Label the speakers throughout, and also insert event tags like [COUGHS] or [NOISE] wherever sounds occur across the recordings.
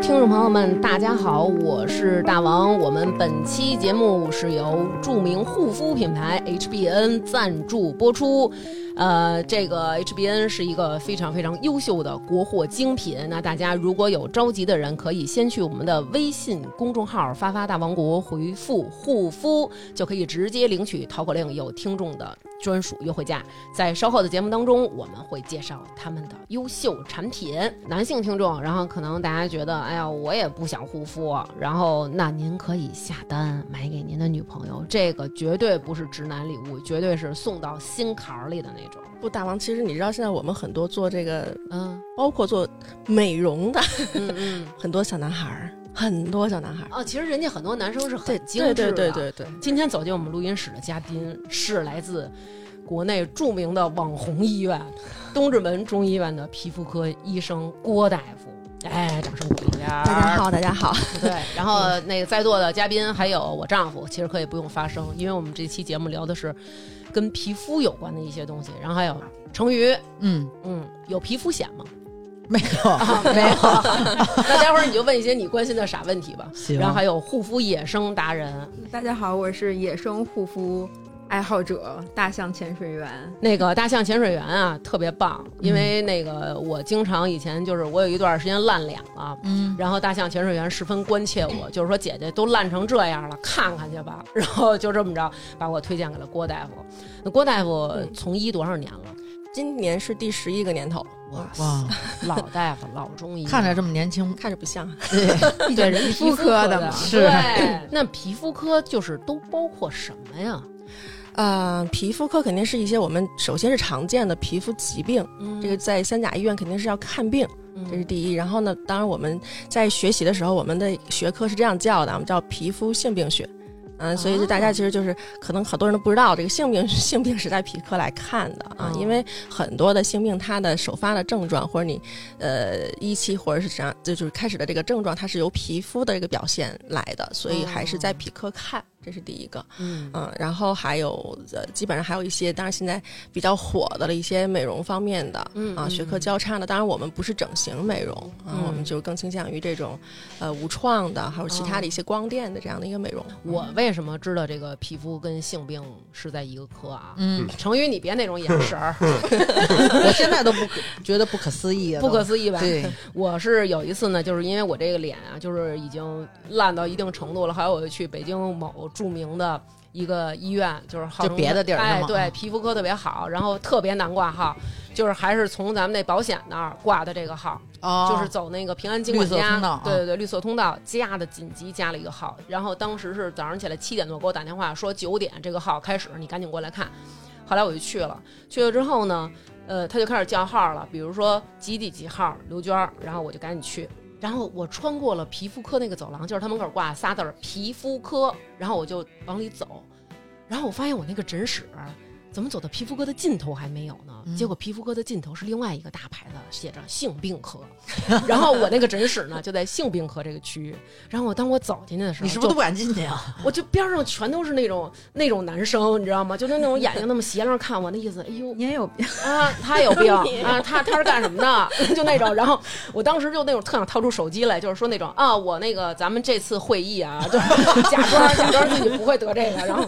Speaker 1: 听众朋友们，大家好，我是大王。我们本期节目是由著名护肤品牌 HBN 赞助播出。呃，这个 HBN 是一个非常非常优秀的国货精品。那大家如果有着急的人，可以先去我们的微信公众号“发发大王国”回复“护肤”，就可以直接领取淘口令有听众的专属优惠价。在稍后的节目当中，我们会介绍他们的优秀产品。男性听众，然后可能大家觉得，哎呀，我也不想护肤，然后那您可以下单买给您的女朋友，这个绝对不是直男礼物，绝对是送到心坎儿里的那种。
Speaker 2: 不，大王，其实你知道，现在我们很多做这个，
Speaker 1: 嗯
Speaker 2: 包括做美容的，
Speaker 1: 嗯嗯。
Speaker 2: 很多小男孩儿，很多小男孩儿，
Speaker 1: 哦，其实人家很多男生是很
Speaker 2: 对，
Speaker 1: 精致的。
Speaker 2: 对对对对对，
Speaker 1: 今天走进我们录音室的嘉宾是来自国内著名的网红医院——东直门中医院的皮肤科医生郭大夫。哎，掌声鼓励一下！
Speaker 2: 大家。好，大家好，
Speaker 1: 对，然后那个在座的嘉宾还有我丈夫，其实可以不用发声，因为我们这期节目聊的是跟皮肤有关的一些东西。然后还有成宇，
Speaker 3: 嗯，
Speaker 1: 嗯，有皮肤险吗？
Speaker 3: 没有，
Speaker 1: 没有。 [LAUGHS] 那待会儿你就问一些你关心的傻问题吧。
Speaker 3: 行
Speaker 1: 然后还有护肤野生达人，
Speaker 4: 大家好，我是野生护肤爱好者大象潜水员。
Speaker 1: 那个大象潜水员啊，特别棒，因为那个我经常以前就是我有一段时间烂脸了，
Speaker 3: 嗯，
Speaker 1: 然后大象潜水员十分关切我，就是说姐姐都烂成这样了，看看去吧。然后就这么着把我推荐给了郭大夫。那郭大夫
Speaker 2: 嗯
Speaker 1: 从医多少年了？
Speaker 2: 今年是第十一个年头，
Speaker 1: 哇塞，
Speaker 3: 哇，
Speaker 1: 老大夫，老中医，
Speaker 3: [LAUGHS] 看着这么年轻，
Speaker 2: 看着不像，啊
Speaker 1: 对对人家
Speaker 4: 皮肤科的嘛
Speaker 3: 是
Speaker 1: 对。那皮肤科就是都包括什么呀？
Speaker 2: 呃，皮肤科肯定是一些我们首先是常见的皮肤疾病，
Speaker 1: 嗯
Speaker 2: 这个在三甲医院肯定是要看病，这是第一。然后呢，当然我们在学习的时候，我们的学科是这样叫的，我们叫皮肤性病学。嗯，所以就大家其实就是可能好多人都不知道，这个性病性病是在 [LAUGHS] 皮科来看的啊，
Speaker 1: 哦
Speaker 2: 因为很多的性病它的首发的症状或者你呃一期或者是怎样，就就是开始的这个症状，它是由皮肤的这个表现来的，所以还是在皮科看，这是第一个。
Speaker 1: 嗯
Speaker 2: 嗯，然后还有呃，基本上还有一些，当然现在比较火的了一些美容方面的，
Speaker 1: 嗯
Speaker 2: 啊，
Speaker 1: 嗯
Speaker 2: 学科交叉的。当然我们不是整形美容啊，
Speaker 1: 嗯
Speaker 2: 我们就更倾向于这种呃无创的，还有其他的一些光电的这样的一个美容。
Speaker 1: 我为什么知道这个皮肤跟性病是在一个科啊？
Speaker 3: 嗯，
Speaker 1: 成宇，你别那种眼神儿，
Speaker 3: 我现在都不觉得不可思议啊，
Speaker 1: 不可
Speaker 3: 思
Speaker 1: 思议吧？
Speaker 3: [LAUGHS] 嗯对，
Speaker 1: 我是有一次呢，就是因为我这个脸啊，就是已经烂到一定程度了，还有我就去北京某著名的一个医院，就是号称
Speaker 3: 就别的地儿
Speaker 1: 哎
Speaker 3: 是，吗
Speaker 1: 对，皮肤科特别好，然后特别难挂号，就是还是从咱们那保险那儿挂的这个号，
Speaker 3: 哦，
Speaker 1: 就是走那个平安经管
Speaker 3: 绿色
Speaker 1: 家，
Speaker 3: 通道啊
Speaker 1: 对对对，绿色通道加的紧急加了一个号，然后当时是早上起来七点多给我打电话说九点这个号开始，你赶紧过来看。后来我就去了，去了之后呢，呃，他就开始叫号了，比如说几几几号刘娟儿，然后我就赶紧去。然后我穿过了皮肤科那个走廊，就是他门口挂仨字儿“皮肤科”，然后我就往里走，然后我发现我那个诊室怎么走到皮肤科的尽头还没有呢？
Speaker 3: 嗯
Speaker 1: 结果皮肤科的尽头是另外一个大牌子，写着“性病科”。然后我那个诊室呢，就在性病科这个区域。然后我当我走进去的时候，
Speaker 3: 你是不是都不敢进去啊？
Speaker 1: 就我就边上全都是那种那种男生，你知道吗？就那种眼睛那么斜 [LAUGHS] 着看我，那意思，哎呦
Speaker 4: 你也有病？
Speaker 1: 啊，他有病啊，他他是干什么的？ [LAUGHS] 就那种。然后我当时就那种特想掏出手机来，就是说那种啊，我那个咱们这次会议啊， [LAUGHS] 就是假装假装自己不会得这个，然后。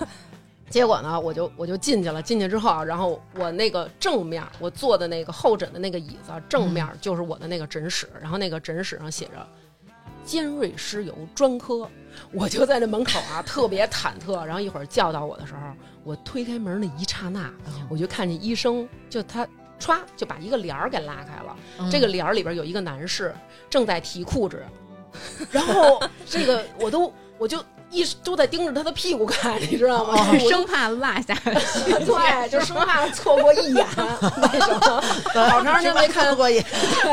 Speaker 1: 结果呢，我就我就进去了。进去之后，然后我那个正面，我坐的那个候诊的那个椅子正面就是我的那个诊室，然后那个诊室上写着“尖锐湿疣专科”， [LAUGHS] 我就在那门口啊，特别忐忑。然后一会儿叫到我的时候，我推开门那一刹那，我就看见医生，就他歘就把一个帘儿给拉开了。这
Speaker 3: 嗯
Speaker 1: 个帘儿里边有一个男士正在提裤子， [LAUGHS] 然后 [LAUGHS] 这个我都我就一直都在盯着他的屁股看，你知道吗？我就
Speaker 4: [LAUGHS] 生怕落下。
Speaker 1: [LAUGHS] 对，就生怕错过一眼那种。好长时间没看
Speaker 3: 过瘾，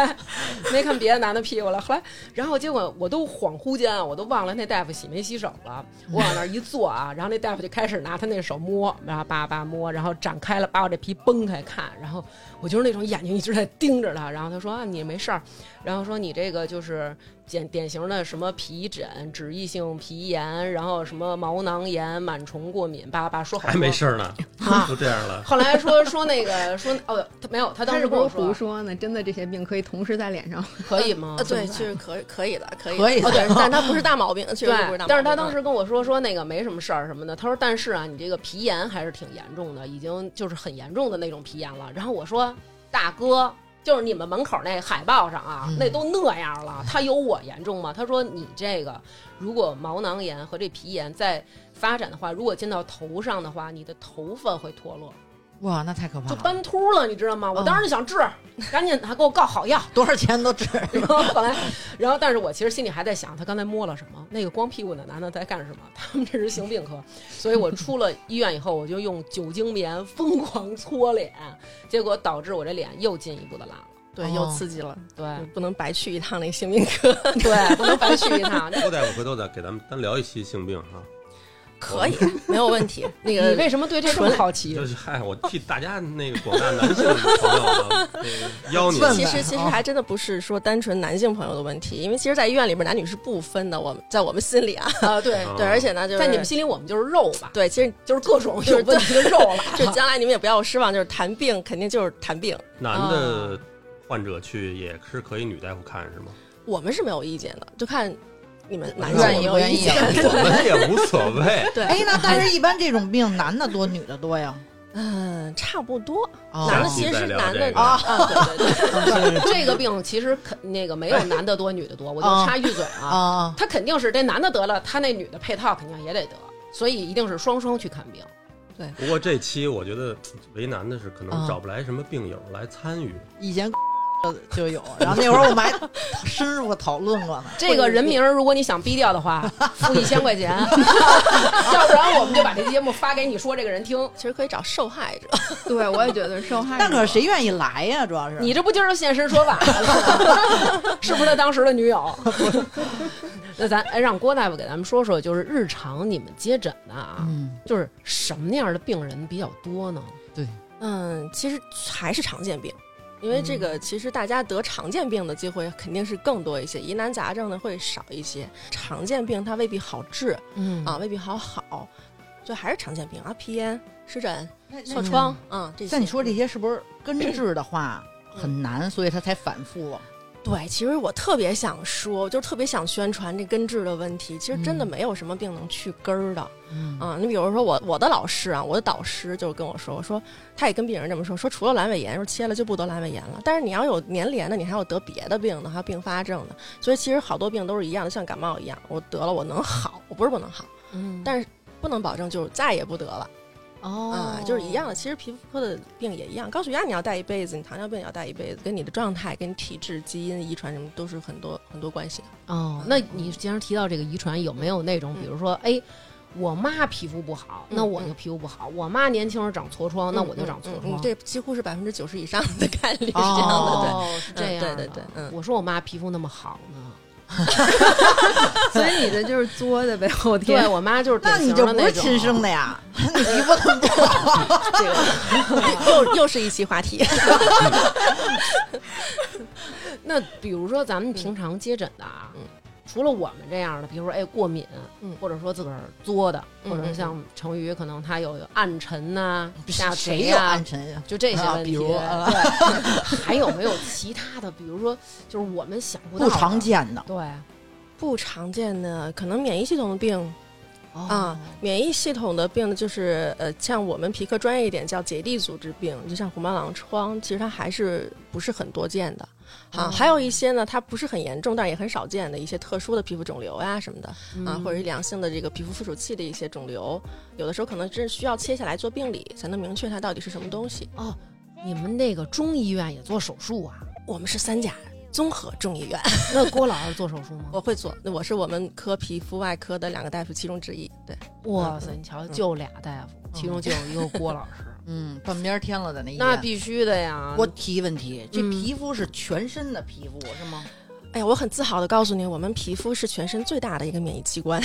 Speaker 1: [LAUGHS] 没看别的男的屁股了。后来，然后结果我都恍惚间啊，我都忘了那大夫洗没洗手了。我往那儿一坐啊，然后那大夫就开始拿他那手摸，然后叭叭摸，然后展开了，把我这皮崩开看。然后我就是那种眼睛一直在盯着他，然后他说啊你没事儿，然后说你这个就是典典型的什么皮疹、脂溢性皮炎，然后什么毛囊炎、螨虫过敏，叭叭说好
Speaker 5: 还
Speaker 1: 多
Speaker 5: 没事儿呢，
Speaker 1: 啊
Speaker 5: 都这样了。
Speaker 1: 后来说说那个说哦，他没有，他当时
Speaker 4: 他 [LAUGHS] 是
Speaker 1: 跟
Speaker 4: 不
Speaker 1: 我
Speaker 4: 是胡
Speaker 1: 说啊
Speaker 4: 说呢？真的这些病可以同时在脸上， [LAUGHS]
Speaker 1: 可以吗
Speaker 2: 呃，？对，就是可可以的，可以的
Speaker 3: 可以的
Speaker 2: 哦对，但它不是大毛 [LAUGHS] 病，确实不是大毛病。啊
Speaker 1: 但是他当时跟我说说那个没什么事儿什么的，他说但是啊，你这个皮炎还是挺严重的，已经就是很严重的那种皮炎了。然后我说大哥，就是你们门口那海报上啊，
Speaker 3: 嗯
Speaker 1: 那都那样了，他有我严重吗？他说你这个如果毛囊炎和这皮炎在发展的话，如果进到头上的话，你的头发会脱落，
Speaker 3: [LAUGHS] 哇，那太可怕
Speaker 1: 就
Speaker 3: 了，
Speaker 1: 斑秃了，你知道吗？我当时想治，
Speaker 2: 嗯
Speaker 1: 赶紧还给我告好药。
Speaker 3: 多少钱 [LAUGHS] 都值。
Speaker 1: 然后后来， [LAUGHS] 然后但是我其实心里还在想，他刚才摸了什么？那个光屁股的男的在干什么？他们这是性病科，所以我出了医院以后，我就用酒精棉疯狂搓脸，结果导致我这脸又进一步的烂了。
Speaker 2: 对
Speaker 3: 哦
Speaker 2: 又刺激了， [LAUGHS]
Speaker 1: 对
Speaker 2: 不能白去一趟那个性病科，
Speaker 1: 对，不能白去一趟。
Speaker 2: 嗯
Speaker 5: [LAUGHS] 郭大夫回头再给咱们单聊一期性病哈，
Speaker 2: [LAUGHS] 可 [LAUGHS] 以没有问题。那
Speaker 1: 你
Speaker 2: 个
Speaker 1: 为什么对这这么好奇
Speaker 2: [LAUGHS]
Speaker 5: 就？是嗨，我替大家那个广大男性朋友啊，
Speaker 2: [LAUGHS]
Speaker 5: 那个邀你
Speaker 3: 问
Speaker 2: 其
Speaker 3: 问
Speaker 2: 实其实
Speaker 3: 好
Speaker 2: 还真的不哦是说单纯男性朋友的问题，因为其实，在医院里边男女是不分的，我们在我们心里啊，
Speaker 1: 啊，对
Speaker 5: 啊
Speaker 2: 对，而且呢，就是
Speaker 1: 在你们心里我们就是肉吧，
Speaker 2: 对，其实
Speaker 1: 就是各种有问题的肉了。
Speaker 2: [LAUGHS] 就将来你们也不要有失望，就是谈病肯定就是谈病，
Speaker 5: 男
Speaker 2: 嗯
Speaker 5: 的患者去也是可以女大夫看是
Speaker 2: [LAUGHS]
Speaker 5: 吗？
Speaker 2: 我们是没有意见的，就看你们男性
Speaker 3: 愿
Speaker 2: 有没有
Speaker 3: 意不愿
Speaker 2: 意
Speaker 3: 意
Speaker 2: 见。
Speaker 5: 我们也无所谓。
Speaker 2: 对，
Speaker 3: 哎，那但是一般这种病男的多，女的多 [LAUGHS] 呀？
Speaker 2: [LAUGHS] 嗯，差不多，
Speaker 3: 哦
Speaker 2: 男的
Speaker 5: 下期
Speaker 2: 其实
Speaker 5: 再
Speaker 2: 是
Speaker 5: 聊
Speaker 2: 男
Speaker 5: 这
Speaker 2: 的
Speaker 5: 个
Speaker 2: 啊，对对对，
Speaker 1: 这个病其实肯那个没有男的多女的多，我就
Speaker 2: 哦
Speaker 1: 插一句嘴啊，
Speaker 3: 啊，
Speaker 1: 他肯定是这男的得了，他那女的配套肯定也得得，所以一定是双双去看病。
Speaker 5: 不过这期我觉得为难的是，可能
Speaker 2: 嗯
Speaker 3: 啊
Speaker 5: 找不来什么病友来参与。
Speaker 3: 以前 [LAUGHS] 就有，然后那会儿我们还 [LAUGHS] 深入讨论过呢。
Speaker 1: 这个人名儿，如果你想逼掉的
Speaker 3: [LAUGHS]
Speaker 1: 话，付一千块钱， [LAUGHS] 要不然我们就把这节目发给你说这个人听。
Speaker 2: 其实可以找受害者，
Speaker 4: 对我也觉得受
Speaker 3: [LAUGHS]
Speaker 4: 害。
Speaker 3: 但可是谁愿意来呀？主要是
Speaker 1: 你这不就是现身说法了？ [LAUGHS] 是不是他当时的女友？ [LAUGHS] 那咱哎，让郭大夫给咱们说说，就是日常你们接诊的啊，
Speaker 3: 嗯，
Speaker 1: 就是什么样的病人比较多呢？
Speaker 2: 嗯，其实还是常见病。因为这个，其实大家得常见病的机会肯定是更多一些，疑难杂症呢会少一些。常见病它未必好治
Speaker 1: 嗯
Speaker 2: 啊，未必好好，所以还是常见病啊，皮炎、湿疹、
Speaker 3: 那
Speaker 2: 痤疮啊这些。
Speaker 3: 像你说这些是不是根治的话很难，所以他才反复？
Speaker 2: 对，其实我特别想说，就是特别想宣传这根治的问题。其实真的
Speaker 3: 嗯
Speaker 2: 没有什么病能去根儿的。
Speaker 3: 嗯
Speaker 2: 啊，你比如说我我的老师啊，我的导师就跟我说，我说他也跟病人这么说，说除了阑尾炎，说切了就不得阑尾炎了。但是你要有粘连的，你还有得别的病的，还有并发症的。所以其实好多病都是一样的，像感冒一样，我得了我能好，我不是不能好，
Speaker 1: 嗯
Speaker 2: 但是不能保证就再也不得了
Speaker 3: 哦
Speaker 2: 啊、就是一样的。其实皮肤科的病也一样，高血压你要带一辈子，你糖尿病也要带一辈子，跟你的状态、跟你体质、基因、遗传什么都是很多很多关系的。
Speaker 1: 哦，那你既然提到这个遗传，有没有那种，
Speaker 2: 嗯
Speaker 1: 比如说，哎，我妈皮肤不好，
Speaker 2: 嗯
Speaker 1: 那我就皮肤不好；我妈年轻时候长痤哦疮，那我就长痤
Speaker 2: 嗯嗯
Speaker 1: 疮。
Speaker 2: 嗯这几乎是百分之九十以上的概率是这
Speaker 3: 哦
Speaker 2: 样的，对。
Speaker 1: 哦，是这样的。
Speaker 2: 嗯对对对嗯
Speaker 1: 我说我妈皮肤那么好呢，
Speaker 4: 所以你的就是作的呗，我
Speaker 1: 对
Speaker 4: 天！
Speaker 1: 我妈就是
Speaker 3: 那
Speaker 1: 典
Speaker 3: 你
Speaker 1: 型
Speaker 3: 就
Speaker 1: 的
Speaker 3: 不是
Speaker 1: 种
Speaker 3: 亲生
Speaker 1: [LAUGHS]
Speaker 3: 的呀？你皮肤怎么不好？
Speaker 2: 这个 [LAUGHS] 又又是一期话题。 [LAUGHS]
Speaker 1: 那比如说咱们平常接诊的啊，
Speaker 2: 嗯
Speaker 1: 除了我们这样的，比如说哎过敏，
Speaker 2: 嗯
Speaker 1: 或者说自个儿作的，
Speaker 2: 嗯
Speaker 1: 或者像成宇可能他有暗沉呐、下垂啊
Speaker 3: 谁有
Speaker 1: 呀、
Speaker 3: 暗沉呀？
Speaker 1: 就这些
Speaker 3: 啊
Speaker 1: 问题。
Speaker 3: 比如啊
Speaker 1: 对， [LAUGHS] 还有没有其他的？比如说，就是我们想不到
Speaker 3: 不
Speaker 1: 的
Speaker 3: 常。见的
Speaker 1: 对
Speaker 2: 不常见的，可能免疫系统的病啊，，免疫系统的病呢，就是呃，像我们皮科专业一点叫结缔组织病，就像红斑狼疮，其实它还是不是很多见的啊。
Speaker 1: 哦
Speaker 2: 还有一些呢，它不是很严重，但也很少见的一些特殊的皮肤肿瘤呀、什么的啊，或者是良性的这个皮肤附属器的一些肿瘤，有的时候可能真是需要切下来做病理才能明确它到底是什么东西。
Speaker 1: 哦，你们那个中医院也做手术啊？
Speaker 2: 我们是三甲综合中医院。
Speaker 1: 那郭老师做手术吗？
Speaker 2: 我会做，我是我们科皮肤外科的两个大夫其中之一。对，
Speaker 1: 哇塞，你瞧，就俩大夫，其中就有一个郭老师， [LAUGHS] 哎
Speaker 3: 嗯，半边天了的那医
Speaker 1: 那
Speaker 3: 院。
Speaker 1: 必须的呀。
Speaker 3: 我提一问题，这
Speaker 1: 嗯
Speaker 3: 皮肤是全身的皮肤是吗？
Speaker 2: 哎呀，我很自豪的告诉你，我们皮肤是全身最大的一个免疫器官。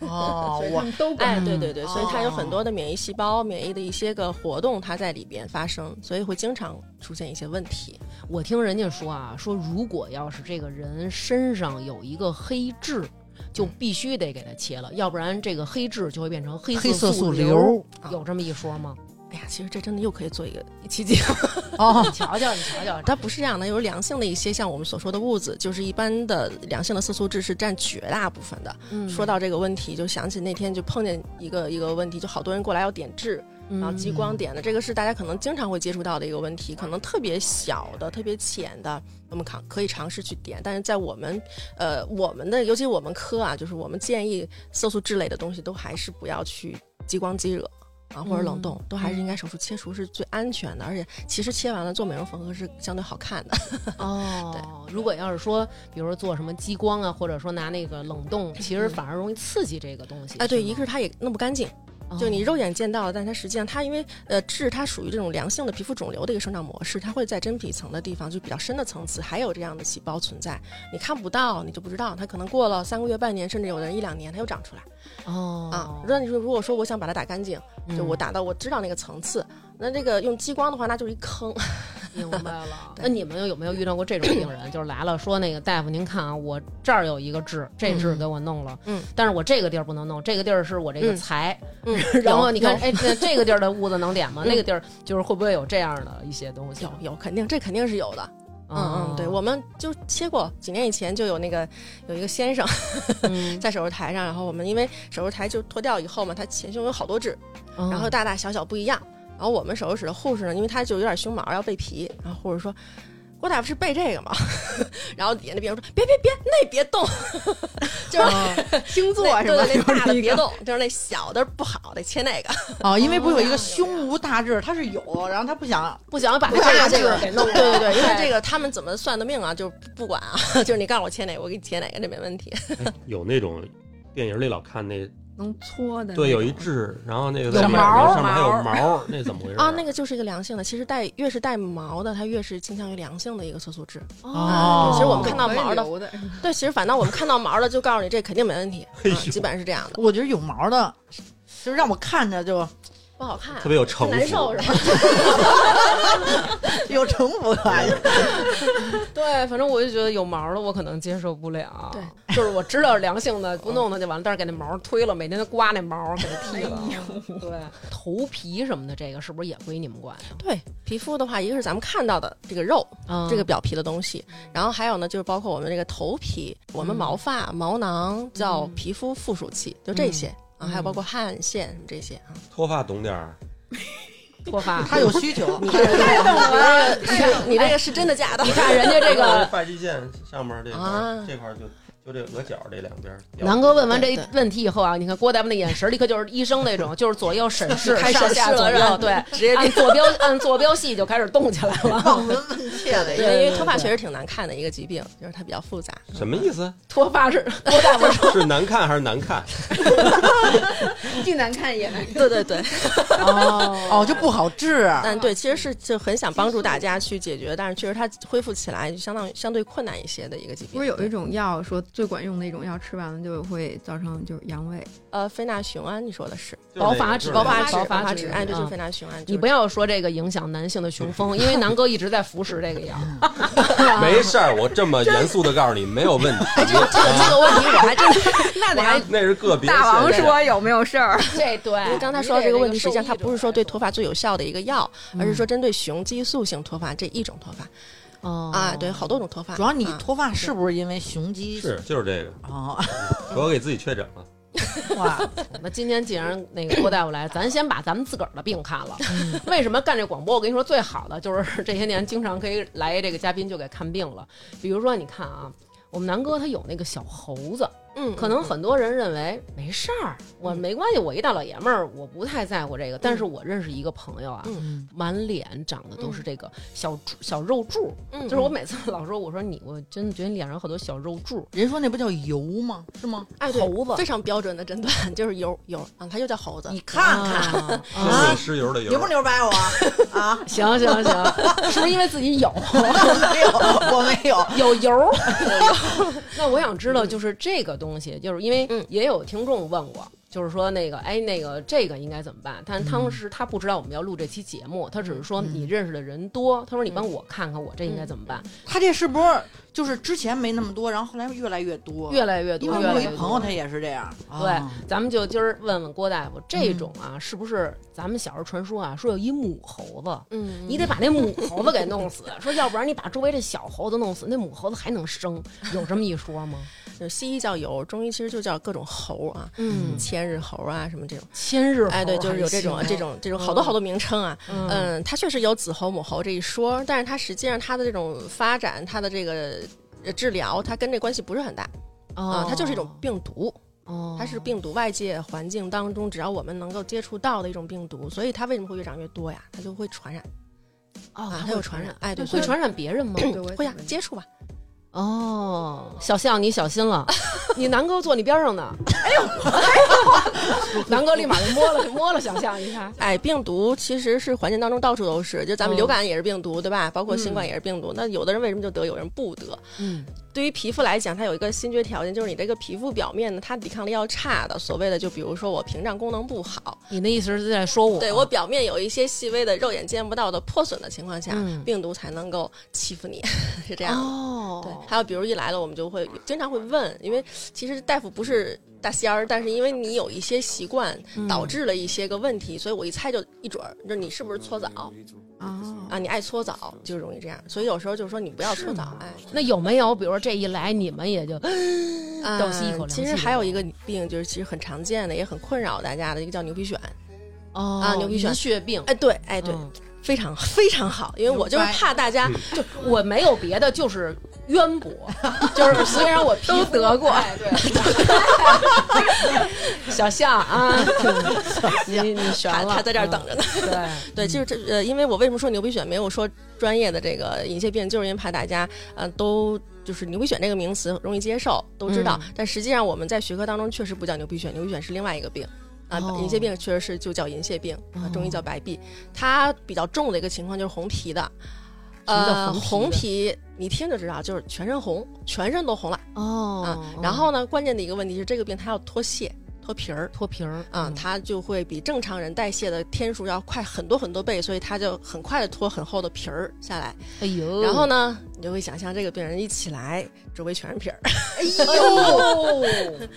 Speaker 3: 哦
Speaker 4: 所， [LAUGHS] 以他
Speaker 3: 我
Speaker 4: 们都
Speaker 2: [LAUGHS]
Speaker 4: 管。
Speaker 2: 哎，对对对，所以它有
Speaker 3: 哦
Speaker 2: 很多的免疫细胞、免疫的一些个活动，它在里边发生，所以会经常出现一些问题。
Speaker 1: 我听人家说啊，说如果要是这个人身上有一个黑痣，就必须得给它切了，要不然这个黑痣就会变成黑
Speaker 3: 黑色
Speaker 1: 素
Speaker 3: 素
Speaker 1: 瘤。
Speaker 3: 瘤
Speaker 1: 有这么一说吗？
Speaker 2: 哎呀，其实这真的又可以做一个一期节目。
Speaker 3: 哦
Speaker 1: 你，瞧瞧，你瞧瞧，
Speaker 2: 它不是这样的，有良性的一些像我们所说的痦子，就是一般的良性的色素痣是占绝大部分的。
Speaker 1: 嗯
Speaker 2: 嗯说到这个问题，就想起那天就碰见一个一个问题，就好多人过来要点痣，
Speaker 1: 嗯
Speaker 2: 然后激光点的，这个是大家可能经常会接触到的一个问题，可能特别小的、特别浅的，我们尝可以尝试去点，但是在我们呃我们的，尤其我们科啊，就是我们建议色素痣类的东西都还是不要去激光激惹。啊，或者冷冻、都还是应该手术切除是最安全的，而且其实切完了做美容缝合是相对好看的。
Speaker 1: 哦，如果要是说，比如说做什么激光啊，或者说拿那个冷冻，其实反而容易刺激这个东西。
Speaker 2: 哎，嗯对，
Speaker 1: 是
Speaker 2: 一
Speaker 1: 吗
Speaker 2: 个是它也弄不干净，
Speaker 1: 哦
Speaker 2: 就你肉眼见到的，但它实际上它因为呃痣它属于这种良性的皮肤肿瘤的一个生长模式，它会在真皮层的地方就比较深的层次还有这样的细胞存在，你看不到你就不知道，它可能过了三个月、半年，甚至有的人一两年它又长出来
Speaker 1: 哦嗯
Speaker 2: 啊。那你说如果说我想把它打干净，就我打到我知道那个层次，那这个用激光的话那就是一
Speaker 1: [LAUGHS]
Speaker 2: 坑。
Speaker 1: 明白了。
Speaker 2: [LAUGHS] 对
Speaker 1: 那你们有没有遇到过这种病人？就是来了说那个大夫，您看啊，我这儿有一个痣，这痣给我弄了，
Speaker 2: 嗯，
Speaker 1: 但是我这个地儿不能弄，这个地儿是我这个
Speaker 2: 嗯
Speaker 1: 财。
Speaker 2: 嗯
Speaker 1: [LAUGHS] 然后
Speaker 2: 有
Speaker 1: 你看
Speaker 2: 有，
Speaker 1: 哎，这这个地儿的痦子能点
Speaker 2: [LAUGHS]
Speaker 1: 吗？
Speaker 2: 嗯
Speaker 1: 那个地儿就是会不会有这样的一些东西哦
Speaker 2: 有？有肯定这肯定是有的，嗯嗯，对，我们就切过，几年以前就有那个有一个先生 [LAUGHS]
Speaker 1: 嗯
Speaker 2: 在手术台上，然后我们因为手术台就脱掉以后嘛，他前胸有好多痣，
Speaker 1: 嗯
Speaker 2: 然后大大小小不一样。然后我们手术室的护士呢，因为她就有点胸毛要备皮，然后护士说：“郭大夫是备这个吗？” [LAUGHS] 然后底下那病人说：“别别别，那别动，就是
Speaker 3: [LAUGHS]
Speaker 4: 星座
Speaker 2: 那
Speaker 4: 是吧？
Speaker 2: 对那大的别
Speaker 4: 有一个
Speaker 2: 动，啊就是那小的不好，得切那个。
Speaker 3: 哦，因为不是有一个胸无大志，他是有，然后他不想
Speaker 1: 不想把
Speaker 3: 不想
Speaker 1: 他
Speaker 3: 把
Speaker 1: 这
Speaker 3: 这
Speaker 1: 个
Speaker 3: 个
Speaker 1: 给弄了，
Speaker 2: 对对对，因为
Speaker 1: 哎
Speaker 2: 这个他们怎么算的命啊，就不管啊， [LAUGHS] 就是你告诉我切哪个，我给你切哪个，这没问题。
Speaker 5: 哎有那种电影里老看那，
Speaker 2: 嗯
Speaker 4: 能搓的那种。
Speaker 5: 对，有一痣，然后那个
Speaker 3: 有
Speaker 5: 在脸
Speaker 3: 毛
Speaker 5: 上面还有
Speaker 4: 毛
Speaker 5: 毛，那怎么回事
Speaker 2: 啊，那个就是一个良性的，其实带越是带毛的，它越是倾向于良性的一个色素痣。
Speaker 1: 哦
Speaker 2: 其实我们看到
Speaker 4: 可以
Speaker 2: 毛的
Speaker 4: 留的， [LAUGHS]
Speaker 2: 对，其实反倒我们看到毛了，就告诉你这肯定没问题，
Speaker 5: 哎呦
Speaker 2: 啊、基本上是这样的，
Speaker 3: 我觉得有毛的，就是让我看着就
Speaker 2: 不好看、啊
Speaker 5: 特别有城府，
Speaker 2: 难受是吧？
Speaker 3: 有啊城府感。
Speaker 1: 对，反正我就觉得有毛的我可能接受不了。
Speaker 2: 对，
Speaker 1: 就是我知道良性的不弄它就完了，但是给那毛推了，每天都刮那毛给它剃了。对，头皮什么的，这个是不是也归你们管呀？
Speaker 2: 对皮肤的话，一个是咱们看到的这个肉，
Speaker 1: 嗯
Speaker 2: 这个表皮的东西，然后还有呢，就是包括我们这个头皮，我们
Speaker 1: 嗯
Speaker 2: 毛发、毛囊叫皮肤附属器，就这些
Speaker 1: 嗯
Speaker 2: 啊，还有包括汗腺什么这些啊。
Speaker 5: 脱发懂点儿，
Speaker 1: 脱发，
Speaker 3: 他有需求，
Speaker 2: 啊你这个你这个是真的假的？
Speaker 1: 哎你看人家这个。
Speaker 5: 发际线上面这块儿
Speaker 2: 啊
Speaker 5: 这块儿就就这额角这两边儿。
Speaker 1: 南哥问完这一
Speaker 2: 对对
Speaker 1: 问题以后啊，你看郭大夫那眼神，立刻就是医生那种，就是左右 [LAUGHS] 审视，
Speaker 2: 开始
Speaker 1: 上下
Speaker 2: 设
Speaker 1: 左右，
Speaker 2: 了
Speaker 1: 对，
Speaker 2: 直接
Speaker 1: 按坐标按坐标系就开始动起来了。
Speaker 3: 望闻问切的。
Speaker 1: 对
Speaker 2: 因
Speaker 1: 对
Speaker 2: 为
Speaker 1: 对
Speaker 2: 脱发确实挺难看的一个疾病，就是它比较复杂。
Speaker 5: 什么意思？
Speaker 1: [LAUGHS] 脱发是郭大夫哎说，
Speaker 5: 是难看还是难看？
Speaker 4: 既难看也难看。
Speaker 2: 对对对，
Speaker 1: 哦
Speaker 3: 哦，就不好治。
Speaker 2: 但对，其实是就很想帮助大家去解决，但是确实它恢复起来就相当于相对困难一些的一个疾病。
Speaker 4: 不是有一
Speaker 2: 对
Speaker 4: 种药说最管用的一种药，吃完了就会造成就是阳痿。
Speaker 2: 呃非那雄胺，你说的是
Speaker 5: 就是
Speaker 1: 薄
Speaker 5: 那个
Speaker 1: 发
Speaker 5: 就
Speaker 1: 质
Speaker 5: 是
Speaker 1: 薄
Speaker 5: 那
Speaker 1: 发
Speaker 2: 发
Speaker 5: 个
Speaker 1: 质
Speaker 2: 质，
Speaker 1: 发
Speaker 2: 发
Speaker 1: 质
Speaker 2: 质，哎，对，
Speaker 1: 嗯
Speaker 2: 就是非那雄胺。
Speaker 1: 你不
Speaker 2: 要
Speaker 1: 要说这个影响男性的雄风，因为南哥一直在服食这个药。
Speaker 5: 没事儿，我这么严肃的告诉你，没有问题。
Speaker 1: 哎
Speaker 5: 啊
Speaker 2: 这个问题，我还真的
Speaker 4: 那
Speaker 2: 得让
Speaker 5: 那是个别现象。
Speaker 4: 大王说有没有事儿？
Speaker 1: 这对
Speaker 2: 因为刚才说到这个问题，实际上它不是说对脱发最有效的一个药，而是说针对雄激素性脱发这一种脱发
Speaker 1: 哦
Speaker 2: 啊，对，好多种脱发。
Speaker 3: 主要你
Speaker 2: 啊
Speaker 3: 脱发是不是因为雄激素
Speaker 5: 是就是这个，
Speaker 3: 啊？
Speaker 5: 我给自己确诊了。
Speaker 3: 哇，
Speaker 1: 那今天既然那个郭大夫来，咱先把咱们自个儿的病看
Speaker 2: [LAUGHS]
Speaker 1: 了。为什么干这广播？我跟你说，最好的就是 [LAUGHS] 这些年经常可以来这个嘉宾就给看病了。比如说，你看啊，我们南哥他有那个小猴子，
Speaker 2: 嗯，
Speaker 1: 可能很多人认为没事儿，我没关系，我一大老爷们儿，我不太在乎这个。但是我认识一个朋友啊，
Speaker 3: 嗯，
Speaker 1: 满脸长得都是这个小柱小肉柱，
Speaker 2: 嗯
Speaker 1: 就是我每次老说，我说你，我真的觉得你脸上有好多小肉柱。
Speaker 3: 人说那不叫油吗？是吗？
Speaker 2: 哎对
Speaker 3: 猴子
Speaker 2: 非常标准的诊断， [LAUGHS] 就是油油啊，它又叫猴子。
Speaker 3: 你看看
Speaker 1: 看，
Speaker 5: 是石油的油
Speaker 3: 牛不牛掰 [LAUGHS] 我啊？
Speaker 1: 啊行行行， [LAUGHS] 是不是因为自己有
Speaker 3: 我没有，我没有。
Speaker 1: 有油儿？ [LAUGHS] 那我想知道，就是这个东西，就是因为
Speaker 2: 嗯
Speaker 1: 也有听众问我。就是说，那个，哎，那个，这个应该怎么办？但是当时他不知道我们要录这期节目，他只是说你认识的人多，他说你帮我看看我这应该怎么办。
Speaker 3: 他这是不是就是之前没那么多，然后后来越来越多？
Speaker 1: 越来越多，
Speaker 3: 因为
Speaker 1: 越
Speaker 3: 我有
Speaker 1: 来
Speaker 3: 一
Speaker 1: 越
Speaker 3: 朋友
Speaker 1: 多。
Speaker 3: 他也是这样。
Speaker 1: 对
Speaker 3: 啊，
Speaker 1: 嗯咱们就今儿问问郭大夫，这种啊，是不是咱们小时候传说啊，说有一母猴子，
Speaker 2: 嗯，
Speaker 1: 你得把那母猴子给弄死，说要不然你把周围这小猴子弄死，那母猴子还能生，有这么一说吗？
Speaker 2: 就是西医叫油，中医其实就叫各种猴啊，
Speaker 1: 嗯，
Speaker 2: 千日猴啊什么这种。
Speaker 1: 千日猴
Speaker 2: 哎，对，就是有这种
Speaker 1: 还
Speaker 2: 这
Speaker 1: 行
Speaker 2: 种这种好多好多名称啊。
Speaker 1: 啊嗯
Speaker 2: 嗯，它确实有子猴母猴这一说，但是它实际上它的这种发展，它的这个呃治疗，它跟这关系不是很大啊，它就是一种，病毒，
Speaker 1: 哦
Speaker 2: 它是，病毒外界环境当中只要我们能够接触到的一种病毒，所以它为什么会越长越多呀？它就会传染
Speaker 1: 哦，
Speaker 2: 啊，它
Speaker 1: 它
Speaker 2: 有传染，，哎，对，
Speaker 1: 会
Speaker 2: 所以
Speaker 1: 传染别人 [CLEARS THROAT] 吗？
Speaker 4: 对我也
Speaker 2: 会呀
Speaker 4: 想问，
Speaker 2: 接触吧。
Speaker 1: 哦，小象，你小心 [LAUGHS] 了，你南哥坐你边上 [LAUGHS] 呢，哎呦，南哥立马就摸了摸了小象一下，
Speaker 2: 哎，病毒其实是环境当中到处都是，就咱们流感也是病毒，对吧？包括新冠也是病毒。那有的人为什么就得，有人不得？
Speaker 1: 嗯，
Speaker 2: 对于皮肤来讲，它有一个先决条件，就是你这个皮肤表面呢，它抵抗力要差的。所谓的，就比如说我屏障功能不好，
Speaker 1: 你那意思是在说我？
Speaker 2: 对我表面有一些细微的肉眼见不到的破损的情况下，
Speaker 1: 嗯
Speaker 2: 病毒才能够欺负你， [LAUGHS] 是这样的。
Speaker 1: 哦，
Speaker 2: 对，还有比如一来了，我们就会经常会问，因为其实大夫不是大仙儿，但是因为你有一些习惯
Speaker 1: 嗯
Speaker 2: 导致了一些个问题，所以我一猜就一准儿，就是你是不是搓澡
Speaker 4: 啊
Speaker 2: 啊？你爱搓澡就容易这样，所以有时候就说你不要搓澡，哎，
Speaker 1: 那有没有，比如说这一来，你们也就
Speaker 2: 啊
Speaker 1: 嗯倒吸一口凉
Speaker 2: 其实
Speaker 1: 气
Speaker 2: 还
Speaker 1: 的
Speaker 2: 有一个病，就是其实很常见的，也很困扰大家的一个叫牛皮癣。
Speaker 1: 哦
Speaker 2: 啊牛皮癣
Speaker 1: 晕血病，
Speaker 2: 哎，对，哎对，
Speaker 1: 嗯
Speaker 2: 非常非常好，因为我就是怕大
Speaker 5: 嗯
Speaker 2: 家
Speaker 1: 就我没有别的，就是渊 [LAUGHS] 博，就是虽然我都得过，哎， [LAUGHS] 对，小象啊，挺你你悬
Speaker 2: 他
Speaker 1: 了，
Speaker 2: 他在这儿等着呢。
Speaker 1: 嗯，对，
Speaker 2: 对，就是这呃，因为我为什么说牛皮癣没有说专业的这个银屑病，就是因为怕大家呃都就是牛皮癣这个名词容易接受，都知道，
Speaker 1: 嗯
Speaker 2: 但实际上我们在学科当中确实不叫牛皮癣，牛皮癣是另外一个病。啊
Speaker 1: 哦，
Speaker 2: 银屑病确实是就叫银屑病，啊中医叫白璧。它比较重的一个情况就是红皮的，
Speaker 1: 什么叫
Speaker 2: 呃，
Speaker 1: 红
Speaker 2: 红
Speaker 1: 皮
Speaker 2: 皮你听就知道，就是全身红，全身都红了啊
Speaker 1: 哦。
Speaker 2: 然后呢，关键的一个问题是这个病它要脱屑、脱皮儿，
Speaker 1: 脱皮儿
Speaker 2: 啊，它就会比正常人代谢的天数要快很多很多倍，所以它就很快的脱很厚的皮儿下来。
Speaker 1: 哎呦，
Speaker 2: 然后呢，你就会想象这个病人一起来，周围全是皮儿。
Speaker 3: 哎 [LAUGHS] 呦，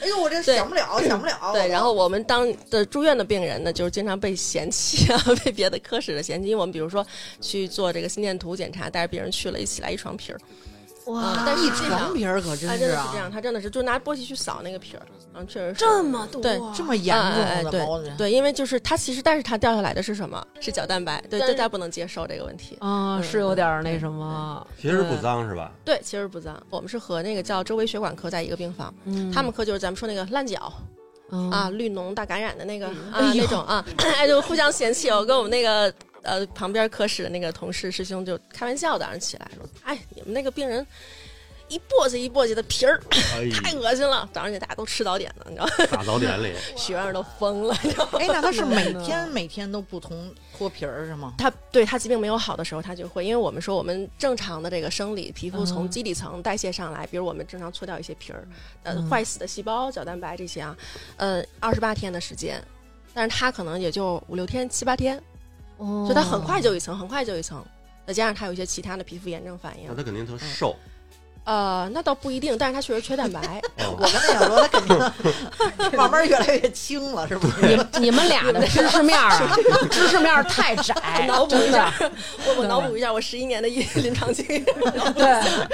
Speaker 3: 哎呦，我这想不了，想不了。
Speaker 2: 对，然后我们当的住院的病人呢，就是经常被嫌弃啊， [LAUGHS] 被别的科室的嫌弃，因为我们比如说去做这个心电图检查，带着病人去了，一起来一床皮儿。啊但
Speaker 3: 一
Speaker 2: 实际上
Speaker 3: 床。皮儿可真
Speaker 2: 啊，
Speaker 3: 是
Speaker 2: 真的是
Speaker 3: 啊
Speaker 2: 这，样，他真的是就拿簸箕去扫那个皮儿，嗯，确实是
Speaker 1: 这么多，
Speaker 2: 对
Speaker 3: 这么严
Speaker 2: 哎哎哎
Speaker 3: 重的
Speaker 2: 对
Speaker 3: 毛病。
Speaker 2: 对，因为就是它其实，但是它掉下来的是什么？是角蛋白，对，
Speaker 1: 但是
Speaker 2: 大家不能接受这个问题。
Speaker 1: 啊，
Speaker 2: 嗯
Speaker 1: 是有点儿那什么，
Speaker 5: 其实不脏是吧？
Speaker 2: 对，其实不脏。我们是和那个叫周围血管科在一个病房，
Speaker 1: 嗯
Speaker 2: 他们科就是咱们说那个烂脚、
Speaker 1: 嗯
Speaker 2: 啊、绿脓大感染的那个、
Speaker 1: 哎
Speaker 2: 啊那种啊， [COUGHS] 哎就互相嫌弃。我跟我们那个呃旁边科室的那个同事师兄就开玩笑的，让起来说：“哎，你们那个病人一簸箕一簸箕的皮儿，
Speaker 5: 哎，
Speaker 2: 太恶心了。早上起来大家都吃早点呢，你知道吗， [LAUGHS]
Speaker 5: 大早点里，
Speaker 2: 学生都疯了。你知道吗
Speaker 3: 哎， [LAUGHS] 那他是每天每天都不同脱皮儿是吗？
Speaker 2: 他对他疾病没有好的时候，他就会，因为我们说我们正常的这个生理皮肤从基底层代谢上来，比如我们正常搓掉一些皮儿，呃，
Speaker 1: 嗯
Speaker 2: 坏死的细胞、角蛋白这些啊，呃，二十八天的时间，但是他可能也就五六天、七八天，
Speaker 1: 哦
Speaker 2: 所以他很快就一层，很快就一层。再加上他有一些其他的皮肤炎症反应
Speaker 5: 那，他肯定特瘦。
Speaker 2: 呃，那倒不一定，但是他确实缺蛋白，
Speaker 1: [LAUGHS] 嗯
Speaker 5: 哦
Speaker 3: 我跟他想说，他肯定 [LAUGHS] 慢慢越来越轻了，是不
Speaker 1: 你
Speaker 3: 是？
Speaker 1: 们你们俩的知识面儿
Speaker 2: [LAUGHS]
Speaker 1: 啊，知识面儿太窄，
Speaker 2: 脑补一
Speaker 1: 真的
Speaker 2: 下，我我脑补一下我十一年的一临床经验，
Speaker 1: 对，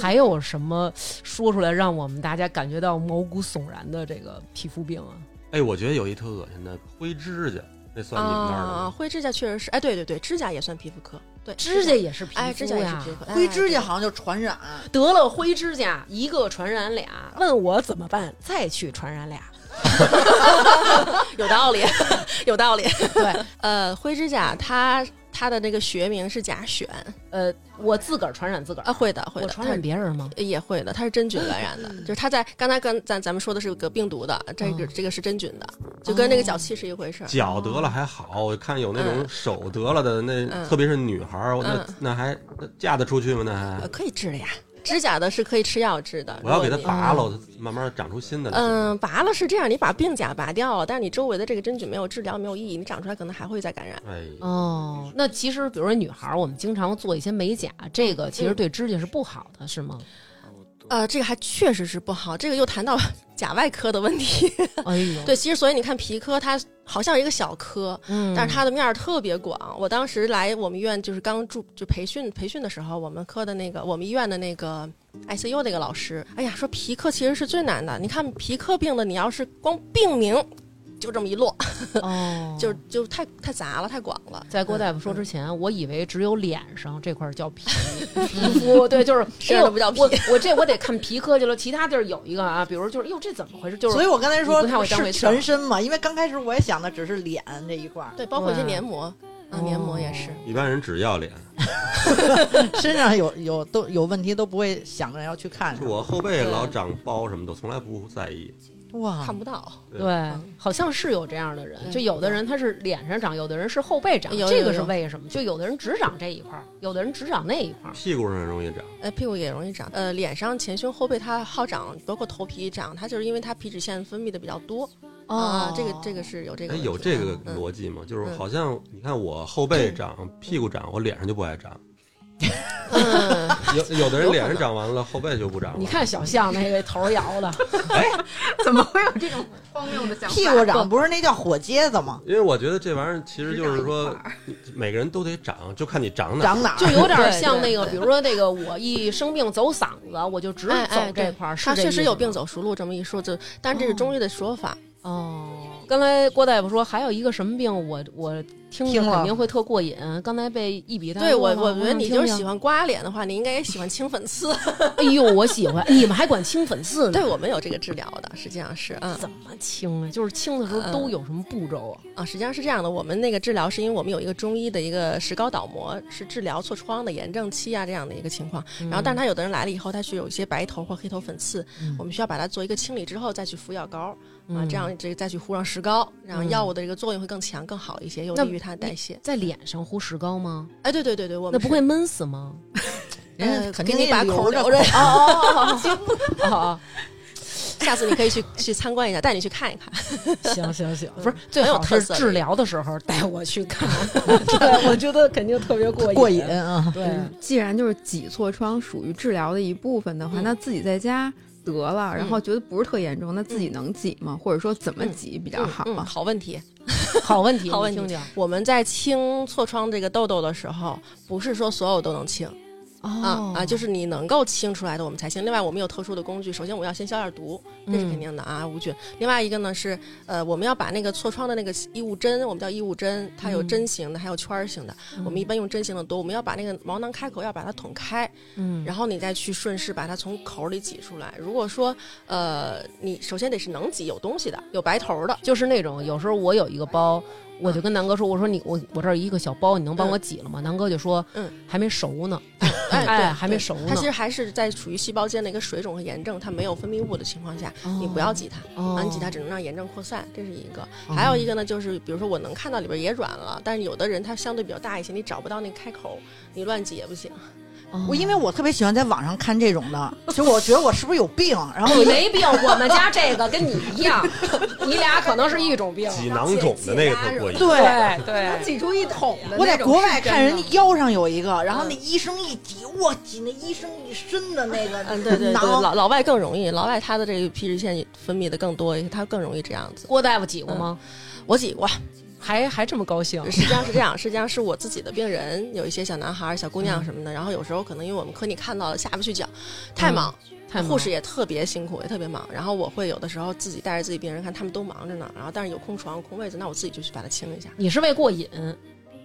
Speaker 1: 还有什么说出来让我们大家感觉到毛骨悚然的这个皮肤病啊？
Speaker 5: 哎，我觉得有一特恶心的灰指甲，那算你们那儿的
Speaker 2: 啊，
Speaker 5: 吗？
Speaker 2: 灰指甲确实是，哎，对对对，指甲也算皮肤科，对，
Speaker 1: 指甲也是皮肤呀，
Speaker 2: 哎，指甲也是皮肤科，
Speaker 3: 灰
Speaker 2: 哎
Speaker 3: 指甲好像就传染，
Speaker 1: 得了灰指甲，一个传染俩，问我怎么办，再去传染俩。
Speaker 2: 有道 [LAUGHS] 理，有道理。 [LAUGHS] 对，呃，灰指甲它它的那个学名是甲癣
Speaker 1: 呃，我自个儿传染自个儿
Speaker 2: 啊，，会的，会
Speaker 1: 我
Speaker 2: 的，
Speaker 1: 传染别人吗？
Speaker 2: 它也会的，它是真菌感染的，就是它在刚才跟咱咱们说的是有个病毒的，这个、
Speaker 1: 哦
Speaker 2: 这个是真菌的，就跟那个脚气是一回事儿。
Speaker 5: 脚得了还好，我看有那种
Speaker 2: 嗯
Speaker 5: 手得了的，那、
Speaker 2: 嗯
Speaker 5: 特别是女孩儿，我那、
Speaker 2: 嗯
Speaker 5: 那还那嫁得出去吗？那
Speaker 2: 呃，
Speaker 5: 还，
Speaker 2: 可以治的呀，指甲的是可以吃药治的。
Speaker 5: 我要给
Speaker 2: 如
Speaker 5: 它
Speaker 2: 果你
Speaker 5: 拔了，它慢慢长出新的来。
Speaker 2: 嗯，拔了是这样，你把病甲拔掉了，但是你周围的这个真菌没有治疗，没有意义，你长出来可能还会再感染。
Speaker 5: 哎，
Speaker 2: 嗯
Speaker 1: 哦，那其实比如说女孩儿，我们经常做一些美甲，这个其实
Speaker 2: 嗯
Speaker 1: 对指甲是不好的，是
Speaker 2: [LAUGHS]
Speaker 1: 吗？
Speaker 2: 呃，这个还确实是不好，这个又谈到 [LAUGHS] 甲外科的问题。
Speaker 1: 哎呦，
Speaker 2: 对，其实所以你看皮科它好像一个小科，
Speaker 1: 嗯，
Speaker 2: 但是它的面儿特别广。我当时来我们医院就是刚住就培训培训的时候，我们科的那个我们医院的那个 ICU 那个老师，哎呀，说皮科其实是最难的。你看皮科病的，你要是光病名就这么一摞，
Speaker 1: 哦，
Speaker 2: 就就太太杂了，太广了。
Speaker 1: 在郭大夫
Speaker 2: 嗯
Speaker 1: 说之前，我以为只有脸上这块儿叫皮
Speaker 2: [LAUGHS]
Speaker 1: 皮肤，对，就是
Speaker 2: 身上都不叫皮
Speaker 1: 哎呦我我这我得看皮科去了，其他地儿有一个啊，比如就是哟，这怎么回事？ [LAUGHS] 就是
Speaker 3: 所以我刚才
Speaker 1: 你
Speaker 3: 说
Speaker 1: 不太会当回
Speaker 3: 是
Speaker 1: 事儿
Speaker 3: 全身嘛，因为刚开始我也想的只是脸这一块儿，
Speaker 2: 对，包括一些
Speaker 1: 对
Speaker 2: 黏膜，啊，黏膜也是。
Speaker 5: 一般人只要脸，
Speaker 3: 身上有有都有问题都不会想着要去看。
Speaker 5: 我后背老长包什么的，从来不在意。
Speaker 3: 哇
Speaker 2: 看，不到，
Speaker 1: 对，好像是有这样的人，
Speaker 2: 嗯
Speaker 1: 就有的人他是脸上长，有的人是后背长，
Speaker 2: 有有
Speaker 1: 这个是
Speaker 2: 有
Speaker 1: 为什么？就有的人只长这一块儿，有的人只长那一块儿。
Speaker 2: [LAUGHS]
Speaker 5: 屁股上容易长，
Speaker 2: 呃，屁股也容易长，呃，脸上、前胸、后背它好长，包括头皮长，它就是因为它皮脂腺分泌的比较多啊，这
Speaker 1: 哦
Speaker 2: 个这个是有这个
Speaker 5: 哎，
Speaker 2: 问
Speaker 5: 有
Speaker 2: 题
Speaker 5: 这
Speaker 2: 的
Speaker 5: 个
Speaker 2: 嗯
Speaker 5: 逻辑吗？就是
Speaker 2: 嗯
Speaker 5: 好像你看我后背长，屁股长，我脸上就不爱
Speaker 2: [LAUGHS]
Speaker 5: 长。
Speaker 2: 嗯，
Speaker 5: 有有的人脸上长完了，后背就不长了。
Speaker 1: 你，看小象那个头摇的，
Speaker 4: 怎么会有这种荒谬的想法？
Speaker 3: 屁股长不是那叫火疖子
Speaker 1: 嗯
Speaker 3: 吗？
Speaker 5: 因为我觉得这玩意儿其实就
Speaker 4: 只
Speaker 5: 是
Speaker 4: 长一
Speaker 5: 说
Speaker 4: 块，儿
Speaker 5: 每个人都得长，就看你长哪儿。
Speaker 3: 长哪
Speaker 1: [LAUGHS] [LAUGHS]
Speaker 3: 儿？
Speaker 1: 就有点像那
Speaker 2: 对对
Speaker 1: 个，
Speaker 2: 对
Speaker 1: 比如说这个，我一生病走嗓子，我就只
Speaker 2: 哎
Speaker 1: 走
Speaker 2: 哎，
Speaker 1: 这
Speaker 2: 对
Speaker 1: 块儿，是
Speaker 2: 它
Speaker 1: 这
Speaker 2: 确
Speaker 1: 意
Speaker 2: 实
Speaker 1: 思
Speaker 2: 有
Speaker 1: 吗
Speaker 2: 病走熟路这么一说，就但是这是中医的说法，
Speaker 1: 哦，刚才郭大夫说还有一个什么病，我我听着
Speaker 3: 听了
Speaker 1: 肯定会特过瘾。刚才被一笔带
Speaker 2: 对
Speaker 1: 过
Speaker 2: 我
Speaker 1: 了
Speaker 2: 我觉得你就是喜。
Speaker 1: 想
Speaker 2: 欢刮脸的话，你应该也喜欢清粉
Speaker 1: [LAUGHS]
Speaker 2: 刺，
Speaker 1: 听听哎呦，我喜
Speaker 2: [LAUGHS]
Speaker 1: 欢，你们还管清粉刺呢？
Speaker 2: 对我们有这个治疗的，实际上是嗯。
Speaker 1: 怎么清啊？就是清的时候都有什么步骤啊？
Speaker 2: 啊，实际上是这样的，我们那个治疗是因为我们有一个中医的一个石膏倒模，是治疗痤疮的炎症期啊这样的一个情况。然
Speaker 1: 嗯
Speaker 2: 后，但是他有的人来了以后，他是有一些白头或黑头粉刺，我们需要把它做一个清理之后再去敷药膏、啊，这样这个再去敷上石膏，然后
Speaker 1: 嗯
Speaker 2: 药物的这个作用会更强、更好一些，有
Speaker 1: 那
Speaker 2: 利于它代谢。
Speaker 1: 在脸上糊石膏吗？
Speaker 2: 哎，对对对对，我
Speaker 1: 那
Speaker 2: 们
Speaker 1: 不
Speaker 2: 是
Speaker 1: 会嗯闷死吗？
Speaker 3: 人
Speaker 2: 呃
Speaker 3: 家肯
Speaker 2: 给
Speaker 3: 定
Speaker 2: 你把口
Speaker 3: 着
Speaker 1: [LAUGHS]
Speaker 2: 留着，
Speaker 3: [LAUGHS]
Speaker 1: 哦哦
Speaker 2: 下次你可以去去参观一下，带你去看一看。
Speaker 1: 哦，行行
Speaker 2: [LAUGHS]
Speaker 1: 行，不是最
Speaker 2: 很有
Speaker 1: 好是
Speaker 2: 特色
Speaker 1: 治疗的时候带我去看， [LAUGHS] 对，我觉得肯定特别过瘾。嗯
Speaker 3: 过瘾，啊！
Speaker 1: 对，
Speaker 4: 既然就是挤痤疮属于治疗的一部分的话，
Speaker 2: 嗯
Speaker 4: 那自己在家得了，然后觉得不是特严重，那自己能挤吗？或者说怎么挤比较好
Speaker 2: 嗯嗯嗯
Speaker 4: 啊？
Speaker 2: 好问题。
Speaker 1: 好问题，
Speaker 2: [LAUGHS] 好问题
Speaker 1: 你听听
Speaker 2: 我们在清痤疮这个痘痘的时候，不是说所有都能清。啊
Speaker 1: 哦
Speaker 2: 啊，就是你能够清出来的，我们才清。另外，我们有特殊的工具，首先我们要先消点毒，这
Speaker 1: 嗯
Speaker 2: 是肯定的啊，无菌。另外一个呢是，呃，我们要把那个痤疮的那个异物针，我们叫异物针，它有
Speaker 1: 嗯
Speaker 2: 针型的，还有圈儿型的。我们一般用针型的多，我们要把那个毛囊开口要把它捅开，
Speaker 1: 嗯，
Speaker 2: 然后你再去顺势把它从口里挤出来。如果说，呃，你首先得是能挤有东西的，有白头儿的，
Speaker 1: 就是那种有时候我有一个包，我
Speaker 2: 嗯
Speaker 1: 就跟南哥说，我说你我我这儿有一个小包，你能帮我挤了吗？南哥就说，
Speaker 2: 嗯，
Speaker 1: 还没熟呢，
Speaker 2: 哎，对
Speaker 1: 还没
Speaker 2: 对
Speaker 1: 熟呢
Speaker 2: 它其实还是在处于细胞间的一个水肿和炎症，它没有分泌物的情况下，你不要挤它。
Speaker 1: 哦
Speaker 2: 啊，你挤它只能让炎症扩散，这是一个。还有一个呢，就是比如说我能看到里边也软了，但是有的人他相对比较大一些，你找不到那开口，你乱挤也不行。
Speaker 1: 哦
Speaker 3: 我因为我特别喜欢在网上看这种的，就我觉得我是不是有病？然后我
Speaker 1: 你哦没病，我们家这个跟你一样， [LAUGHS] 你俩可能是一种病。
Speaker 5: 挤囊肿的那个特过瘾。
Speaker 3: 对。
Speaker 1: 对，
Speaker 4: 挤出一桶的
Speaker 3: 我在
Speaker 4: 那种
Speaker 3: 国外看人
Speaker 4: 是
Speaker 3: 家
Speaker 4: 真的
Speaker 3: 腰上有一个，然后那医生一挤，哇，挤那医生一身的那个
Speaker 2: 嗯，对对对，
Speaker 3: 囊
Speaker 2: 老老外更容易，老外他的这个皮脂腺分泌的更多，他更容易这样子。
Speaker 1: 郭大夫挤过吗？
Speaker 2: 我挤过，
Speaker 1: 还还这么高兴，
Speaker 2: 实际嗯上是这样，实际上是我自己的病人有一些小男孩儿、小姑娘什么的，然后有时候可能因为我们科你看到了下不去脚，嗯太忙，
Speaker 1: 太忙
Speaker 2: 护士也特别辛苦，也特别忙。然后我会有的时候自己带着自己病人看，他们都忙着呢，然后但是有空床、有空位置，那我自己就去把它清理一下。
Speaker 1: 你是为过
Speaker 2: [LAUGHS]
Speaker 1: 瘾，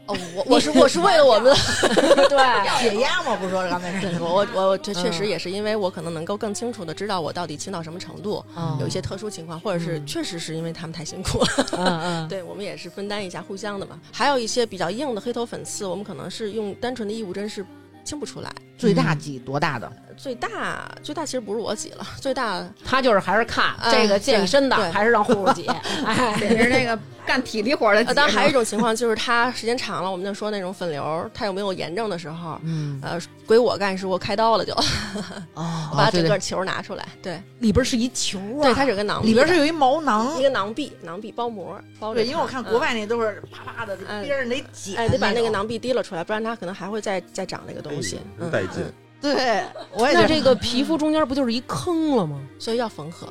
Speaker 2: 哦，我我是我是为了我们的，
Speaker 1: 对，
Speaker 3: 解压嘛，不说刚才是
Speaker 2: 我我我我这
Speaker 3: 嗯
Speaker 2: 确实也是因为我可能能够更清楚的知道我到底清到什么程度，
Speaker 1: 嗯
Speaker 2: 有一些特殊情况，或者是
Speaker 1: 嗯
Speaker 2: 确实是因为他们太辛苦了。
Speaker 1: 嗯嗯，
Speaker 2: [LAUGHS] 对，我们也是分担一下，互相的嘛。还有一些比较硬的黑头粉刺，我们可能是用单纯的异物针是清不出来。
Speaker 3: [LAUGHS] 最大挤多大的？
Speaker 1: 嗯
Speaker 2: 最大最大其实不是我挤了，最
Speaker 3: [LAUGHS]
Speaker 2: 大
Speaker 1: 他就是还是看
Speaker 2: 哎
Speaker 1: 这个健身的，
Speaker 2: [LAUGHS] 对
Speaker 1: 还是让护士姐，哎， [LAUGHS]
Speaker 4: 简直
Speaker 2: [LAUGHS]
Speaker 4: 那个干体力活的
Speaker 2: 呃，
Speaker 4: 姐
Speaker 2: 当然还有一
Speaker 4: 们。
Speaker 2: 种情况就是它时间长了，我们就说那种粉瘤，它有没有炎症的时候，
Speaker 3: 嗯
Speaker 2: 呃，归我干事，我开刀了就
Speaker 3: 哦，
Speaker 2: 把
Speaker 3: 对
Speaker 2: 整
Speaker 3: 对
Speaker 2: 个球拿出来，对
Speaker 3: 里边是一球啊，
Speaker 2: 对，它是有个囊壁的，
Speaker 3: 里边是有一毛囊
Speaker 2: 一。个囊壁，囊壁包膜包着
Speaker 3: 哦对，
Speaker 2: 它，
Speaker 3: 因为我看
Speaker 2: 嗯
Speaker 3: 国。外那都是啪啪的，边上嗯得挤，
Speaker 2: 哎，得把那
Speaker 3: 那
Speaker 2: 个
Speaker 3: 种。
Speaker 2: 囊壁提了出来，不然它可能还会再再长那个东西。
Speaker 5: 哎呦
Speaker 2: 嗯
Speaker 5: 带劲
Speaker 2: 嗯
Speaker 3: 哎对，我也
Speaker 1: 那
Speaker 3: 觉得
Speaker 1: 这个皮肤中间不就是一坑了吗？
Speaker 2: 所以要缝合。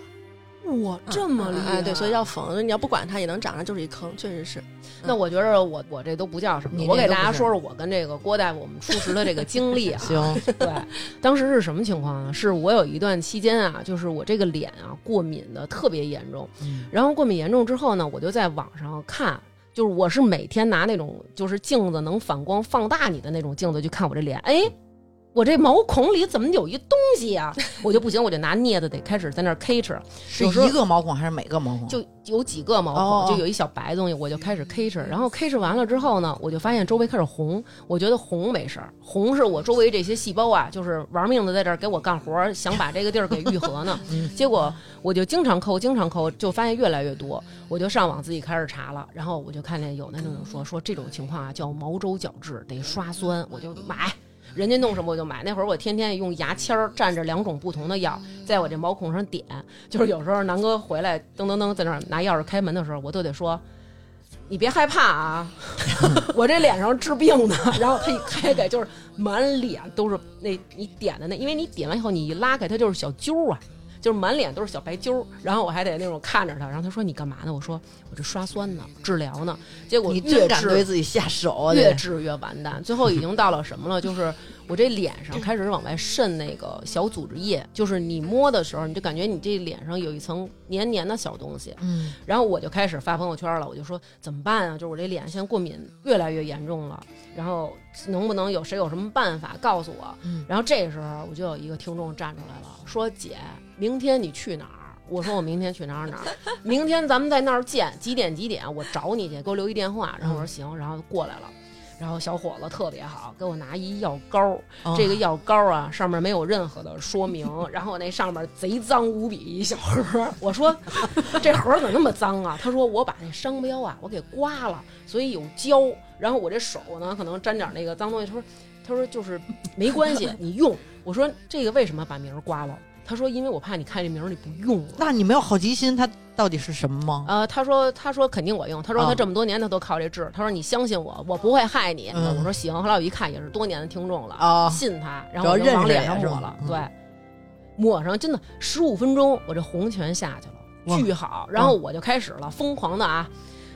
Speaker 1: 哇，
Speaker 3: 哦
Speaker 2: 嗯
Speaker 1: 这么厉
Speaker 2: 嗯
Speaker 1: 害！
Speaker 3: 啊
Speaker 2: 哎对，所以要缝。你要不管它也能长上，就是一坑，确实是。
Speaker 1: 那我觉着我我这都不叫什么，
Speaker 3: 你
Speaker 1: 我
Speaker 3: 这
Speaker 1: 给
Speaker 3: 都
Speaker 1: 大家
Speaker 3: 不是
Speaker 1: 说说我跟这个郭大夫我们初识的这个经历啊。
Speaker 3: [LAUGHS] 行，
Speaker 1: [LAUGHS] 对，当时是什么情况呢？是我有一段期间啊，就是我这个脸啊过敏的特别严重，
Speaker 3: 嗯
Speaker 1: 然后过敏严重之后呢，我就在网上看。就是我是每天拿那种就是镜子能反光放大你的那种镜子去看我这脸，哎，我这毛孔里怎么有一东西啊？ [LAUGHS] 我就不行，我就拿镊子得开始在那儿 K 吃，
Speaker 3: 是
Speaker 1: 有时候
Speaker 3: 一个毛孔还是每个毛孔？
Speaker 1: 就有几个毛孔，
Speaker 3: 哦嗯哦
Speaker 1: 就有一小白东西，我就开始 K 吃，然后 K 吃完了之后呢，我就发现周围开始红，我觉得红没事儿，红是我周围这些细胞啊，就是玩命的在这儿给我干活儿，想把这个地儿给愈合呢。
Speaker 3: 嗯
Speaker 1: 结果我就经常抠，经常抠，就发现越来越多，我就上网自己开始查了，然后我就看见有那种说说这种情况啊叫毛周角质，得刷酸，我就买。人家弄什么我就买。那会儿我天天用牙签儿蘸着两种不同的药，在我这毛孔上点。就是有时候南哥回来，噔噔噔，在那儿拿钥匙开门的时候，我都得说：“你别害怕啊， [LAUGHS] 我这脸上治病呢。”然后他一开开，就是满脸都是那你点的那，因为你点完以后你一拉开，它就是小揪啊。就是满脸都是小白揪，然后我还得那种看着他，然后他说你干嘛呢？我说我这刷酸呢，治疗呢。结果
Speaker 3: 你
Speaker 1: 越
Speaker 3: 真敢
Speaker 1: 治
Speaker 3: 对自己下手啊，
Speaker 1: 越
Speaker 3: 这
Speaker 1: 治越完蛋，最后已经到了什么了？就是我这脸上开始往外渗那个小组织液，就是你摸的时候，你就感觉你这脸上有一层黏黏的小东西。
Speaker 3: 嗯，
Speaker 1: 然后我就开始发朋友圈了，我就说怎么办啊？就是我这脸现在过敏越来越严重了，然后能不能有谁有什么办法告诉我？
Speaker 3: 嗯
Speaker 1: 然后这时候我就有一个听众站出来了，说姐，明天你去哪儿？我说我明天去哪儿哪儿， [LAUGHS] 明天咱们在那儿见，几点几点我找你去，给我留一电话。然后我说行，然后过来了。然后小伙子特别好，给我拿一药膏，
Speaker 3: 哦
Speaker 1: 这个药膏啊上面没有任何的说明，然后那上面贼脏无比一小盒儿。我说这盒儿怎么那么脏啊？他说我把那商标啊我给刮了，所以有胶。然后我这手呢可能沾点那个脏东西。他说他说就是没关系，你用。我说这个为什么把名儿刮了？他说因为我怕你看这名儿你不用了。
Speaker 3: 那你没有好奇心，它到底是什么吗？
Speaker 1: 呃，他说，他说肯定我用，他说
Speaker 3: 啊
Speaker 1: 他这么多年他都靠这治，他说你相信我，我不会害你。
Speaker 3: 嗯
Speaker 1: 我说行，后来我一看也是多年的听众了，
Speaker 3: 啊
Speaker 1: 信他，然
Speaker 3: 主
Speaker 1: 后我
Speaker 3: 要
Speaker 1: 就
Speaker 3: 认
Speaker 1: 往
Speaker 3: 识了
Speaker 1: 脸
Speaker 3: 也
Speaker 1: 上
Speaker 3: 是
Speaker 1: 抹
Speaker 3: 吗
Speaker 1: 了，
Speaker 3: 嗯
Speaker 1: 对，抹上真的十五分钟，我这红全下去
Speaker 3: 哇嗯
Speaker 1: 了，巨好。然后我就开始了疯狂的啊，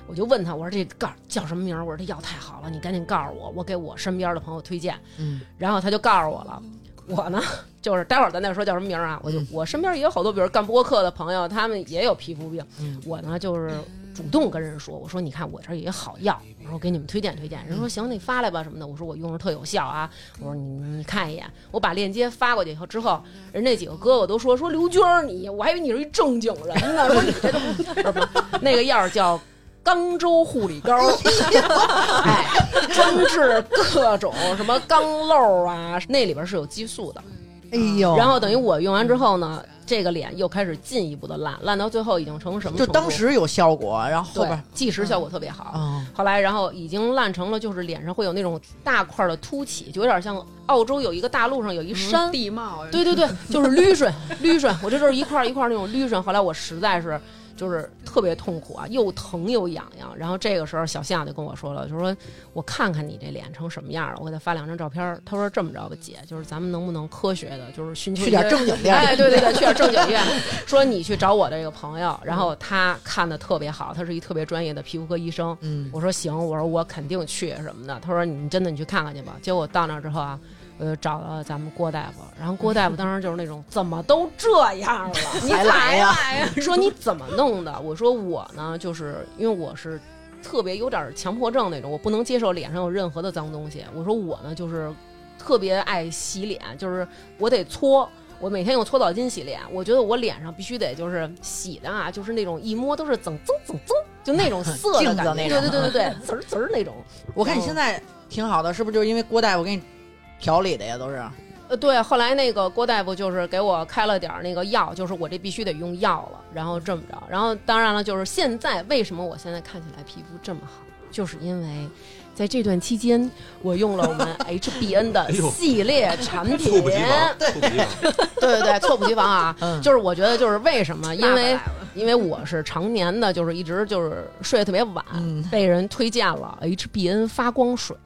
Speaker 1: 我就问他，我说这告叫什么名儿？我说这药太好了，你赶紧告诉我，我给我身边的朋友推荐。
Speaker 3: 嗯，
Speaker 1: 然后他就告诉我了。我呢， [LAUGHS] 就是待会儿咱再说叫什么名儿啊。我就、
Speaker 3: 嗯
Speaker 1: 我身边也有好多，比如干播客的朋友，他们也有皮肤病。
Speaker 3: 嗯
Speaker 1: 我呢，就是主动跟人说，我说你看我这儿也有好药，我说我给你们推荐推荐。
Speaker 3: 嗯
Speaker 1: 人说行，那发来吧什么的。我说我用着特有效啊。我说你你看一眼，我把链接发过去以后之后，人那几个哥哥都说说刘娟儿你，我还以为你是一正经人呢。说你这都不是不是那个药叫肛周护理
Speaker 3: [LAUGHS]
Speaker 1: 膏，哎，专治各种什么肛瘘啊，那里边是有激素的。
Speaker 3: 哎呦，
Speaker 1: 然后等于我用完之后呢，这个脸又开始进一步的烂，烂到最后已经成什么
Speaker 3: 就
Speaker 1: 程度？
Speaker 3: 当时有效果，然后后
Speaker 1: 对
Speaker 3: 边
Speaker 1: 即时效果特别好。
Speaker 3: 啊，
Speaker 1: 后来，然后已经烂成了，就是脸上会有那种大块的凸起，就有点像澳洲有一个大陆上有一山，
Speaker 4: 地貌，
Speaker 1: [LAUGHS]
Speaker 4: 啊
Speaker 1: 对对对，就是捋顺捋顺，我这就是一块儿一块儿那种捋顺。后来我实在是。就是特别痛苦啊，又疼又痒痒。然后这个时候小夏就跟我说了，就说我看看你这脸成什么样了，我给他发两张照片儿。他说这么着吧，姐，就是咱们能不能科学的，就是寻求一
Speaker 3: 去点
Speaker 1: 些
Speaker 3: 正经地儿
Speaker 1: 哎，对对对，去点正经医
Speaker 3: [LAUGHS]
Speaker 1: 院。说你去找我的这个朋友，然后他看的特别好，他是一特别专业的皮肤科医生。
Speaker 3: 嗯，
Speaker 1: 我说行，我说我肯定去什么的。他说你真的你去看看去吧。结果到那儿之后啊，我就找到了咱们郭大夫，然后郭大夫当时就是那种怎么都这样
Speaker 3: [LAUGHS]
Speaker 1: 了，你
Speaker 3: 还来哎呀
Speaker 2: 哎
Speaker 1: 来呀？ [LAUGHS] 说你怎么弄的？我说我呢，就是因为我是。特别有点强迫症那种，我不能接受脸上有任何的脏东西。我说我呢，就是特别爱洗脸，就是我得搓，我每天用搓澡巾洗脸。我觉得我脸上必须得就是洗的啊，就是那种一摸都是噌噌噌噌，就那种涩的感觉，
Speaker 3: [LAUGHS] 镜子
Speaker 1: 对
Speaker 3: 那
Speaker 1: 对
Speaker 3: 种
Speaker 1: 对对对，滋儿滋儿那种。
Speaker 3: 我看你现在挺好的，是不是就是因为郭大夫给你调理的呀？都是
Speaker 1: 呃，对，后来那个郭大夫就是给我开了点儿那个药，就是我这必须得用药了，然后这么着，然后当然了，就是现在为什么我现在看起来皮肤这么好，就是因为。在这段期间，我用了我
Speaker 5: [LAUGHS]
Speaker 1: 们 HBN 的
Speaker 5: 哎呦
Speaker 1: 系列产品，
Speaker 5: 猝不及防，猝不及防。
Speaker 1: 对对对，猝不及防啊！
Speaker 3: 嗯
Speaker 1: 就是我觉得，就是为什么？因为
Speaker 4: 爸爸来了
Speaker 1: [LAUGHS] 因为我是常年的，就是一直就是睡得特别晚，被人推荐了 HBN 发光水，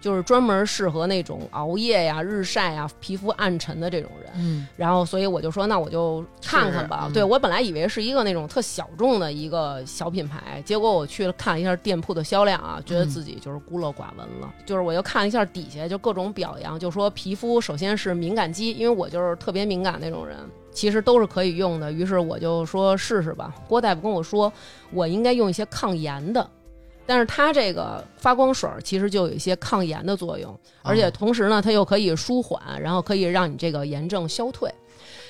Speaker 1: 就是专门适合那种熬夜呀、日晒呀、皮肤暗沉的这种人。
Speaker 3: 嗯，
Speaker 1: 然后，所以我就说，那我就看看吧。
Speaker 3: 是嗯
Speaker 1: 对我本来以为是一个那种特小众的一个小品牌，结果我去了看了一下店铺的销量啊，觉得自己就是孤陋寡闻了。嗯就是我又看了一下底下，就各种表扬，就说皮肤首先是敏感肌，因为我就是特别敏感那种人。其实都是可以用的，于是我就说试试吧。郭大夫跟我说，我应该用一些抗炎的，但是它这个发光水儿其实就有一些抗炎的作用，而
Speaker 2: 啊
Speaker 3: 嗯
Speaker 1: 且同时呢，它又可以舒缓，然后可以让你这个炎症消退。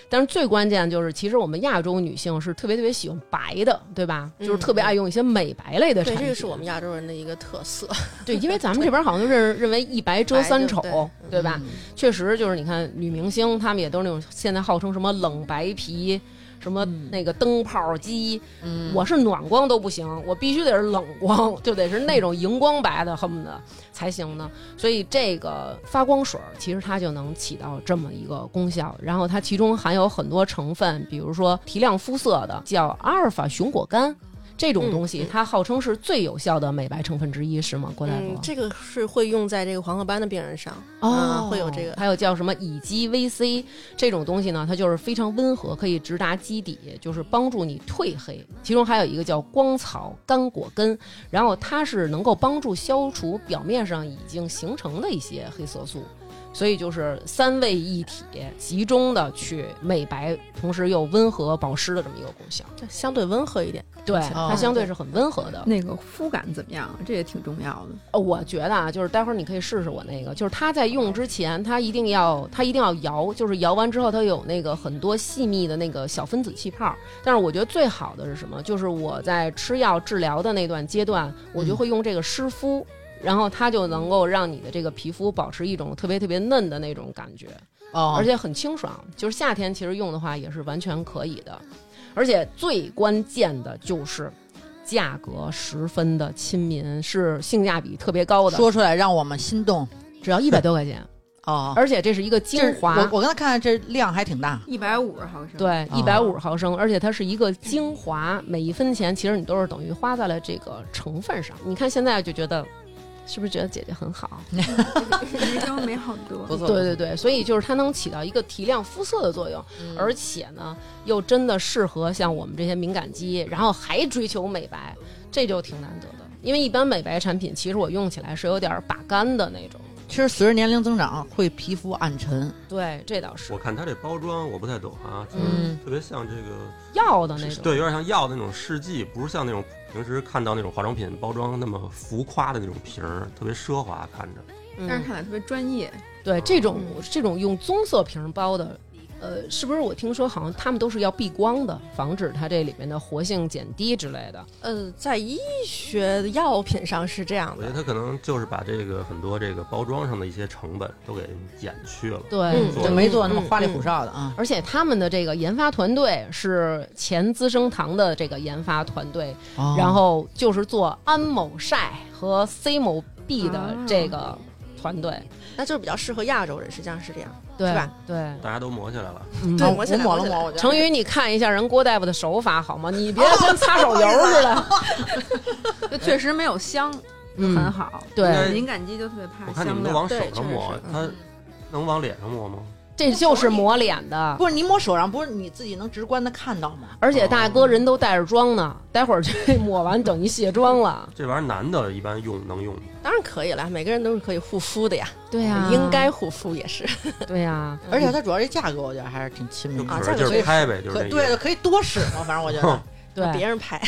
Speaker 1: 但是最关键就是，其实我们亚洲女性是特别特别喜欢白的，对吧？
Speaker 2: 嗯
Speaker 1: 就是特别爱用一些美白类的产
Speaker 2: 对，
Speaker 1: 品。
Speaker 2: 这个是我们亚洲人的一个特色。
Speaker 1: 对，因为咱们这边好像就认认为一白遮三丑
Speaker 2: 白就，嗯
Speaker 1: 对吧？确实就是你看女明星，她们也都是那种现在号称什么冷白皮。什么那个灯泡肌，我是暖光都不行，我必须得是冷光，就得是那种荧光白的，恨不得才行呢。所以这个发光水儿其实它就能起到这么一个功效，然后它其中含有很多成分，比如说提亮肤色的叫阿尔法熊果苷。这种东西，它号称是最有效的美白成分之一，是吗，郭大夫？
Speaker 2: 嗯，这个是会用在这个黄褐斑的病人上，嗯会有这个。
Speaker 1: 哦还有叫什么乙基 VC 这种东西呢，它就是非常温和，可以直达基底，就是帮助你褪黑。其中还有一个叫光草干果根，然后它是能够帮助消除表面上已经形成的一些黑色素。所以就是三位一体，集中的去美白，同时又温和保湿的这么一个功效。
Speaker 2: 就相对温和一点，
Speaker 1: 对，
Speaker 3: 哦
Speaker 1: 它相对是很温和的。
Speaker 4: 那个肤感怎么样？啊这也挺重要的。
Speaker 1: 呃，我觉得啊，就是待会儿你可以试试我那个，就是它在用之前，它一定要它一定要摇，就是摇完之后，它有那个很多细密的那个小分子气泡。但是我觉得最好的是什么？就是我在吃药治疗的那段阶段，我就会用这个湿敷，然后它就能够让你的这个皮肤保持一种特别特别嫩的那种感觉。
Speaker 3: 哦，
Speaker 1: 而且很清爽，就是夏天其实用的话也是完全可以的，而且最关键的就是价格十分的亲民，是性价比特别高的，
Speaker 3: 说出来让我们心动
Speaker 1: 只要一百多块钱，
Speaker 3: 哦。
Speaker 1: [LAUGHS] 而且这是一个精华，
Speaker 3: 我我刚才看这量还挺大，
Speaker 4: 一百五十毫 [LAUGHS] 升，，
Speaker 1: 对，
Speaker 3: 哦
Speaker 1: 一百五十毫升，而且它是一个精华，每一分钱其实你都是等于花在了这个成分上。你看现在就觉得，是不是觉得姐姐很好？
Speaker 4: 人生美好多。
Speaker 3: 不错。
Speaker 1: 对对对，所以就是它能起到一个提亮肤色的作用，而且呢，又真的适合像我们这些敏感肌，然后还追求美白，这就挺难得的。因为一般美白产品，其实我用起来是有点儿把干的那种。
Speaker 3: 其实随着年龄增长，会皮肤暗沉。
Speaker 1: 对，这倒是
Speaker 5: 我看它这包装，我不太懂啊，
Speaker 1: 嗯
Speaker 5: 特别像这个
Speaker 1: 药的那
Speaker 5: 是
Speaker 1: 种。
Speaker 5: 对，有点像药的那种试剂，不是像那种平时看到那种化妆品包装那么浮夸的那种瓶儿，特别奢华，看着。
Speaker 1: 嗯，
Speaker 4: 但是看起来特别专业，
Speaker 1: 对这种这种用棕色瓶包的，呃，是不是我听说好像他们都是要避光的，防止它这里面的活性减低之类的？
Speaker 2: 呃，在医学药品上是这样
Speaker 5: 我觉得
Speaker 2: 的，
Speaker 5: 它可能就是把这个很多这个包装上的一些成本都给减去了。
Speaker 1: 对，
Speaker 2: 嗯
Speaker 5: 做
Speaker 3: 就
Speaker 5: 的
Speaker 3: 没做那么
Speaker 1: 嗯
Speaker 3: 花里
Speaker 1: 嗯
Speaker 3: 胡哨的啊。
Speaker 1: 而且他们的这个研发团队是前资生堂的这个研发团队，
Speaker 3: 哦
Speaker 1: 然后就是做安某晒和 C 某 B 的这个
Speaker 6: 团队，
Speaker 2: 那就是比较适合亚洲人，实际上是这样。
Speaker 6: 对
Speaker 2: 是吧？
Speaker 6: 对，
Speaker 5: 大家都磨起来了，
Speaker 6: 嗯
Speaker 2: 对
Speaker 3: 我
Speaker 2: 我现在
Speaker 3: 抹
Speaker 2: 我
Speaker 3: 了
Speaker 2: 现在
Speaker 3: 抹，我觉得
Speaker 1: 成宇，你看一下人郭大夫的手法好吗？你别跟擦手油似的。
Speaker 2: 嗯
Speaker 4: 就确实没有香，就
Speaker 1: 嗯
Speaker 4: 很好。
Speaker 1: 对，
Speaker 4: 敏感肌就特别怕
Speaker 5: 我看你
Speaker 4: 香
Speaker 5: 们
Speaker 4: 料
Speaker 5: 都。往手
Speaker 2: 对
Speaker 5: 上抹啊
Speaker 2: 确，实
Speaker 5: 它能往脸上抹吗？
Speaker 1: 这就是抹脸的。
Speaker 3: 不是你抹手上，不是你自己能直观的看到吗？
Speaker 1: 而且大哥人都带着妆呢，待会儿这抹完等于卸妆了。
Speaker 5: 这玩意儿男的一般用能用吗，
Speaker 2: 当然可以了，每个人都是可以护肤的呀，
Speaker 6: 对
Speaker 4: 啊
Speaker 3: 嗯
Speaker 6: 呀，
Speaker 2: 应该护肤也是。
Speaker 1: 对呀、嗯
Speaker 3: 而且它主要这价格，我觉得还是挺亲民
Speaker 5: 就
Speaker 3: 的。
Speaker 2: 啊
Speaker 5: 可
Speaker 2: 这
Speaker 5: 是
Speaker 2: 个
Speaker 5: 就
Speaker 2: 可以
Speaker 5: 是拍呗，就是
Speaker 3: 可
Speaker 5: 那
Speaker 3: 对
Speaker 5: 意
Speaker 3: 的，
Speaker 5: 思。
Speaker 3: 可以多使嘛，反正我觉
Speaker 5: [LAUGHS]
Speaker 3: 得。
Speaker 1: 对
Speaker 2: 别人拍，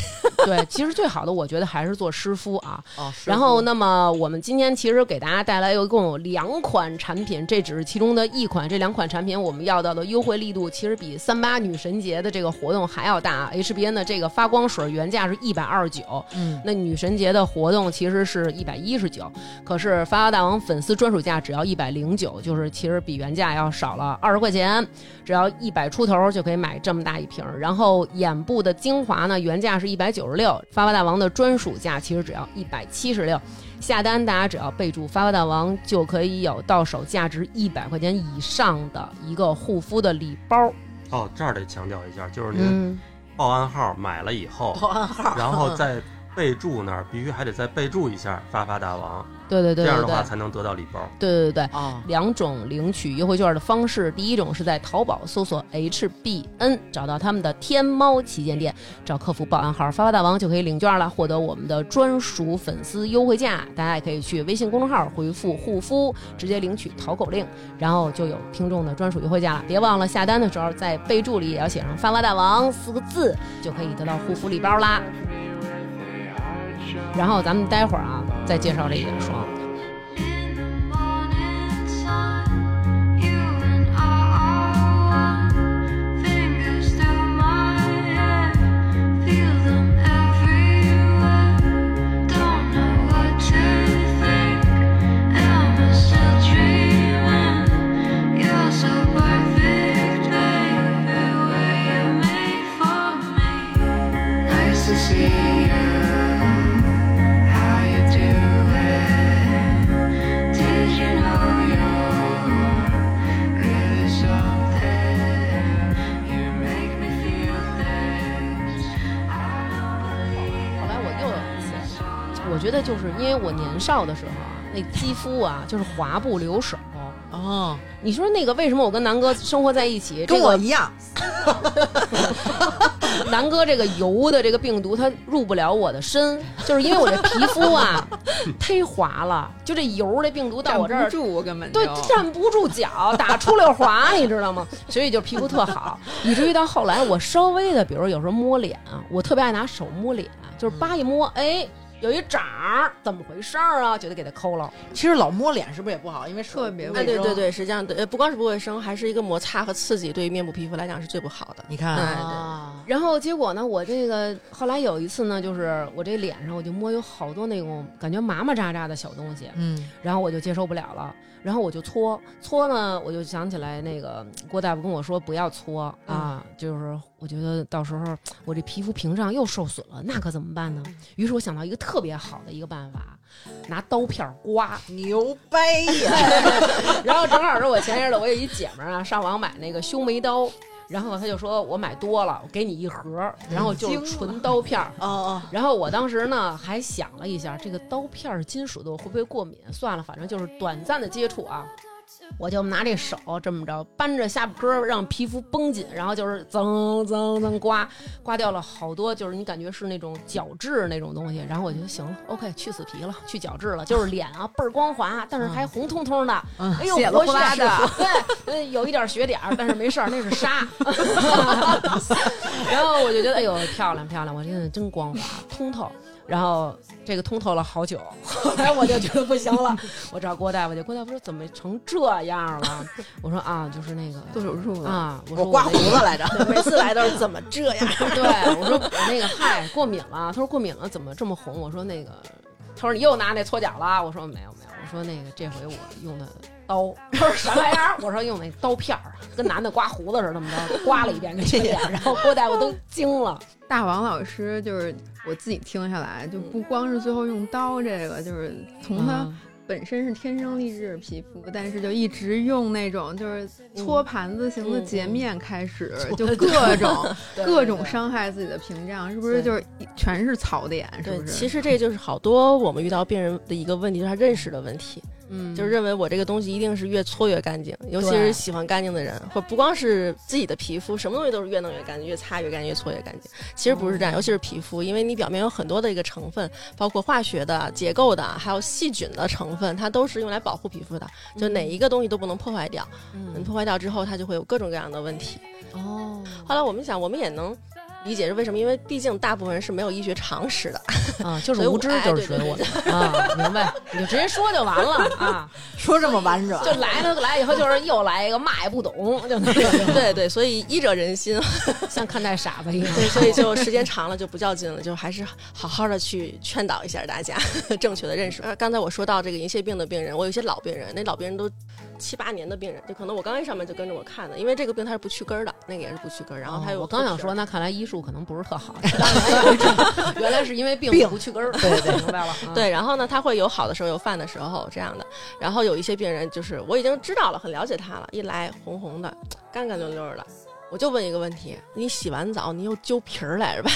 Speaker 1: 对，其实最好的我觉得还是做湿敷啊。
Speaker 3: 哦，
Speaker 1: 然后，那么我们今天其实给大家带来一共有两款产品，这只是其中的一款。这两款产品我们要到的优惠力度，其实比三八女神节的这个活动还要大啊。HBN 的这个发光水原价是一百二十九，
Speaker 3: 嗯，
Speaker 1: 那女神节的活动其实是一百一十九，可是发发大王粉丝专属价只要一百零九，就是其实比原价要少了二十块钱，只要一百出头就可以买这么大一瓶儿。然后眼部的精华呢，原价是一百九十六，发发大王的专属价其实只要一百七十六。下单大家只要备注“发发大王”，就可以有到手价值一百块钱以上的一个护肤的礼包。
Speaker 5: 哦，这儿得强调一下，就是您
Speaker 1: 嗯，
Speaker 5: 报暗号买了以后，
Speaker 3: 报暗号，
Speaker 5: 然后在备注那儿必须还得再备注一下“发发大
Speaker 2: [LAUGHS]
Speaker 5: 王
Speaker 1: 对对”，对
Speaker 5: 这样
Speaker 1: 对
Speaker 5: 的
Speaker 1: 对
Speaker 5: 话才能得到礼包。
Speaker 1: 对对对。
Speaker 3: 啊，
Speaker 1: 两种领取优惠券的方式，第一种是在淘宝搜索 HBN，找到他们的天猫旗舰店，找客服报暗号“发发大王”就可以领券了，获得我们的专属粉丝优惠价。大家也可以去微信公众号回复“护肤”，直接领取淘口令，然后就有听众的专属优惠价了。别忘了下单的时候，在备注里也要写上“发发大王”四个字，就可以得到护肤礼包啦。然后咱们待会儿啊，再介绍这眼霜。
Speaker 7: In the morning sun, you and I are one. Fingers through my hair, feel them everywhere. Don't know what to think. Am I still dreaming? You're so perfect, baby. Were you made for me? Nice to see you. How you doing? Did you know you're really something? You make me feel things I
Speaker 1: 后来我又有一次，我觉得就是因为我年少的时候啊，那肌肤啊就是滑不留手。
Speaker 3: 哦，
Speaker 1: 你说那个为什么我跟南哥生活在一起？
Speaker 3: 跟我一样，
Speaker 1: 这个南哥这个油的这个病毒，它入不了我的身，就是因为我这皮肤啊 [LAUGHS] 忒滑了，就这油这病毒到
Speaker 4: 站
Speaker 1: 我这儿
Speaker 4: 不住，我根本就
Speaker 1: 对，站不住脚，打出溜滑，你知道吗？所以就皮肤特好，以至于到后来我稍微的，比如有时候摸脸啊，我特别爱拿手摸脸，就是扒一摸，哎，有一掌儿，怎么回事儿啊？觉得给它抠了。
Speaker 3: 其实老摸脸是不是也不好？因为手
Speaker 4: 特别
Speaker 3: 不
Speaker 4: 卫
Speaker 3: 卫
Speaker 2: 哎，
Speaker 4: 生
Speaker 2: 对
Speaker 3: 生
Speaker 2: 对，对，实际上对，呃不光是不卫生，还是一个摩擦和刺激，对于面部皮肤来讲是最不好的。
Speaker 3: 你看
Speaker 2: 哎对
Speaker 3: 啊，
Speaker 1: 然后结果呢，我这个后来有一次呢，就是我这脸上我就摸有好多那种感觉麻麻扎扎的小东
Speaker 2: 哎
Speaker 1: 西，
Speaker 3: 嗯，
Speaker 1: 然后我就接受不了了，然后我就搓搓呢，我就想起来那个郭大夫跟我说不要搓啊，就是我觉得到时候我这皮肤屏障又受损了，那可怎么办呢？于是我想到一个特别好的一个办法，拿刀片刮。
Speaker 3: 牛掰 [LAUGHS] 呀！
Speaker 1: 然后正好是我前些日子我有一姐们儿啊，上网买那个修眉刀，然后她就说我买多了，我给你一盒儿，然
Speaker 3: 嗯
Speaker 1: 后就是纯刀片儿。
Speaker 3: 哦哦，
Speaker 1: 然后我当时呢还想了一下，这个刀片儿金属的我会不会过敏？算了，反正就是短暂的接触啊。我就拿这手这么着扳着下巴颏儿，让皮肤绷紧，然后就是噌噌噌刮，刮掉了好多，就是你感觉是那种角质那种东西。然后我觉得行了，OK，去死皮了，去角质了，就是脸啊倍儿光滑，但是还红彤彤的，哎呦，
Speaker 4: 血了
Speaker 1: 活血
Speaker 4: 呼啦的，
Speaker 1: 对，呃有一点血点儿，但是没事儿，那是沙。然后我就觉得，哎呦，漂亮漂亮，我真的真光滑通透。然后这个通透了好久，后来我就觉得不行了，我找郭大夫去。郭大夫说怎么成这样了？我说啊，就是那个
Speaker 4: 做手术
Speaker 2: 嗯
Speaker 4: 了。
Speaker 1: 啊，我说
Speaker 3: 我刮
Speaker 1: 那
Speaker 3: 胡
Speaker 1: 个
Speaker 3: 子来着， [LAUGHS]
Speaker 2: 每次来都是怎么这样？
Speaker 1: 对，我说我那个嗨过敏了，他说过敏了怎么这么红？我说那个，他说你又拿那搓脚了，我说没有没有，我说那个这回我用的刀，他说什么玩意儿？我说用那刀片儿，跟男的刮胡子似的，那么着刮了一遍跟这脸，然后郭大夫都惊了，
Speaker 4: 大王老
Speaker 2: 嗯
Speaker 4: 师就是我自己听下来，就不光是最后用刀这个，就是从他本身是天生丽质皮肤，但是就一直用那种就是
Speaker 2: 嗯
Speaker 4: 搓盘子型的洁面开始，就各种各种伤害自己的屏障，是不是
Speaker 2: 对
Speaker 4: 就是一全是槽点？是
Speaker 2: 对
Speaker 4: 不，是？
Speaker 2: 其实这就是好多我们遇到病人的一个问题，就是他认识的问题，
Speaker 1: 嗯
Speaker 2: 就是认为我这个东西一定是越搓越干净，尤其
Speaker 1: 对
Speaker 2: 是喜欢干净的人，或不光是自己的皮肤，什么东西都是越弄越干净，越擦越干净，越搓越干净。其实不是这样，尤其是皮肤，因为你表面有很多的一个成分，包括化学的、结构的，还有细菌的成分，它都是用来保护皮肤的，就哪一个东西都不能破坏掉。嗯，破坏掉之后，它就会有各种各样的问题。
Speaker 1: 哦，
Speaker 2: 后来我们想，我们也能理解是为什么，因为毕竟大部分人是没有医学常识的。
Speaker 1: 啊，就
Speaker 2: 所以
Speaker 1: 是
Speaker 2: 我
Speaker 1: 无知
Speaker 2: 哎，
Speaker 1: 就是
Speaker 2: 对
Speaker 1: 水
Speaker 2: 对
Speaker 1: 我啊，明白？你就直接说就完了啊，
Speaker 3: 说这么完整，
Speaker 1: 就来了来以后就是又来一个嘛也不懂，就那个
Speaker 2: [LAUGHS] 对对，所以医者仁心，啊
Speaker 1: 像看待傻子一样。
Speaker 2: 对，所以就时间长了就不较劲了，就还是好好的去劝导一下大家 [LAUGHS] 正确的认识。呃刚才我说到这个银屑病的病人，我有一些老病人，那老病人都七八年的病人，就可能我刚一上门就跟着我看的，因为这个病它是不去根儿的，那个也是不去根儿，然后它
Speaker 1: 哦
Speaker 2: 有、
Speaker 1: 我刚想说，，那看来医术可能不是特好， [LAUGHS] 原来是因为病不去根 [LAUGHS] 儿，对对，明白了。
Speaker 3: 嗯
Speaker 1: 啊，
Speaker 2: 对，然后呢，他会有好的时候，有犯的时候这样的。然后有一些病人就是我已经知道了，很了解他了，一来红红的，干干溜溜的。我就问一个问题：你洗完澡你又揪皮儿来着吧？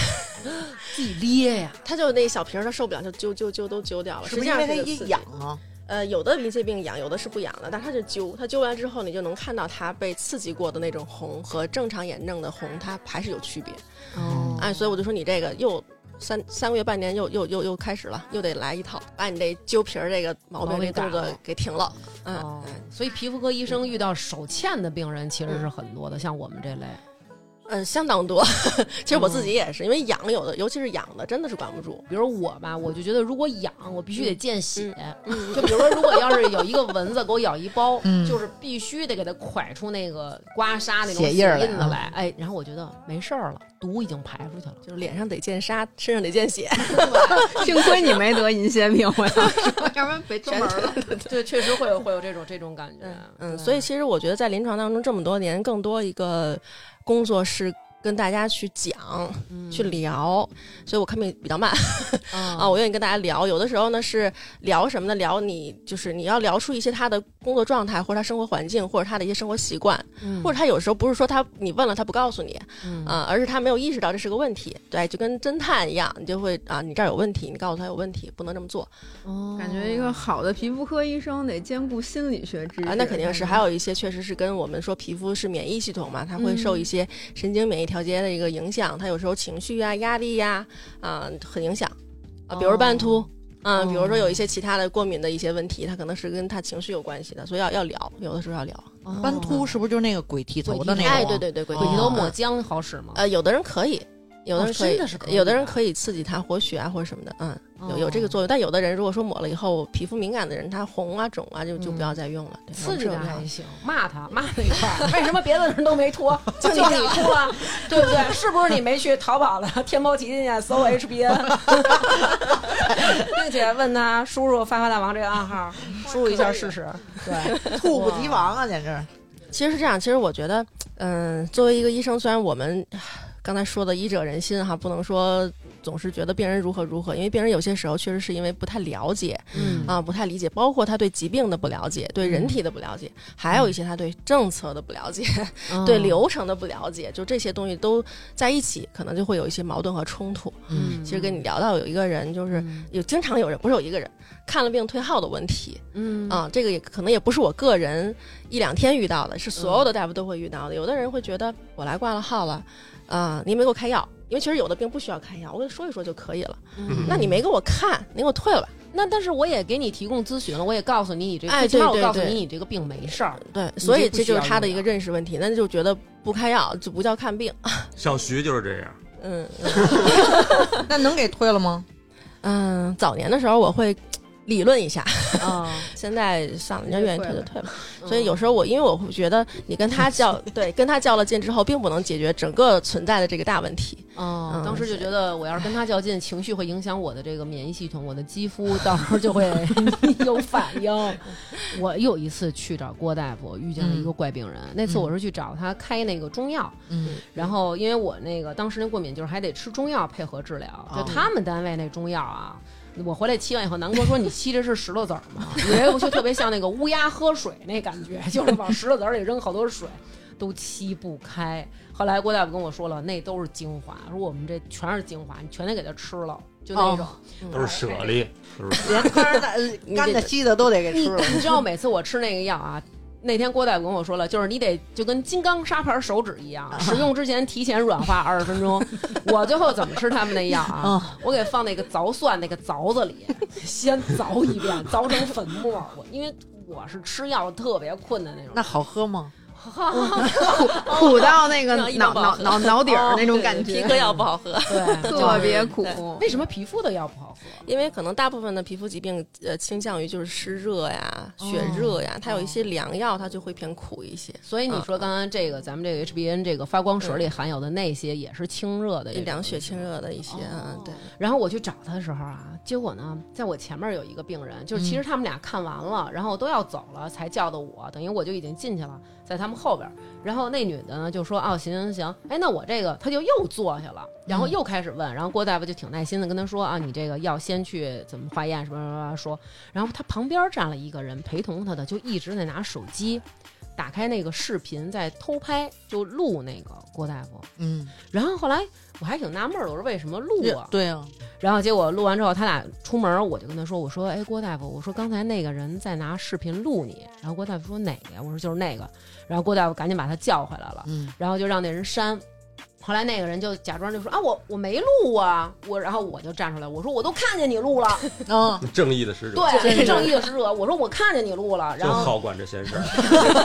Speaker 2: [LAUGHS]
Speaker 1: 自己咧呀，
Speaker 2: 他就那小皮儿，他受不了，就揪揪揪都揪掉了。
Speaker 3: 是不
Speaker 2: 实
Speaker 3: 是
Speaker 2: 际上
Speaker 3: 因为它
Speaker 2: 是个
Speaker 3: 一
Speaker 2: 刺激
Speaker 3: 痒啊？
Speaker 2: 呃，有的鳞屑病痒，有的是不痒的，但它就揪，它揪完之后，你就能看到它被刺激过的那种红和正常炎症的红，它还是有区别。
Speaker 1: 哦
Speaker 2: 哎，所以我就说你这个又三三个月半年又又又又开始了，又得来一套，把你这揪皮儿这个毛
Speaker 1: 毛
Speaker 2: 病
Speaker 1: 给
Speaker 2: 这动作
Speaker 1: 打了
Speaker 2: 给停了。嗯，
Speaker 1: 哦
Speaker 2: 嗯
Speaker 1: 所以皮肤科医生遇到手欠的病人其实是很多的，像我们这类。
Speaker 2: 呃，相当多。 [LAUGHS] 其实我自己也是，因为痒有的，尤其是痒的，真的是管不住。
Speaker 1: 比如我吧，我就觉得如果痒，我必须得见血。
Speaker 2: 嗯， [LAUGHS]
Speaker 1: 就比如说，如果要是有一个蚊子给我咬一包，
Speaker 3: 嗯
Speaker 1: 就是必须得给它蒯出那个刮痧那种
Speaker 3: 血印儿来
Speaker 1: 子来。哎，然后我觉得没事儿了，毒已经排出去了。
Speaker 2: 就是脸上得见沙，身上得见血。
Speaker 4: 幸亏你没得银屑病，我要
Speaker 2: [LAUGHS]
Speaker 4: 说，要不然被出门了。
Speaker 1: 对，确实会有会有这种这种感觉。
Speaker 2: 嗯，所以其实我觉得在临床当中这么多年，更多一个工作是跟大家去讲、
Speaker 1: 嗯
Speaker 2: 去聊，所以我看病比较慢啊，
Speaker 1: 啊，
Speaker 2: 我愿意跟大家聊。有的时候呢是聊什么呢？聊你就是你要聊出一些他的工作状态，或者他生活环境，或者他的一些生活习惯，或者他有时候不是说他你问了他不告诉你
Speaker 1: 嗯
Speaker 2: 啊，而是他没有意识到这是个问题。对，就跟侦探一样，你就会啊，你这儿有问题，你告诉他有问题，不能这么做。
Speaker 4: [LAUGHS] 感觉一个好的皮肤科医生得兼顾心理学知识
Speaker 2: 啊，那肯定
Speaker 4: 嗯
Speaker 2: 是，还有一些确实是跟我们说皮肤是免疫系统嘛，它会受一些神经免疫调节的一个影响，它有时候情绪啊、压力呀啊、很影响啊，比如斑秃。啊，比如说有一些其他的过敏的一些问题，它可能是跟他情绪有关系的，所以要要聊，有的时候要聊。
Speaker 3: 斑秃是不是就是那个鬼剃头的那
Speaker 1: 对
Speaker 3: 个？
Speaker 2: 哎，对，对对，鬼
Speaker 1: 鬼剃
Speaker 3: 剃
Speaker 1: 头
Speaker 3: 头
Speaker 1: 抹
Speaker 2: 抹
Speaker 1: 姜好使吗？
Speaker 2: 呃，有的人可以，有的人可
Speaker 1: 哦
Speaker 2: 以，
Speaker 1: 哦真的是可以的哦
Speaker 2: 有的人可以刺激它活血啊或者什么的，嗯，有有这个作用。但有的人如果说抹了以后皮肤敏感的人，他红啊肿啊就就不要再用了，
Speaker 1: 哦
Speaker 2: 对
Speaker 1: 刺激
Speaker 2: 是有
Speaker 1: 的
Speaker 2: 这样
Speaker 1: 还行，骂他骂那一块 [LAUGHS] 儿，为什么别的人都没脱， [LAUGHS] 就你脱啊了，对不对？是不是你没去淘宝了、天猫旗舰店搜 [LAUGHS] HBN，并且问他输入“发发大王”这个暗号，输入一下试试。对，
Speaker 3: 猝哦不及防啊，简直！
Speaker 2: 其实是这样，其实我觉得，嗯、作为一个医生，虽然我们唉刚才说的医者仁心哈，不能说总是觉得病人如何如何，因为病人有些时候确实是因为不太了解
Speaker 1: 嗯
Speaker 2: 啊，不太理解，包括他对疾病的不了解，对人体的不了解，还有一些他对政策的不了解，
Speaker 1: 嗯
Speaker 2: 对流程的不了解，就这些东西都在一起，可能就会有一些矛盾和冲突。
Speaker 1: 嗯，
Speaker 2: 其实跟你聊到有一个人，就是有经常有人，不是有一个人看了病退号的问题，
Speaker 1: 嗯
Speaker 2: 啊，这个也可能也不是我个人一两天遇到的，是所有的大夫都会遇到的。有的人会觉得我来挂了号了，啊，你没给我开药，因为其实有的病不需要开药，我跟你说一说就可以了。那你没给我看，你给我退了吧。
Speaker 1: 嗯那但是我也给你提供咨询了，我也告诉你你这，
Speaker 2: 哎
Speaker 1: 最起码
Speaker 2: 对
Speaker 1: 我
Speaker 2: 对
Speaker 1: 告诉
Speaker 2: 对
Speaker 1: 你你这个病没事儿。
Speaker 2: 对，
Speaker 1: 就
Speaker 2: 所以
Speaker 1: 不
Speaker 2: 这
Speaker 1: 需
Speaker 2: 就
Speaker 1: 要
Speaker 2: 是他的
Speaker 1: 用
Speaker 2: 一个
Speaker 1: 药
Speaker 2: 认识问题，那就觉得不开药就不叫看病。
Speaker 5: 小徐就是这样，
Speaker 2: 嗯
Speaker 3: 那能给退了吗？
Speaker 2: 嗯，早年的时候我会理论一下， [LAUGHS]
Speaker 1: [LAUGHS] 啊，
Speaker 2: 现在想人家愿意退就退吧。所以有
Speaker 1: 时
Speaker 2: 时候我，因为我会觉得你跟他较 [LAUGHS] 对，跟他较了劲之后，并不能解决整个存在的这个大问题。
Speaker 1: 哦，
Speaker 2: 嗯
Speaker 1: 当时就觉得我要是跟他较劲，情绪会影响我的这个免疫系统，我的肌肤到时候就会有反应。我有一次去找郭大夫，遇见了一个怪病人。那次我是去找他开那个中药，
Speaker 3: 嗯，
Speaker 1: 然后因为我那个当时那过敏就是还得吃中药配合治疗，
Speaker 3: 哦
Speaker 1: 就他们单位那中药啊。我回来沏完以后，南哥说：“你沏这是石头子儿吗？” [LAUGHS] 以为我就特别像那个乌鸦喝水那感觉，就是往石头子儿里扔好多水，都沏不开。后来郭大夫跟我说了，那都是精华，说我们这全是精华，你全得给它吃了，就那种。
Speaker 2: 嗯
Speaker 5: 都是舍利，都是
Speaker 3: 连干儿
Speaker 2: [LAUGHS]
Speaker 3: 的、干的、稀的都得给吃了。
Speaker 1: 你知道每次我吃那个药啊，那天郭大夫跟我说了，就是你得就跟金刚砂盘手指一样，使用之前提前软化二十分钟。我最后怎么吃他们那药
Speaker 4: 嗯
Speaker 1: 啊？我给放那个凿蒜那个凿子里， [LAUGHS] 先凿一遍，凿成粉末儿。我因为我是吃药特别困的那种，
Speaker 3: [LAUGHS] 那好喝吗？
Speaker 4: 苦到那
Speaker 2: [LAUGHS]
Speaker 4: 个
Speaker 2: 让一
Speaker 4: 脑
Speaker 2: 帮
Speaker 4: 脑脑脑底儿那种
Speaker 2: [LAUGHS]
Speaker 4: 感
Speaker 2: 皮
Speaker 4: 觉，
Speaker 1: [LAUGHS]
Speaker 2: 革药不好喝， [LAUGHS]
Speaker 1: 对，
Speaker 4: [LAUGHS] 特别苦。
Speaker 1: 为什么皮肤的药不好喝？
Speaker 2: 因为可能大部分的皮肤疾病，呃，倾向于就是湿热呀、血热呀，它有一些良药，它就会偏苦一些。
Speaker 1: 所以你说刚刚这个咱们这个 HBN 这个发光水里含有的那些也是清热的一种
Speaker 2: 凉血清热的一些，嗯，对，
Speaker 1: 然后我去找他的时候啊，结果呢，在我前面有一个病人，就是其实他们俩看完了，然后都要走了，才叫的我，等于我就已经进去了，在他们后边儿。然后那女的呢就说：“哦，行行行，哎，那我这个，她就又坐下了，然后又开始问，然后郭大夫就挺耐心的跟她说啊，你这个要先去怎么化验什么什么什么说。然后她旁边站了一个人陪同她的，就一直在拿手机。”打开那个视频，在偷拍，就录那个郭大夫。
Speaker 3: 嗯，
Speaker 1: 然后后来我还挺纳闷儿的，我说为什么录啊？
Speaker 3: 对啊，
Speaker 1: 然后结果录完之后，他俩出门，我就跟他说：“我说，哎，郭大夫，我说刚才那个人在拿视频录你。”然后郭大夫说：“哪个呀？”我说：“就是那个。”然后郭大夫赶紧把他叫回来了，
Speaker 3: 嗯
Speaker 1: 然后就让那人删。后来那个人就假装就说：“啊，我我没录啊，我。”然后我就站出来，我说：“我都看见你 [LAUGHS] 录了，
Speaker 3: 嗯，
Speaker 5: 正义的使者，
Speaker 1: 对，正义的使者。”我说：“我看见你录了。”然
Speaker 5: 就
Speaker 1: 后
Speaker 5: 好管这闲事儿。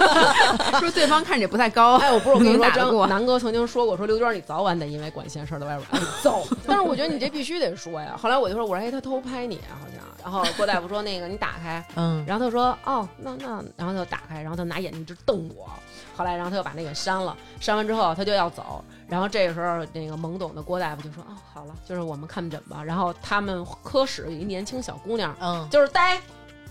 Speaker 4: [LAUGHS] 说对方看着也不太高，啊
Speaker 1: 哎，我不是我跟你说，
Speaker 4: 能打得
Speaker 1: 张
Speaker 4: 过
Speaker 1: 南哥曾经说过，说刘娟，你早晚得因为管闲事儿哎在外边挨揍。 [LAUGHS] 但是我觉得你这必须得说呀。后来我就说，我说哎，他偷拍你啊，好像。然后郭大夫说，那个你打开。
Speaker 3: 嗯，
Speaker 1: 然后他说哦，那那，然后他就打开，然后他拿眼睛一直瞪我。后来，然后他就把那个删了，删完之后他就要走。然后这个时候，那个懵懂的郭大夫就说：“哦，好了，就是我们看诊吧。”然后他们科室有一年轻小姑娘，
Speaker 3: 嗯，啊
Speaker 1: 就是呆，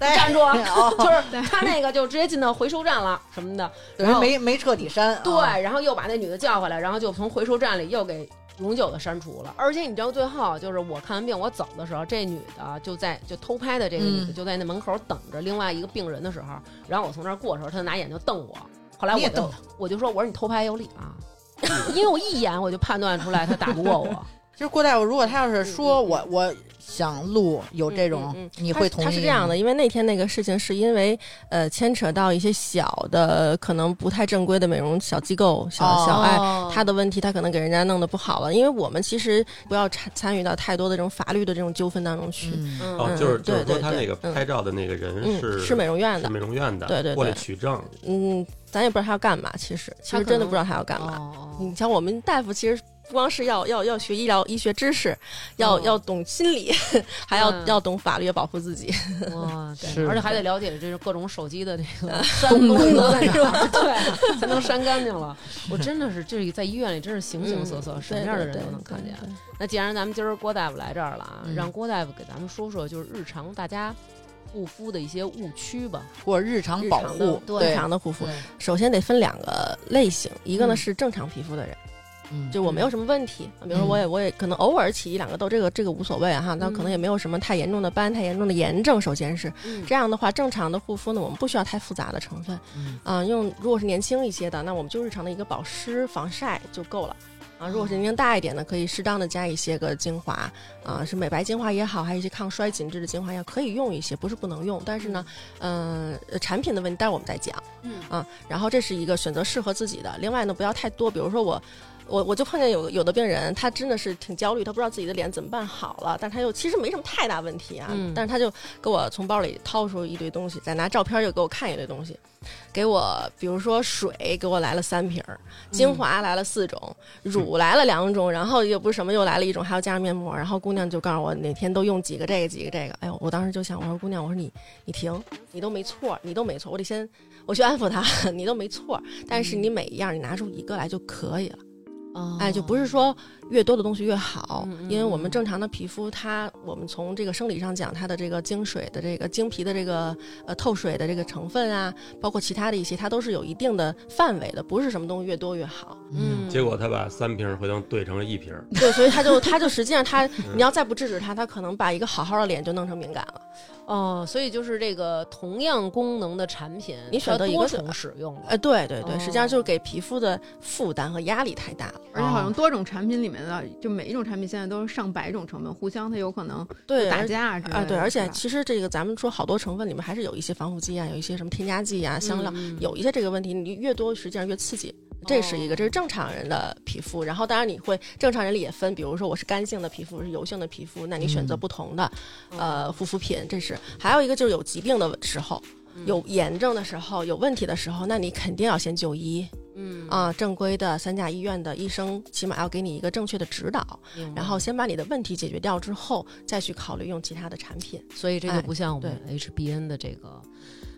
Speaker 3: 呆
Speaker 1: 站住，
Speaker 3: [LAUGHS] 哦
Speaker 1: 就是她那个就直接进到回收站了什么的。
Speaker 3: 等于没没彻底删。啊
Speaker 1: 对，然后又把那女的叫回来，然后就从回收站里又给永久的删除了。而且你知道，最后就是我看完病我走的时候，这女的就在就偷拍的这个女的
Speaker 3: 嗯
Speaker 1: 就在那门口等着另外一个病人的时候，然后我从那儿过的时候，她就拿眼睛瞪我。后
Speaker 2: 哎
Speaker 1: 来
Speaker 3: 你也
Speaker 1: 我就
Speaker 3: 瞪她
Speaker 1: 我就说我说你偷拍有理啊， [LAUGHS] 因为我一眼我就判断出来她打不过我。
Speaker 3: 其实郭大夫，如果他要是说我我想录有这
Speaker 2: 嗯嗯
Speaker 3: 种，你
Speaker 2: 你
Speaker 3: 会同意？嗯
Speaker 2: 它是这样的，，因为那天那个事情是因为呃牵扯到一些小的可能不太正规的美容小机构、小、小
Speaker 1: 哎
Speaker 2: 爱
Speaker 3: [LAUGHS] 哦
Speaker 2: 他的问题，他可能给人家弄得不好了。啊因为我们其实不要参参与到太多的这种法律的这种纠纷当中去。
Speaker 3: 嗯
Speaker 2: [LAUGHS] 嗯，
Speaker 5: 哦，
Speaker 2: 嗯
Speaker 5: 就是就是
Speaker 2: 对
Speaker 5: 说
Speaker 2: 对
Speaker 5: 他那
Speaker 2: 对
Speaker 5: 个
Speaker 2: 嗯
Speaker 5: 拍照的那个人
Speaker 2: 嗯
Speaker 5: 是
Speaker 2: 是美容院
Speaker 5: 是
Speaker 2: 的，
Speaker 5: 美容院的，
Speaker 2: 对对对
Speaker 5: 过来取证，
Speaker 2: 嗯，咱也不知道他要干嘛。其实其
Speaker 1: 他
Speaker 2: 实
Speaker 1: 可
Speaker 2: 真的
Speaker 1: 能
Speaker 2: 不知道他要干嘛。
Speaker 1: 哦，
Speaker 2: 你像我们大夫，其实不光是要要要学医疗医学知识，要、
Speaker 1: 嗯
Speaker 2: 要懂心理，还要、
Speaker 1: 嗯
Speaker 2: 要懂法律，保护自己。
Speaker 1: 哇，对，
Speaker 3: 是
Speaker 1: 而且还得了解这是各种手机的这
Speaker 2: 啊
Speaker 1: 个删东西都在哪儿，啊 [LAUGHS]
Speaker 2: [LAUGHS]
Speaker 1: 对，才能删干净了。我真的是这在医院里真是形
Speaker 2: 嗯
Speaker 1: 形色色，什么样的人都能看见。啊那既然咱们今儿郭大夫来这儿了啊，
Speaker 3: 嗯
Speaker 1: 让郭大夫给咱们说说，就是日常大家护肤的一些误区吧。
Speaker 3: 或日常保护，
Speaker 2: 对日常的护肤，
Speaker 3: 对嗯
Speaker 2: 首先得分两个类型，一个呢
Speaker 1: 嗯
Speaker 2: 是正常皮肤的人，
Speaker 3: 嗯
Speaker 2: 就我没有什么问题，比如说
Speaker 1: 嗯
Speaker 2: 我也我也可能偶尔起一两个痘，这个这个无所谓啊哈，那可能也没有什么太严重的斑、太严重的炎症，首先是
Speaker 1: 嗯
Speaker 2: 这样的话，正常的护肤呢，我们不需要太复杂的成分，
Speaker 3: 嗯
Speaker 2: 啊、用如果是年轻一些的，那我们就日常的一个保湿、防晒就够了。啊，如果是年龄大一点的，可以适当的加一些个精华，啊、是美白精华也好，还有一些抗衰紧致的精华也好，可以用一些，不是不能用。但是呢，嗯、呃，产品的问题，待会儿我们再讲。
Speaker 1: 嗯
Speaker 2: 啊，然后这是一个选择适合自己的。另外呢，不要太多，比如说我。我我就碰见有有的病人，他真的是挺焦虑，他不知道自己的脸怎么办好了，但他又其实没什么太大问题啊，
Speaker 1: 嗯
Speaker 2: 但是他就给我从包里掏出一堆东西，再拿照片又给我看一堆东西，给我比如说水给我来了三瓶儿，精华来了四种，乳来了两种，然后又不是什么又来了一种，还要加上面膜，然后姑娘就告诉我哪天都用几个这个几个这个，哎呦，我当时就想，我说姑娘，我说你你停，你都没错，你都没错，我得 [LAUGHS] 先我去安抚她，你都没错，但是你每一样你拿出一个来就可以了。
Speaker 1: 嗯哦
Speaker 2: 哎，就不是说越多的东西越好
Speaker 1: 嗯，嗯
Speaker 2: 因为我们正常的皮肤，它我们从这个生理上讲，它的这个经水的这个经皮的这个呃透水的这个成分啊，包括其他的一些，它都是有一定的范围的，不是什么东西越多越好。
Speaker 1: 嗯，
Speaker 5: 结果他把三瓶回头兑成了
Speaker 2: [LAUGHS]
Speaker 5: 一瓶，
Speaker 2: 对，所以
Speaker 1: [LAUGHS]
Speaker 2: 它就它就实际上它，
Speaker 1: 嗯
Speaker 2: 你要再不制止它，它可能把一个好好的脸就弄成敏感了。
Speaker 1: 哦，所以就是这个同样功能的产品，
Speaker 2: 你选择一
Speaker 1: 多
Speaker 2: 个
Speaker 1: 重使用了
Speaker 2: 呃，对对对，
Speaker 1: 哦
Speaker 2: 实际上就是给皮肤的负担和压力太大了。
Speaker 4: 而且好像多种产品里面的，就每一种产品现在都是上百种成分，互相它有可能
Speaker 2: 对，
Speaker 4: 打
Speaker 2: 而
Speaker 4: 架
Speaker 1: 嗯
Speaker 4: 啊之类的。
Speaker 2: 啊，对，而且
Speaker 4: 是吧
Speaker 2: 其实这个咱们说好多成分里面还是有一些防腐剂啊，有一些什么添加剂啊、香料，
Speaker 1: 嗯嗯
Speaker 2: 有一些这个问题，你越多实际上越刺激。这是一个，这
Speaker 1: 哦
Speaker 2: 是正常人的皮肤，然后当然你会正常人里也分，比如说我是干性的皮肤，我是油性的皮肤，那你选
Speaker 1: 嗯
Speaker 2: 择不同的，呃，护肤品，这是还有一个就是有疾病的时候，
Speaker 1: 嗯
Speaker 2: 有炎症的时候，有问题的时候，那你肯定要先就医，
Speaker 1: 嗯
Speaker 2: 啊，正规的三甲医院的医生起码要给你一个正确的指导，
Speaker 1: 明白
Speaker 2: 然后先把你的问题解决掉之后，再去考虑用其他的产品。
Speaker 1: 所以这就
Speaker 2: 哎
Speaker 1: 不像我们 HBN 的这个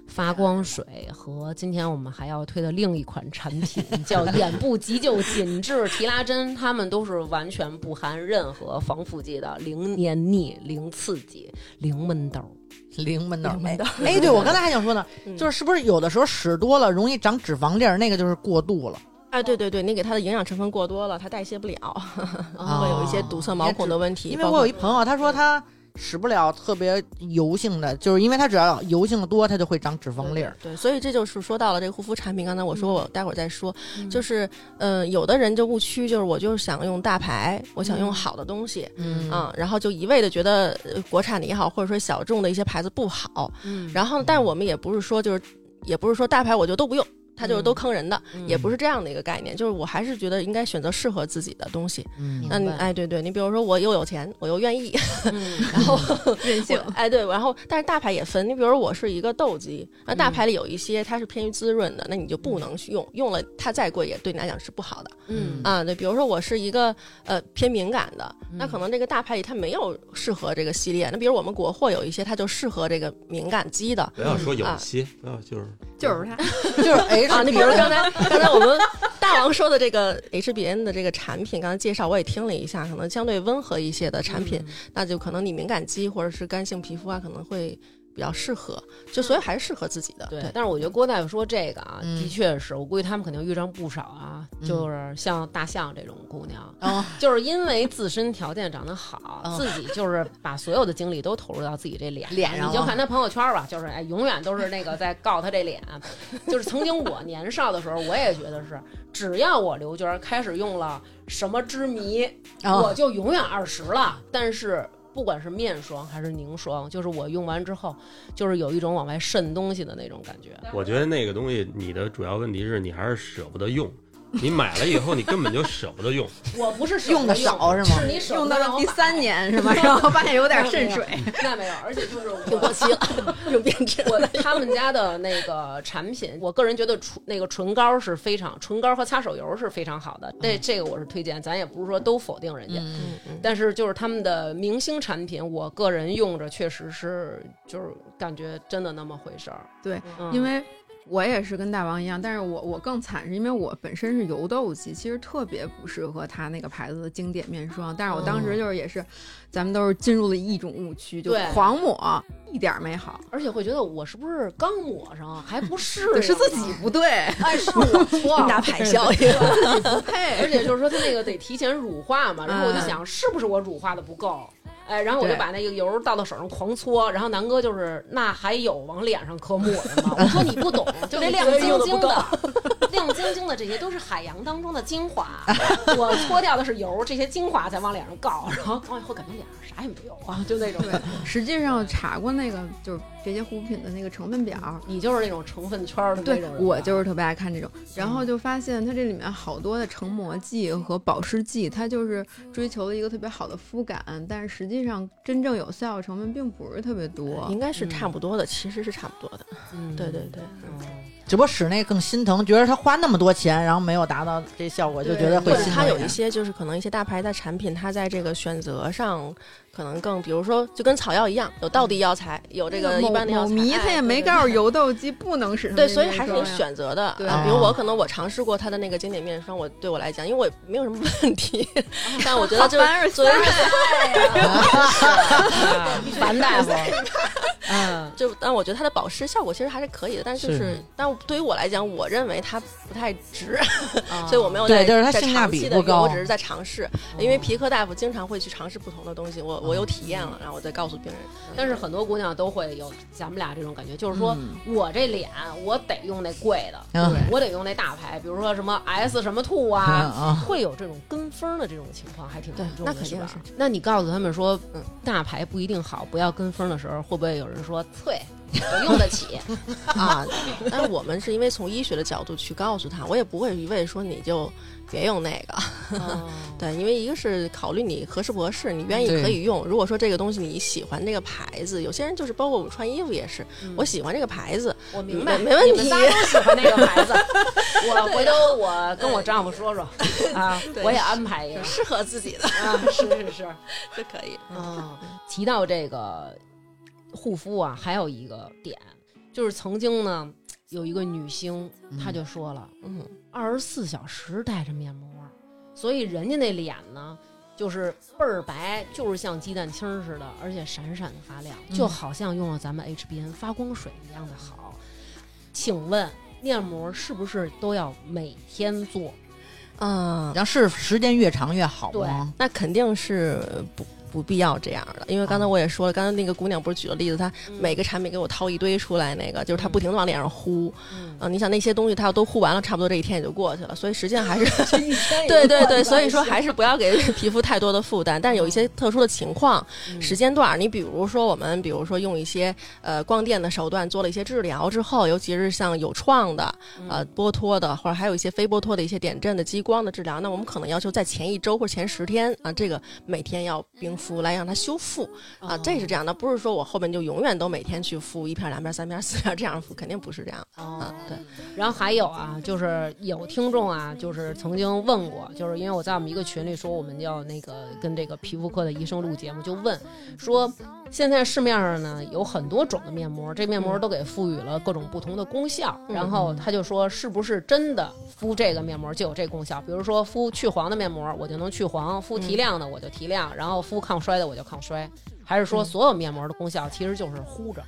Speaker 1: 发光水和今天我们还要推的另一款产品叫眼部急救紧致提拉针，它们都是完全不含任何防腐剂的，零黏腻、零刺激、零闷痘。
Speaker 3: [LAUGHS] 零门道
Speaker 2: 零嗯门道
Speaker 3: 哎，哎对我刚才还想说呢，
Speaker 2: [LAUGHS] 嗯
Speaker 3: 就是是不是有的时候使多了容易长脂肪粒儿，那个就是过度了。
Speaker 2: 哎，对对对，你给它的营养成分过多了，它代谢不了， [LAUGHS]
Speaker 1: 哦
Speaker 2: 会有一些堵塞毛孔的问题。
Speaker 3: 因为
Speaker 2: 包
Speaker 3: 我有
Speaker 2: 括
Speaker 3: 一朋友，他说他使不了特别油性的，就是因为他只要油性的多，他就会长脂肪粒儿。嗯
Speaker 2: 对，所以这就是说到了这个护肤产品。刚才我说，我待会儿再说，就是，呃，有的人就误区，就是我就是想用大牌，我想用好的东西，
Speaker 3: 嗯
Speaker 2: 啊，然后就一味的觉得呃国产的也好，或者说小众的一些牌子不好，
Speaker 1: 嗯
Speaker 2: 然后，但我们也不是说就是，也不是说大牌我就都不用，它就是都坑人的，
Speaker 1: 嗯
Speaker 2: 也不是这样的一个概念。就是我还是觉得应该选择适合自己的东西。
Speaker 3: 嗯
Speaker 2: 那你
Speaker 1: 明白
Speaker 2: 哎，对对，你比如说我又有钱，我又愿意，
Speaker 1: 嗯
Speaker 2: 然后
Speaker 4: 任性，
Speaker 2: 我哎对，然后但是大牌也分，你比如说我是一个痘肌，那
Speaker 1: 嗯
Speaker 2: 大牌里有一些它是偏于滋润的，那你就不能去用，用了它再贵也对你来讲是不好的
Speaker 1: 嗯
Speaker 2: 啊。对，比如说我是一个呃偏敏感的，那
Speaker 1: 嗯
Speaker 2: 可能这个大牌里它没有适合这个系列，那比如我们国货有一些它就适合这个敏感肌的，
Speaker 5: 不要说有一些，
Speaker 2: 嗯
Speaker 5: 不要就是
Speaker 4: 就是
Speaker 2: [LAUGHS]
Speaker 4: 它。
Speaker 3: 就是
Speaker 1: [LAUGHS]
Speaker 3: H
Speaker 2: 啊，你比
Speaker 3: B
Speaker 2: 如刚才刚才我们大王说的这个 HBN 的这个产品，刚才介绍我也听了一下，可能相对温和一些的产品，那就可能你敏感肌或者是干性皮肤啊，可能会比较适合，就所以还是适合自己的。
Speaker 1: 对
Speaker 2: 对，，
Speaker 1: 但是我觉得郭大夫说这个啊，
Speaker 3: 嗯
Speaker 1: 的确是我估计他们肯定遇上不少啊，
Speaker 3: 嗯
Speaker 1: 就是像大象这种姑娘，
Speaker 3: 啊，
Speaker 1: 就是因为自身条件长得好，自己就是把所有的精力都投入到自己这脸
Speaker 3: 脸上
Speaker 1: 你就
Speaker 3: 了
Speaker 1: 看他朋友圈吧，就是哎，永远都是那个在告他这脸。就是曾经我年少的时候，我也觉得是，只要我刘娟儿开始用了什么之谜，我
Speaker 3: 哦
Speaker 1: 就永远二十了。但是不管是面霜还是凝霜，就是我用完之后，就是有一种往外渗东西的那种感觉。
Speaker 5: 我觉得那个东西，你的主要问题是你还是舍不得用。你买了以后，你根本就舍不得用。
Speaker 1: 我不是舍
Speaker 3: 用
Speaker 1: 不
Speaker 3: 的
Speaker 1: 得
Speaker 3: 少是吗？
Speaker 1: 是你舍不
Speaker 4: 用
Speaker 1: 得
Speaker 4: 到
Speaker 1: 让
Speaker 4: 了
Speaker 1: 我
Speaker 4: 第
Speaker 1: 买
Speaker 4: 三
Speaker 2: [LAUGHS]
Speaker 4: 年是吧？然后发现有点渗水，
Speaker 1: [LAUGHS] 那没有，而且就是我
Speaker 2: 挺过期了，又变质了。
Speaker 1: 我他们家的那个产品，我个人觉得唇那个唇膏是非常，唇膏和擦手油是非常好的，这这个我是推荐，咱也不是说都否定人家，
Speaker 3: 嗯
Speaker 1: 但是就是他们的明星产品，我个人用着确实是就是感觉真的那么回事儿，
Speaker 4: 对
Speaker 2: 啊
Speaker 1: 嗯，
Speaker 4: 因为我也是跟大王一样，但是我我更惨，是因为我本身是油痘肌，其实特别不适合他那个牌子的经典面霜。但是我当
Speaker 2: 哦
Speaker 4: 时就是也是，咱们都是进入了一种误区，就
Speaker 1: 对
Speaker 4: 狂抹，一点儿没好，
Speaker 1: 而且会觉得我是不是刚抹上，啊还不是啊
Speaker 4: 对，
Speaker 1: 呢
Speaker 2: 啊
Speaker 4: 是自己，不对，
Speaker 1: 哎，是我错了，
Speaker 2: 大牌效应，
Speaker 4: 不配
Speaker 1: [LAUGHS] 而且就是说它那个得提前乳化嘛，然后我就想是不是我乳化的不够。哎，然后我就
Speaker 4: 对
Speaker 1: 把那个油倒到手上狂搓，然后南哥就是那还有往脸上可抹的吗？我说你不懂， [LAUGHS] 就这亮晶晶的， [LAUGHS] 亮晶晶的这些都是海洋当中的精 [LAUGHS] 华，我搓掉的是油，这些精华才往脸上告，然后告以后感觉脸上啥也没有啊，就那种。
Speaker 4: 对，实际上查过那个就是这些护肤品的那个成分表，
Speaker 1: 你就是那种成分圈的那
Speaker 4: 对
Speaker 1: 种人，啊
Speaker 4: 我就是特别爱看这种，然后就发现它这里面好多的成膜剂和保湿剂，它就是追求了一个特别好的肤感，但是实际上真正有效的成分并不是特别多。
Speaker 2: 嗯应该是差不多的，其实是差不多的。
Speaker 1: 嗯，
Speaker 2: 对对对，
Speaker 1: 嗯
Speaker 3: 只不过使那更心疼，觉得他花那么多钱，然后没有达到这效果，就觉得会
Speaker 2: 或者
Speaker 3: 心
Speaker 2: 它
Speaker 3: 疼
Speaker 2: 有
Speaker 3: 点
Speaker 2: 一些就是可能一些大牌的产品，它在这个选择上可能更，比如说就跟草药一样，有道地药材，有这个一般的药
Speaker 4: 某
Speaker 2: 材。
Speaker 4: 迷他也没告诉油豆鸡不能使什么
Speaker 2: 对，
Speaker 4: 面
Speaker 2: 所
Speaker 4: 霜
Speaker 2: 以
Speaker 4: 呀。
Speaker 2: 还是得选择的。
Speaker 4: 对
Speaker 2: 啊比如我可能我尝试过它的那个经典面霜，我对我来讲，因为我也没有什么 [LAUGHS] 问题，但我觉
Speaker 4: [LAUGHS]
Speaker 2: 得就
Speaker 4: 啊凡尔
Speaker 2: 是
Speaker 4: 赛
Speaker 2: 作为
Speaker 1: 樊大夫，
Speaker 3: 啊嗯，
Speaker 2: 就，但我觉得它的保湿效果其实还是可以的，但是就是，
Speaker 6: 是
Speaker 2: 但对于我来讲，我认为它不太值， [LAUGHS] 所以我没有
Speaker 3: 对
Speaker 2: 在
Speaker 3: 就是它
Speaker 2: 在
Speaker 3: 性价
Speaker 2: 长
Speaker 3: 比
Speaker 2: 期
Speaker 3: 不
Speaker 2: 的用，
Speaker 3: 高
Speaker 2: 我只是在尝试，因为皮克大夫经常会去尝试不同的东西，
Speaker 3: 哦
Speaker 2: 我我有体验了，然后我再告诉病人。
Speaker 3: [LAUGHS]
Speaker 1: 但是很多姑娘都会有咱们俩这种感觉，就是说我这脸我得用那贵的
Speaker 3: 嗯，
Speaker 1: 我得用那大牌，比如说什么 S 什么兔
Speaker 3: 嗯
Speaker 1: 啊，
Speaker 3: 啊，
Speaker 1: 会有这种跟风的这种情况，还挺严重的。
Speaker 2: 对那肯定
Speaker 1: 吧那你告诉他们说，嗯，大牌不一定好，不要跟风的时候，会不会有人说，啐，我用得 [LAUGHS] 起？
Speaker 2: 啊，但是我们是因为从医学的角度去告诉他，我也不会一味说你就别用那个。
Speaker 1: 哦嗯
Speaker 2: 对，因为一个是考虑你合适不合适，你愿意
Speaker 3: 对
Speaker 2: 可以用。如果说这个东西你喜欢这个牌子，有些人就是包括我们穿衣服也是，我喜欢这个牌子，
Speaker 1: [LAUGHS] 我明白，
Speaker 2: 没没问题
Speaker 1: 你们仨都喜欢那个 [LAUGHS] 牌子。我回头我跟我丈夫说 [LAUGHS] 说啊，
Speaker 2: 对
Speaker 1: 我也安排一个
Speaker 2: 适合自己的 [LAUGHS]
Speaker 1: 啊，是是是。
Speaker 2: 就可以。嗯
Speaker 1: 啊，提到这个护肤啊，还有一个点就是曾经呢，有一个女星，她就说了，
Speaker 2: 嗯，
Speaker 1: 二十四小时戴着面膜，所以人家那脸呢。就是倍儿白，就是像鸡蛋清儿似的，而且闪闪的发亮，
Speaker 2: 嗯
Speaker 1: 就好像用了咱们 HBN 发光水一样的好。请问面膜是不是都要每天做？
Speaker 2: 嗯，
Speaker 3: 然后是时间越长越好吗？
Speaker 2: 那肯定是不不必要这样的，因为刚才我也说了，刚才那个姑娘不是举了例子，她每个产品给我掏一堆出来，那个就是她不停的往脸上呼，
Speaker 1: [LAUGHS]
Speaker 2: 嗯、你想那些东西她要都呼完了，差不多这一天也就过去了，所以实际上还是 [LAUGHS] 对对对，所以说还是不要给皮肤太多的负担，但是有一些特殊的情况、
Speaker 1: 嗯
Speaker 2: 时间段儿，你比如说我们比如说用一些呃光电的手段做了一些治疗之后，尤其是像有创的、呃剥脱的，或者还有一些非剥脱的一些点阵的激光的治疗，那我们可能要求在前一周或者前十天啊，这个每天要冰敷来让它修复啊，这是这样的，不是说我后面就永远都每天去敷一片、两片、三片、四片这样敷，肯定不是这样啊，对。
Speaker 1: 然后还有啊，就是有听众啊，就是曾经问过，就是因为我在我们一个群里说，我们要那个跟这个皮肤科的医生录节目，就问说，现在市面上呢有很多种的面膜，这面膜都给赋予了各种不同的功效。然后他就说，是不是真的敷这个面膜就有这功效？比如说敷去黄的面膜，我就能去黄；敷提亮的我就提亮，然后敷抗衰的我就抗衰。还是说所有面膜的功效其实就是糊着？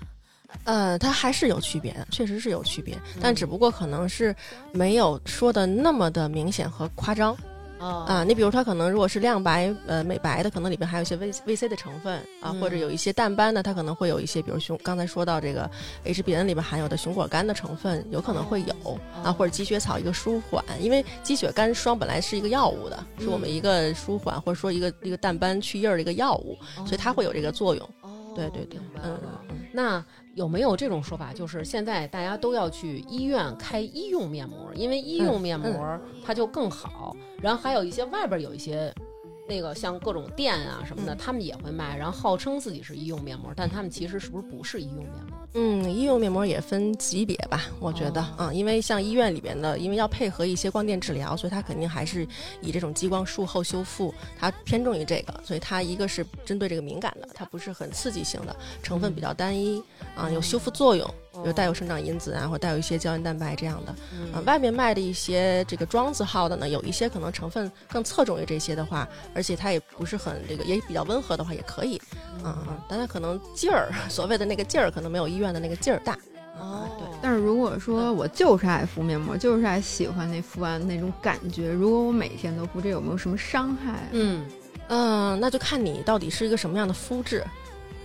Speaker 2: 呃，它还是有区别的，确实是有区别，但只不过可能是没有说的那么的明显和夸张
Speaker 1: 啊
Speaker 2: 啊、你比如它可能如果是亮白呃美白的，可能里边还有一些 V V C 的成分啊，或者有一些淡斑的，它可能会有一些，比如熊刚才说到这个 H B N 里边含有的熊果苷的成分，有可能会有啊，或者积雪草一个舒缓，因为积雪苷霜本来是一个药物的，是我们一个舒缓或者说一个一个淡斑去印儿的一个药物，所以它会有这个作用。对对对，嗯嗯。嗯
Speaker 1: 那有没有这种说法，就是现在大家都要去医院开医用面膜，因为医用面膜它就更好。然后还有一些外边有一些那个像各种店啊什么的，他们也会卖，然后号称自己是医用面膜，但他们其实是不是不是医用面膜？
Speaker 2: 嗯，医用面膜也分级别吧，我觉得啊、嗯因为像医院里边的，因为要配合一些光电治疗，所以它肯定还是以这种激光术后修复，它偏重于这个，所以它一个是针对这个敏感的，它不是很刺激性的，成分比较单一啊、有修复作用，
Speaker 1: 嗯
Speaker 2: 有带有生长因子啊，或带有一些胶原蛋白这样的。嗯、外面卖的一些这个妆字号的呢，有一些可能成分更侧重于这些的话，而且它也不是很这个，也比较温和的话也可以，啊、嗯，但它可能劲儿， [LAUGHS] 所谓的那个劲儿，可能没有医院的那个劲儿大。
Speaker 1: 哎
Speaker 2: 啊，对，
Speaker 4: 但是如果说我就是爱敷面膜，就是爱喜欢那敷完那种感觉，如果我每天都敷，这有没有什么伤害啊？
Speaker 1: 嗯，
Speaker 2: 嗯，那就看你到底是一个什么样的肤质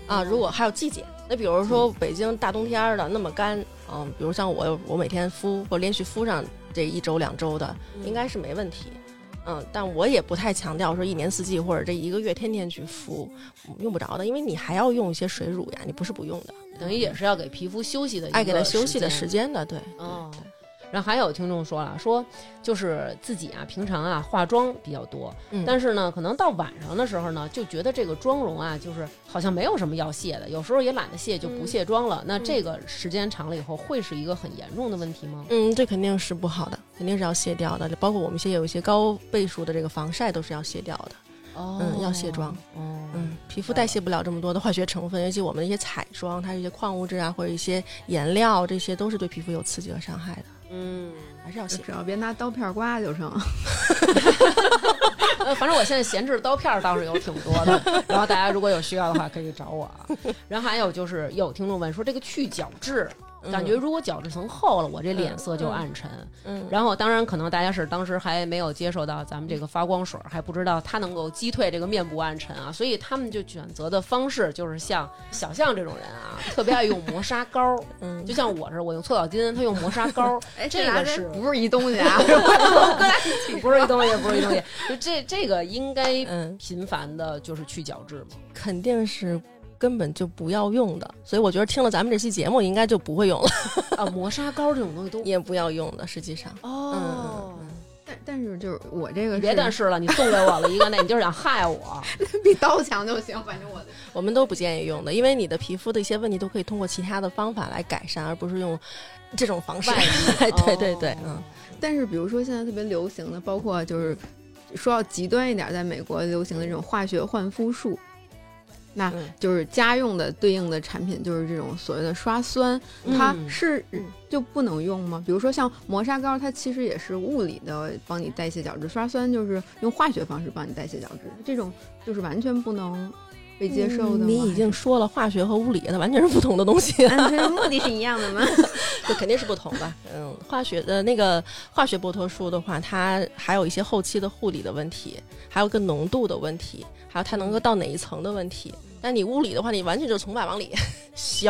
Speaker 2: 啊。
Speaker 1: 嗯
Speaker 2: 如果还有季节，那比如说北京大冬天儿的那么干，嗯，比如像我，我每天敷或连续敷上这一周两周的，应该是没问题。嗯，但我也不太强调说一年四季或者这一个月天天去敷，嗯用不着的，因为你还要用一些水乳呀，你不是不用的，
Speaker 1: 等于也是要给皮肤休息的一个
Speaker 2: 爱给它休息的时
Speaker 1: 时间。
Speaker 2: 间的，对。
Speaker 1: 哦，然后还有听众说了，说就是自己啊，平常啊化妆比较多，
Speaker 2: 嗯
Speaker 1: 但是呢，可能到晚上的时候呢，就觉得这个妆容啊，就是好像没有什么要卸的，有时候也懒得卸，就
Speaker 2: 嗯
Speaker 1: 不卸妆了。那这个时间长了以后，会是一个很严重的问题吗？
Speaker 2: 嗯，这肯定是不好的，肯定是要卸掉的。包括我们一些有一些高倍数的这个防晒都是要卸掉的。
Speaker 1: 哦
Speaker 2: 嗯要卸妆。
Speaker 1: 哦，
Speaker 2: 嗯，皮肤代谢不了这么多的化学成分，
Speaker 1: 嗯
Speaker 2: 尤其我们一些彩妆，它是一些矿物质啊，或者一些颜料，这些都是对皮肤有刺激和伤害的，
Speaker 1: 嗯，
Speaker 2: 还是要
Speaker 4: 就
Speaker 2: 卸
Speaker 4: 只。要别拿刀片刮就成。
Speaker 1: 呃，反正我现在闲置的刀片儿倒是有挺多的，然后大家如果有需要的话可以找我
Speaker 2: [LAUGHS]
Speaker 1: 啊。然后还有就是有听众问说这个去角质，感觉如果角质层厚了，我这脸色就暗沉。
Speaker 2: 嗯，
Speaker 1: 然后当然可能大家是当时还没有接受到咱们这个发光水儿，还不知道它能够击退这个面部暗沉啊，所以他们就选择的方式就是像小象这种人啊， [LAUGHS] 特别爱用磨砂膏儿，
Speaker 2: 嗯
Speaker 1: 就像我是我用搓澡巾，他用磨砂 [LAUGHS] 膏儿，
Speaker 4: 哎，
Speaker 1: 这
Speaker 4: 俩
Speaker 1: 个
Speaker 4: 真
Speaker 1: 是
Speaker 4: 不是一东西 [LAUGHS] 啊？我哥俩
Speaker 1: 不是一东西，不是一东 [LAUGHS] 西，就这这个应该
Speaker 2: 嗯，
Speaker 1: 频繁的就是去角质嘛。
Speaker 2: 肯定是根本就不要用的，所以我觉得听了咱们这期节目，应该就不会
Speaker 1: [LAUGHS]
Speaker 2: 用了，
Speaker 1: 啊，磨砂膏这种东西都
Speaker 2: 也不要用的。实际上，
Speaker 1: 哦。
Speaker 4: 但但是就是我这个
Speaker 1: 你别但是了，你送给我了一个那，你就是想害我。
Speaker 4: [LAUGHS] 比刀强就行，反正我的
Speaker 2: 我们都不建议用的，因为你的皮肤的一些问题都可以通过其他的方法来改善，而不是用这种方式。 [LAUGHS]
Speaker 1: 外
Speaker 2: 对对对
Speaker 1: 哦，
Speaker 2: 嗯，
Speaker 4: [LAUGHS] 但是比如说现在特别流行的，包括就是说要极端一点，在美国流行的这种化学焕肤术，那
Speaker 2: 嗯
Speaker 4: 就是家用的对应的产品就是这种所谓的刷酸，
Speaker 1: 嗯
Speaker 4: 它是就不能用吗？比如说像磨砂膏，它其实也是物理的帮你代谢角质，刷酸就是用化学方式帮你代谢角质，这种就是完全不能被接受
Speaker 1: 嗯
Speaker 4: 的吗？
Speaker 2: 嗯你已经说了化学和物理，它完全是不同的东西。
Speaker 4: 安全目嗯的是一样的吗？
Speaker 2: 这肯定是不同 [LAUGHS] 吧？嗯，化学的那个化学剥脱术的话，它还有一些后期的护理的问题，还有个浓度的问题，还有它能够到哪一层的问题。但你物理的话，你完全就从外往里 [LAUGHS] 削。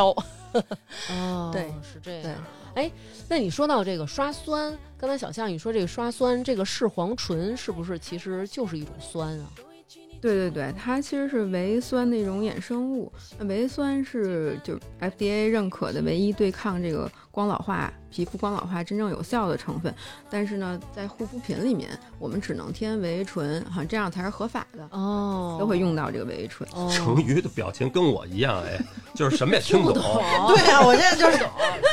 Speaker 1: 哦，
Speaker 2: 对，
Speaker 1: 是这
Speaker 2: 对
Speaker 1: 样。哎，那你说到这个刷酸，刚才小象你说这个刷酸，这个视黄醇是不是其实就是一种酸啊？
Speaker 4: [LAUGHS] 对对对，它其实是维酸的一种衍生物。那维酸是就是 FDA 认可的唯一对抗这个光老化、皮肤光老化真正有效的成分。但是呢，在护肤品里面，我们只能添维 A 醇，好像这样才是合法的，
Speaker 1: 哦，
Speaker 4: 都会用到这个维 A 醇。
Speaker 1: 哦。
Speaker 5: 成瑜的表情跟我一样， [LAUGHS] 哎，就是什么也听不懂。
Speaker 1: 哦
Speaker 3: 对啊，我现在就是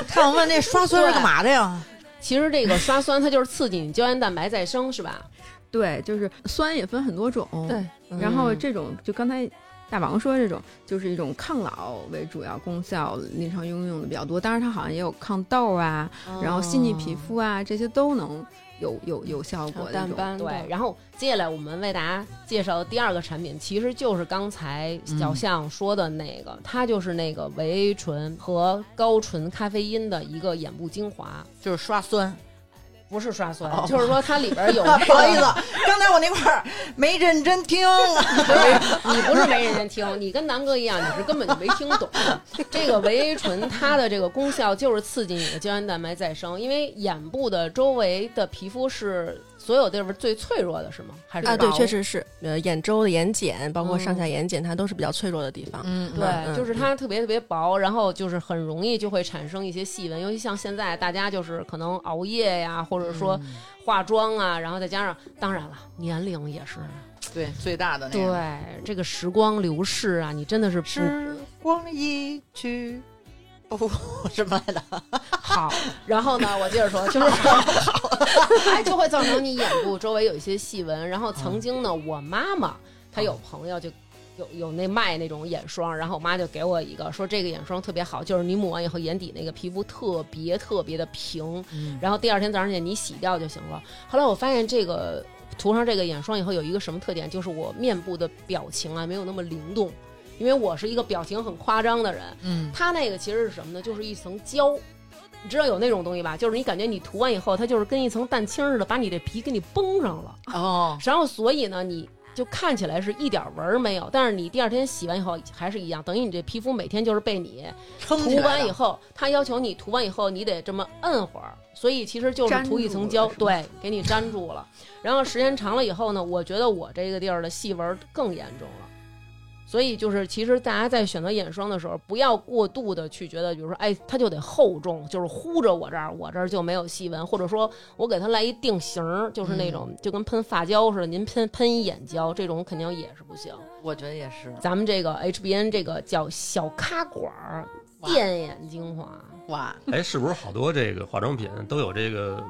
Speaker 3: 看我问那刷酸是干嘛的呀？
Speaker 1: [LAUGHS] 其实这个刷酸它就是刺激你胶原蛋白再生，是吧？
Speaker 4: 对，就是酸也分很多种。
Speaker 2: 对，
Speaker 4: 然后
Speaker 1: 嗯
Speaker 4: 这种就刚才大王说这种，就是一种抗老为主要功效，临床应用的比较多。当然，它好像也有抗痘啊，然后细腻皮肤啊，这些都能有有有效
Speaker 2: 还有
Speaker 4: 果的
Speaker 2: 淡
Speaker 4: 一种。
Speaker 2: 斑的
Speaker 1: 嗯对，然后接下来我们为大家介绍的第二个产品，其实就是刚才小象说的那个，它就是那个维 A 醇和高纯咖啡因的一个眼部精华，
Speaker 3: 就是刷酸。
Speaker 1: 不是刷酸，
Speaker 3: 哦
Speaker 1: 就是说它里边有、
Speaker 3: 啊，
Speaker 1: 那
Speaker 3: 不好意思
Speaker 1: 个，，
Speaker 3: 刚才我那块儿没认真听。
Speaker 1: [LAUGHS] 你不是没认真听，你跟南哥一样，你是根本就没听懂。这个维 A 醇它的这个功效就是刺激你的胶原蛋白再生，因为眼部的周围的皮肤是所有地方最脆弱的，是吗？还是
Speaker 2: 啊，对，
Speaker 1: 薄
Speaker 2: 确实是，呃，眼周的眼睑，包括
Speaker 1: 嗯
Speaker 2: 上下眼睑，它都是比较脆弱的地方。
Speaker 3: [LAUGHS] 嗯，
Speaker 1: 对，
Speaker 2: 嗯
Speaker 1: 就是它特别特别薄，然后就是很容易就会产生一些细纹，尤其像现在大家就是可能熬夜呀，或
Speaker 2: 嗯
Speaker 1: 者说化妆啊，然后再加上当然了年龄也是，
Speaker 3: 对，最大的那
Speaker 1: 对
Speaker 3: 个。
Speaker 1: 这个时光流逝啊，你真的是不
Speaker 3: 时光一去，不什么来着？
Speaker 1: 好。然后呢，我接着说，就是哎，就会造成你眼部周围有一些细纹。然后曾经呢，我妈妈她有朋友就。有有那卖那种眼霜，然后我妈就给我一个，说这个眼霜特别好，就是你抹完以后眼底那个皮肤特别特别的平，
Speaker 3: 嗯，
Speaker 1: 然后第二天早上起来你洗掉就行了。后来我发现这个涂上这个眼霜以后有一个什么特点，就是我面部的表情啊没有那么灵动，因为我是一个表情很夸张的人。
Speaker 3: 嗯，
Speaker 1: 它那个其实是什么呢？就是一层胶。你知道有那种东西吧？就是你感觉你涂完以后，它就是跟一层蛋清似的，把你这皮给你绷上了。
Speaker 3: 哦，
Speaker 1: 然后所以呢，你就看起来是一点纹儿没有，但是你第二天洗完以后还是一样，等于你这皮肤每天就是被你
Speaker 3: 撑
Speaker 1: 涂
Speaker 3: 起来
Speaker 1: 完
Speaker 3: 的
Speaker 1: 以后，他要求你涂完以后你得这么摁会儿，所以其实就是
Speaker 4: 粘
Speaker 1: 涂一
Speaker 4: 住
Speaker 1: 层
Speaker 4: 了
Speaker 1: 胶，
Speaker 4: 是吧
Speaker 1: 对，给你粘住了。然后时间长了以后呢，我觉得我这个地儿的细纹更严重了，所以就是，其实大家在选择眼霜的时候，不要过度的去觉得，比如说，哎，它就得厚重，就是糊着我这儿，我这儿就没有细纹，或者说我给它来一定型儿，就是
Speaker 4: 嗯
Speaker 1: 那种、就跟喷发胶似的，您喷喷一眼胶，这种肯定也是不行。
Speaker 6: 我觉得也是。
Speaker 1: 咱们这个 HBN 这个叫小咖管儿
Speaker 6: 哇
Speaker 1: 电眼精华，
Speaker 6: 哇，
Speaker 5: 哎，是不是好多这个化妆品都有这个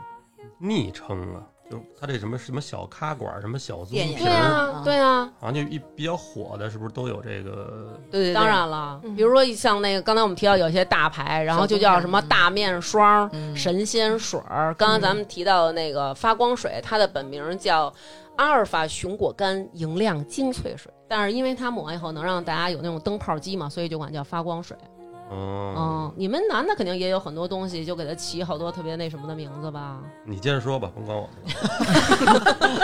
Speaker 5: 昵称啊？就是它这什么什么小咖管儿，什么小棕
Speaker 6: 电眼
Speaker 5: 瓶
Speaker 1: 对
Speaker 5: 儿，
Speaker 6: 嗯
Speaker 1: 啊，对啊，
Speaker 5: 好像就一比较火的，是不是都有这个？
Speaker 6: 对对对，
Speaker 1: 当然了，
Speaker 2: 嗯
Speaker 1: 比如说像那个刚才我们提到有些大牌，然后就叫什么大面霜、
Speaker 6: 嗯
Speaker 1: 神仙水儿。刚刚咱们提到的那个发光水，它的本名叫阿尔法熊果苷莹亮精粹水，但是因为它抹完以后能让大家有那种灯泡肌嘛，所以就管叫发光水。
Speaker 5: 嗯，
Speaker 1: 嗯，你们男的肯定也有很多东西，就给它起好多特别那什么的名字吧。
Speaker 5: 你接着说吧，甭管我们，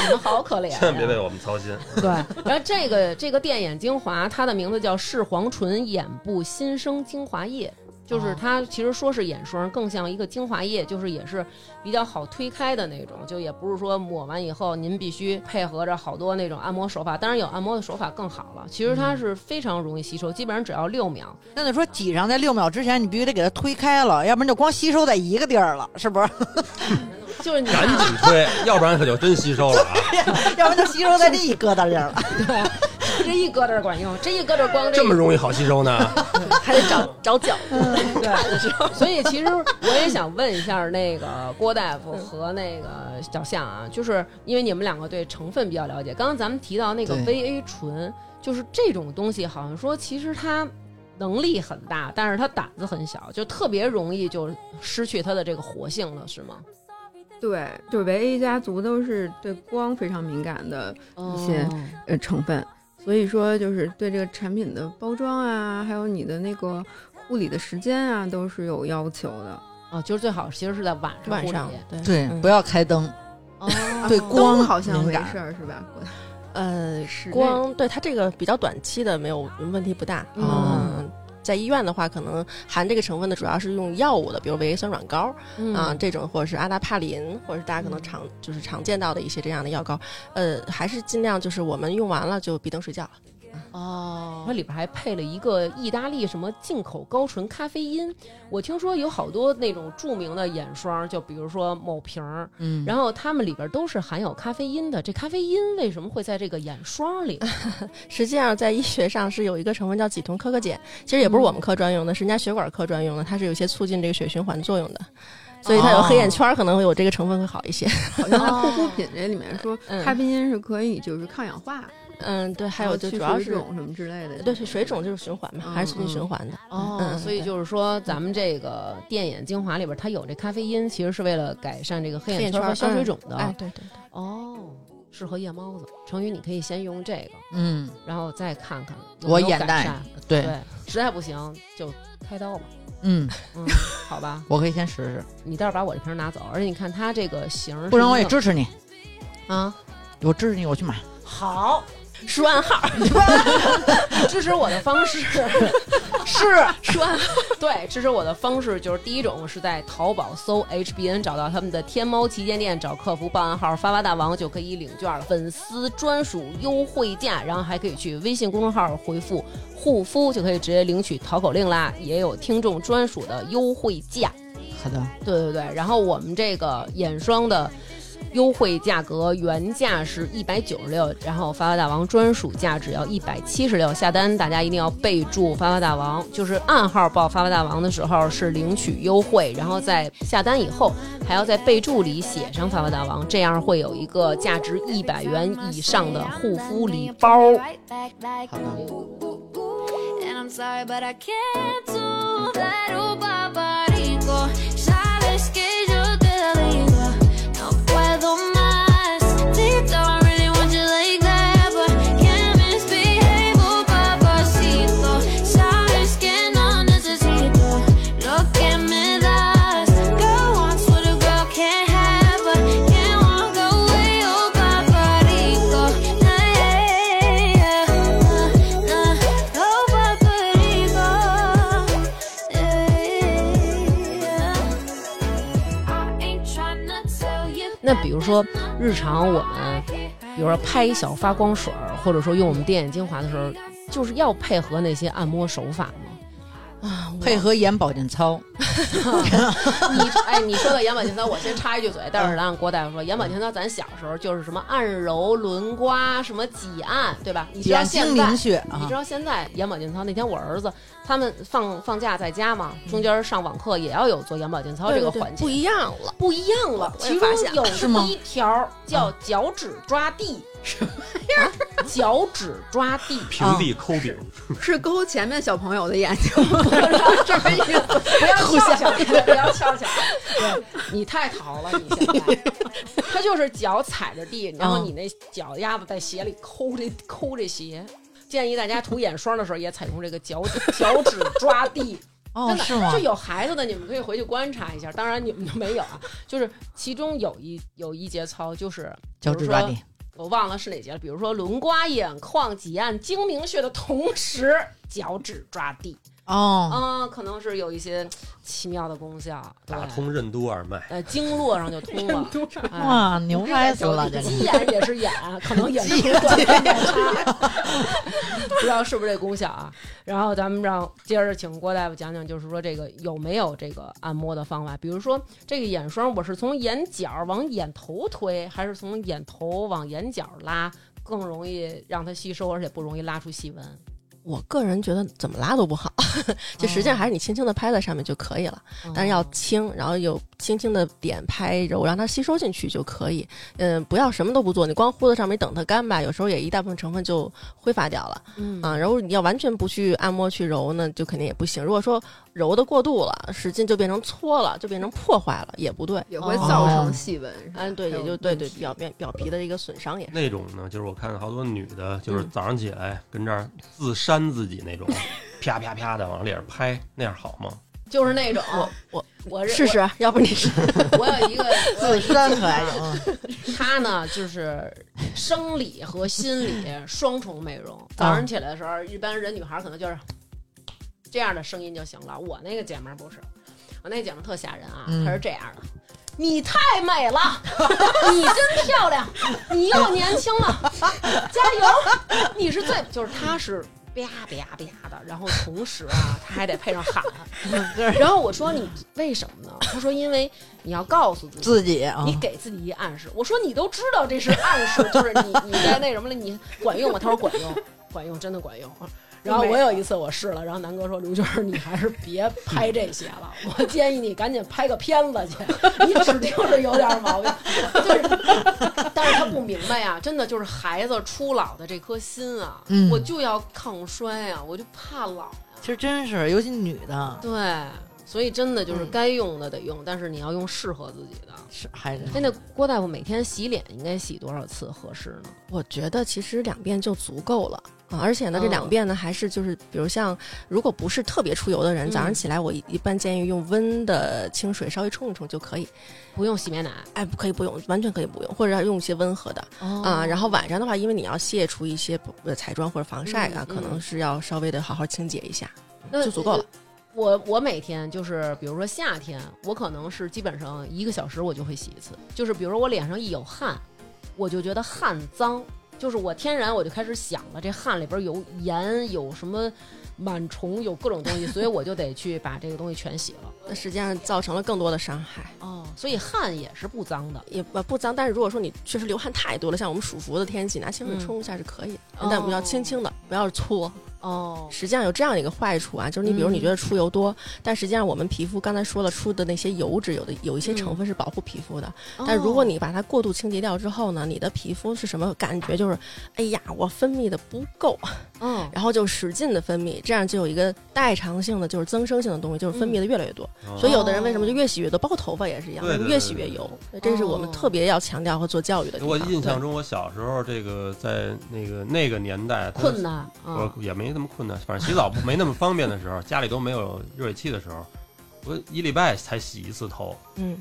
Speaker 1: 你们好可怜、
Speaker 6: [LAUGHS]
Speaker 1: 呀
Speaker 5: 千万别为我们操心。
Speaker 1: 对，然后这个这个电眼精华，它的名字叫视黄醇眼部新生精华液，
Speaker 5: 哦
Speaker 1: 就是它其实说是眼霜，更像一个精华液，就是也是比较好推开的那种，就也不是说抹完以后您必须配合着好多那种按摩手法，当然有按摩的手法更好了。其实
Speaker 5: 嗯
Speaker 1: 它是非常容易吸收，基本上只要六秒。
Speaker 3: 那得说挤上在六秒之前，你必须得给它推开了，要不然就光吸收在一个地儿了，是不 [LAUGHS] 是？
Speaker 1: 就是你
Speaker 5: 赶
Speaker 1: 看啊
Speaker 5: 紧 [LAUGHS] 推，要不然可就真吸收了啊！
Speaker 3: 要不然就吸收在这一疙瘩这儿了。
Speaker 1: 这一搁这儿管用，这一搁这儿光
Speaker 5: 这么
Speaker 1: 一
Speaker 5: 容易好吸收呢？
Speaker 6: 还得找找脚。
Speaker 1: 所以其实我也想问一下那个郭大夫和那个小夏啊，就是因为你们两个对成分比较了解，刚刚咱们提到那个
Speaker 6: 对
Speaker 1: VA 醇，就是这种东西，好像说其实它。能力很大，但是它胆子很小，就特别容易就失去它的这个活性了，是吗？
Speaker 4: 对，就是维 A 家族都是对光非常敏感的一些呃成分，所以说就是对这个产品的包装啊，还有你的那个护理的时间啊，都是有要求的。
Speaker 1: 哦，就是最好其实是在晚上
Speaker 2: 晚
Speaker 1: 护理
Speaker 2: [LAUGHS] 上啊对
Speaker 3: 对
Speaker 2: 嗯
Speaker 3: 不要开灯，
Speaker 1: 哦，
Speaker 3: 对光
Speaker 4: 啊灯好像
Speaker 3: 敏
Speaker 4: 没
Speaker 3: 感
Speaker 4: 事儿是吧？我
Speaker 2: 呃
Speaker 4: 室内
Speaker 2: 光对它这个比较短期的没有问题不大。
Speaker 1: 嗯
Speaker 2: 嗯，在医院的话，可能含这个成分的主要是用药物的，比如维 A 酸软膏
Speaker 1: 嗯
Speaker 2: 啊、这种，或者是阿达帕林，或者是大家
Speaker 4: 嗯
Speaker 2: 可能常、就是常见到的一些这样的药膏。呃，还是尽量就是我们用完了就闭灯睡觉。
Speaker 1: 它
Speaker 6: 哦，
Speaker 1: 里边还配了一个意大利什么进口高纯咖啡因。我听说有好多那种著名的眼霜，就比如说某瓶儿，
Speaker 3: 嗯
Speaker 1: 然后它们里边都是含有咖啡因的。这咖啡因为什么会在这个眼霜 [LAUGHS] 里？
Speaker 2: 实际上，在医学上是有一个成分叫几酮可可碱，其实也不是我
Speaker 4: 嗯
Speaker 2: 们科专用的，是人家血管科专用的，它是有一些促进这个血循环作用的，所以它
Speaker 4: 哦
Speaker 2: 有黑眼圈儿可能会有这个成分会好一
Speaker 4: [LAUGHS]
Speaker 2: 些。
Speaker 4: 好像在
Speaker 1: 哦
Speaker 4: 护肤品这里面说，
Speaker 2: 嗯
Speaker 4: 咖啡因是可以就是抗氧化，
Speaker 2: 嗯，对，还
Speaker 4: 然
Speaker 2: 有
Speaker 4: 后
Speaker 2: 就
Speaker 4: 哦去
Speaker 2: 主要
Speaker 4: 水
Speaker 2: 是
Speaker 4: 肿嗯什么之类的。
Speaker 2: 对是水肿就是循环嘛，还是促进循环的。 [LAUGHS]
Speaker 1: 哦
Speaker 2: 嗯
Speaker 1: 所以就是说，咱们这个电眼精华里边它有这咖啡因，其实是为了改善这个黑
Speaker 2: 黑
Speaker 1: 眼
Speaker 2: 眼
Speaker 1: 圈
Speaker 2: 圈
Speaker 1: 和消水肿的。
Speaker 2: 哎，对对对，
Speaker 1: 哦，适合夜猫子。成宇，你可以先用这个，
Speaker 3: 嗯，
Speaker 1: 然后再看看有
Speaker 3: 我
Speaker 1: 没有
Speaker 3: 眼
Speaker 1: 改
Speaker 3: 袋
Speaker 1: 善
Speaker 3: 对，
Speaker 1: 对，实在不行就开刀吧。
Speaker 3: 嗯，
Speaker 1: 嗯，好吧，
Speaker 3: 我可以先试试，
Speaker 1: [LAUGHS] 你待会儿把我这瓶儿拿走，而且你看它这个型儿是一个，
Speaker 3: 不然我也支持你，
Speaker 1: 啊，
Speaker 3: 我支持你，我去买。
Speaker 1: 好，输暗号， [LAUGHS] 支持我的方式是输暗号，对，支持我的方式就是第一种是在淘宝搜 HBN 找到他们的天猫旗舰店，找客服报暗号“发发大王”就可以领券了，粉丝专属优惠价，然后还可以去微信公众号回复“护肤”就可以直接领取淘口令啦，也有听众专属的优惠价。
Speaker 3: 好的，
Speaker 1: 对对对，然后我们这个眼霜的优惠价格原价是一百九十六，然后发发大王专属价只要一百七十六。下单大家一定要备注发发大王，就是暗号报发发大王的时候是领取优惠，然后在下单以后还要在备注里写上发发大王，这样会有一个价值一百元以上的护肤礼包。
Speaker 3: 好的。
Speaker 7: And I'm sorry, but I can't do that. Oh, paparico, sabes que yo te digo, no puedo más. Tito, I really want you like that, but can't misbehave. Oh, papacito, sabes que no necesito lo que me das. Girl wants what a girl can't have, but can't walk away. Oh, paparico, nah, yeah, yeah, yeah, nah, nah. Oh, paparico, yeah, yeah. I ain't tryna tell you
Speaker 1: 那比如说
Speaker 7: that
Speaker 1: 日常我们
Speaker 7: I'm not here.
Speaker 1: 比如说拍一小发光水儿，或者说用我们电眼精华的时候，就是要配合那些按摩手法吗？
Speaker 3: 配合眼保健操，
Speaker 1: [LAUGHS] 你哎，你说到眼保健操，我先插一句嘴，但是咱按郭大夫说，眼保健操咱小时候就是什么按揉、轮刮、什么挤按，对吧？你知道
Speaker 3: 眼
Speaker 1: 现
Speaker 3: 睛
Speaker 1: 在
Speaker 3: 凝血
Speaker 1: 你
Speaker 3: 啊
Speaker 1: 知，道现在眼保健操那天我儿子他们放放假在家嘛，中间上网课也要有做眼保健操这个环节，
Speaker 2: 不一样了。
Speaker 1: 不一样了。
Speaker 2: 我也
Speaker 1: 其
Speaker 2: 发
Speaker 1: 中
Speaker 2: 现啊
Speaker 1: 有
Speaker 3: 是吗
Speaker 1: 一条叫脚趾抓
Speaker 2: [LAUGHS]
Speaker 1: 地， [LAUGHS] 什么呀？脚趾抓地，
Speaker 5: 平地抠饼，
Speaker 4: 是勾前面小朋友的眼睛吗，这
Speaker 2: 哎
Speaker 4: 么意思？
Speaker 1: 不要翘起来，不要翘起来。对你太淘了，你现在，他就是脚踩着地，然
Speaker 2: 啊
Speaker 1: 后你那脚丫子在鞋里抠这抠这鞋。建议大家涂眼霜的时候也采用这个脚趾脚趾抓地，
Speaker 3: 哦
Speaker 1: 真的
Speaker 3: 是吗
Speaker 1: 就？有孩子的你们可以回去观察一下，当然你们就没有啊。就是其中有一有一节操就是
Speaker 3: 脚趾抓
Speaker 1: 比如
Speaker 3: 地
Speaker 1: 说，我忘了是哪节了，比如说轮刮眼眶挤按睛明穴的同时，脚趾抓地。
Speaker 3: 哦，
Speaker 1: 啊、可能是有一些奇妙的功效，对
Speaker 5: 打，通任督二脉。
Speaker 1: 呃，经络上就通
Speaker 3: [LAUGHS]
Speaker 1: 了。哎
Speaker 3: 哇，牛掰死了，这
Speaker 1: 鸡
Speaker 3: 个
Speaker 1: 眼也是眼，可能也是 [LAUGHS] 不知道是不是这功效啊？然后咱们让接着请郭大夫讲讲，就是说这个有没有这个按摩的方法？比如说这个眼霜，我是从眼角往眼头推，还是从眼头往眼角拉，更容易让它吸收，而且不容易拉出细纹？
Speaker 2: 我个人觉得怎么拉都不好， [LAUGHS] 就实际
Speaker 4: 哦
Speaker 2: 上还是你轻轻的拍在上面就可以了，但是要轻，然后有轻轻的点拍揉，让它吸收进去就可以。嗯，不要什么都不做，你光糊在上面等它干吧，有时候也一大部分成分就挥发掉了。
Speaker 1: 嗯
Speaker 2: 啊，然后你要完全不去按摩去揉呢，就肯定也不行。如果说揉的过度了，使劲就变成搓了，就变成破坏了，也不对。
Speaker 4: 也会造
Speaker 2: 哦
Speaker 4: 成细纹。是吧
Speaker 2: 嗯，对，也就对对，表面表皮的一个损伤也是。
Speaker 5: 那种呢，就是我看好多女的，就是
Speaker 2: 嗯
Speaker 5: 早上起来跟这儿自扇自己那种，啪啪啪的往脸上拍，那样好吗？
Speaker 1: 就是那种
Speaker 2: 我我
Speaker 1: 我是
Speaker 2: 试试，啊要不你试
Speaker 1: 我，我有一个我有
Speaker 3: 自
Speaker 1: 一个
Speaker 3: 扇还是嗯
Speaker 1: 她呢，就是生理和心理双重美容。早上起来的时候，一般人女孩可能就是这样的声音就行了。我那个姐们儿不是，我那姐们儿特吓人啊，
Speaker 3: 嗯
Speaker 1: 她是这样的。你太美了， [LAUGHS] 你真漂亮，你又年轻了， [LAUGHS] 加油！你是最就是她是吧吧吧的，然后同时啊，她还得配上喊。
Speaker 3: 嗯
Speaker 1: 然后我说你为什么呢？她说因为 [LAUGHS] 你要告诉自己，
Speaker 3: 自己啊
Speaker 1: 你，给自己一暗示。我说你都知道这是暗示，就是你你在那什么了，你管用吗？他说管用，管用，真的管用。然后我有一次我试了，然后南哥说：“刘娟儿，你还是别拍这些了，我建议你赶紧拍个片子去，你指定是有点毛病。”就是，但是他不明白呀、真的就是孩子初老的这颗心啊，
Speaker 3: 嗯
Speaker 1: 我就要抗衰呀、我就怕老呀、
Speaker 3: 其实真是，尤其女的，
Speaker 1: 对，所以真的就是
Speaker 3: 嗯
Speaker 1: 该用的得用，但是你要用适合自己的。
Speaker 3: 是还是
Speaker 1: 哎，那郭大夫每天洗脸应该洗多少次合适呢？
Speaker 2: 我觉得其实两遍就足够了。啊，而且呢，这
Speaker 1: 嗯
Speaker 2: 两遍呢，还是就是，比如像如果不是特别出油的人，早上
Speaker 1: 嗯
Speaker 2: 起来我一一般建议用温的清水稍微冲一冲就可以。
Speaker 1: 不用洗面奶
Speaker 2: 哎，不可以不用，完全可以不用，或者用一些温和的啊、
Speaker 1: 啊
Speaker 2: 然后晚上的话，因为你要卸除一些不呃彩妆或者防晒啊，
Speaker 1: 嗯
Speaker 2: 可能是要稍微的好好清洁一下，
Speaker 1: 那
Speaker 2: 就足够了。
Speaker 1: 我我每天就是，比如说夏天，我可能是基本上一个小时我就会洗一次。就是比如说我脸上一有汗，我就觉得汗脏，就是我天然我就开始想了，这汗里边有盐，有什么螨虫，有各种东西，所以我就得去把这个东西全洗了。
Speaker 2: 那实际上造成了更多的伤害，
Speaker 1: 哦，所以汗也是不脏的。
Speaker 2: 也不不脏。但是如果说你确实流汗太多了，像我们暑伏的天气，拿清水
Speaker 1: 嗯
Speaker 2: 冲一下是可以的，
Speaker 1: 哦
Speaker 2: 但我们要轻轻的，不要搓。
Speaker 1: 哦，
Speaker 2: 实际上有这样一个坏处啊，就是你比如
Speaker 1: 嗯
Speaker 2: 你觉得出油多，但实际上我们皮肤刚才说了出的那些油脂，有的有一些
Speaker 1: 嗯哦
Speaker 2: 成分是保护皮肤的，但如果你把它过度清洁掉之后呢，你的皮肤是什么感觉？就是，哎呀，我分泌的不够，
Speaker 1: 嗯
Speaker 2: 然后就使劲的分泌，这样就有一个代偿性的，就是增生性的东西，就是分泌的
Speaker 1: 嗯
Speaker 2: 越来越多。
Speaker 5: 啊
Speaker 2: 所以有的人为什么
Speaker 1: 哦
Speaker 2: 就越洗越多，包括头发也是一样，
Speaker 5: 对对对
Speaker 2: 越洗越油。这是我们特别要强调和做教育的地方。
Speaker 5: 我印象
Speaker 2: 对
Speaker 5: 中，我小时候这个在那个那个年代，它
Speaker 1: 困难啊
Speaker 5: 我，也没那么困难，反正洗澡不没那么方便的时候，家里都没有热水器的时候，我一礼拜才洗一次头，
Speaker 2: 嗯，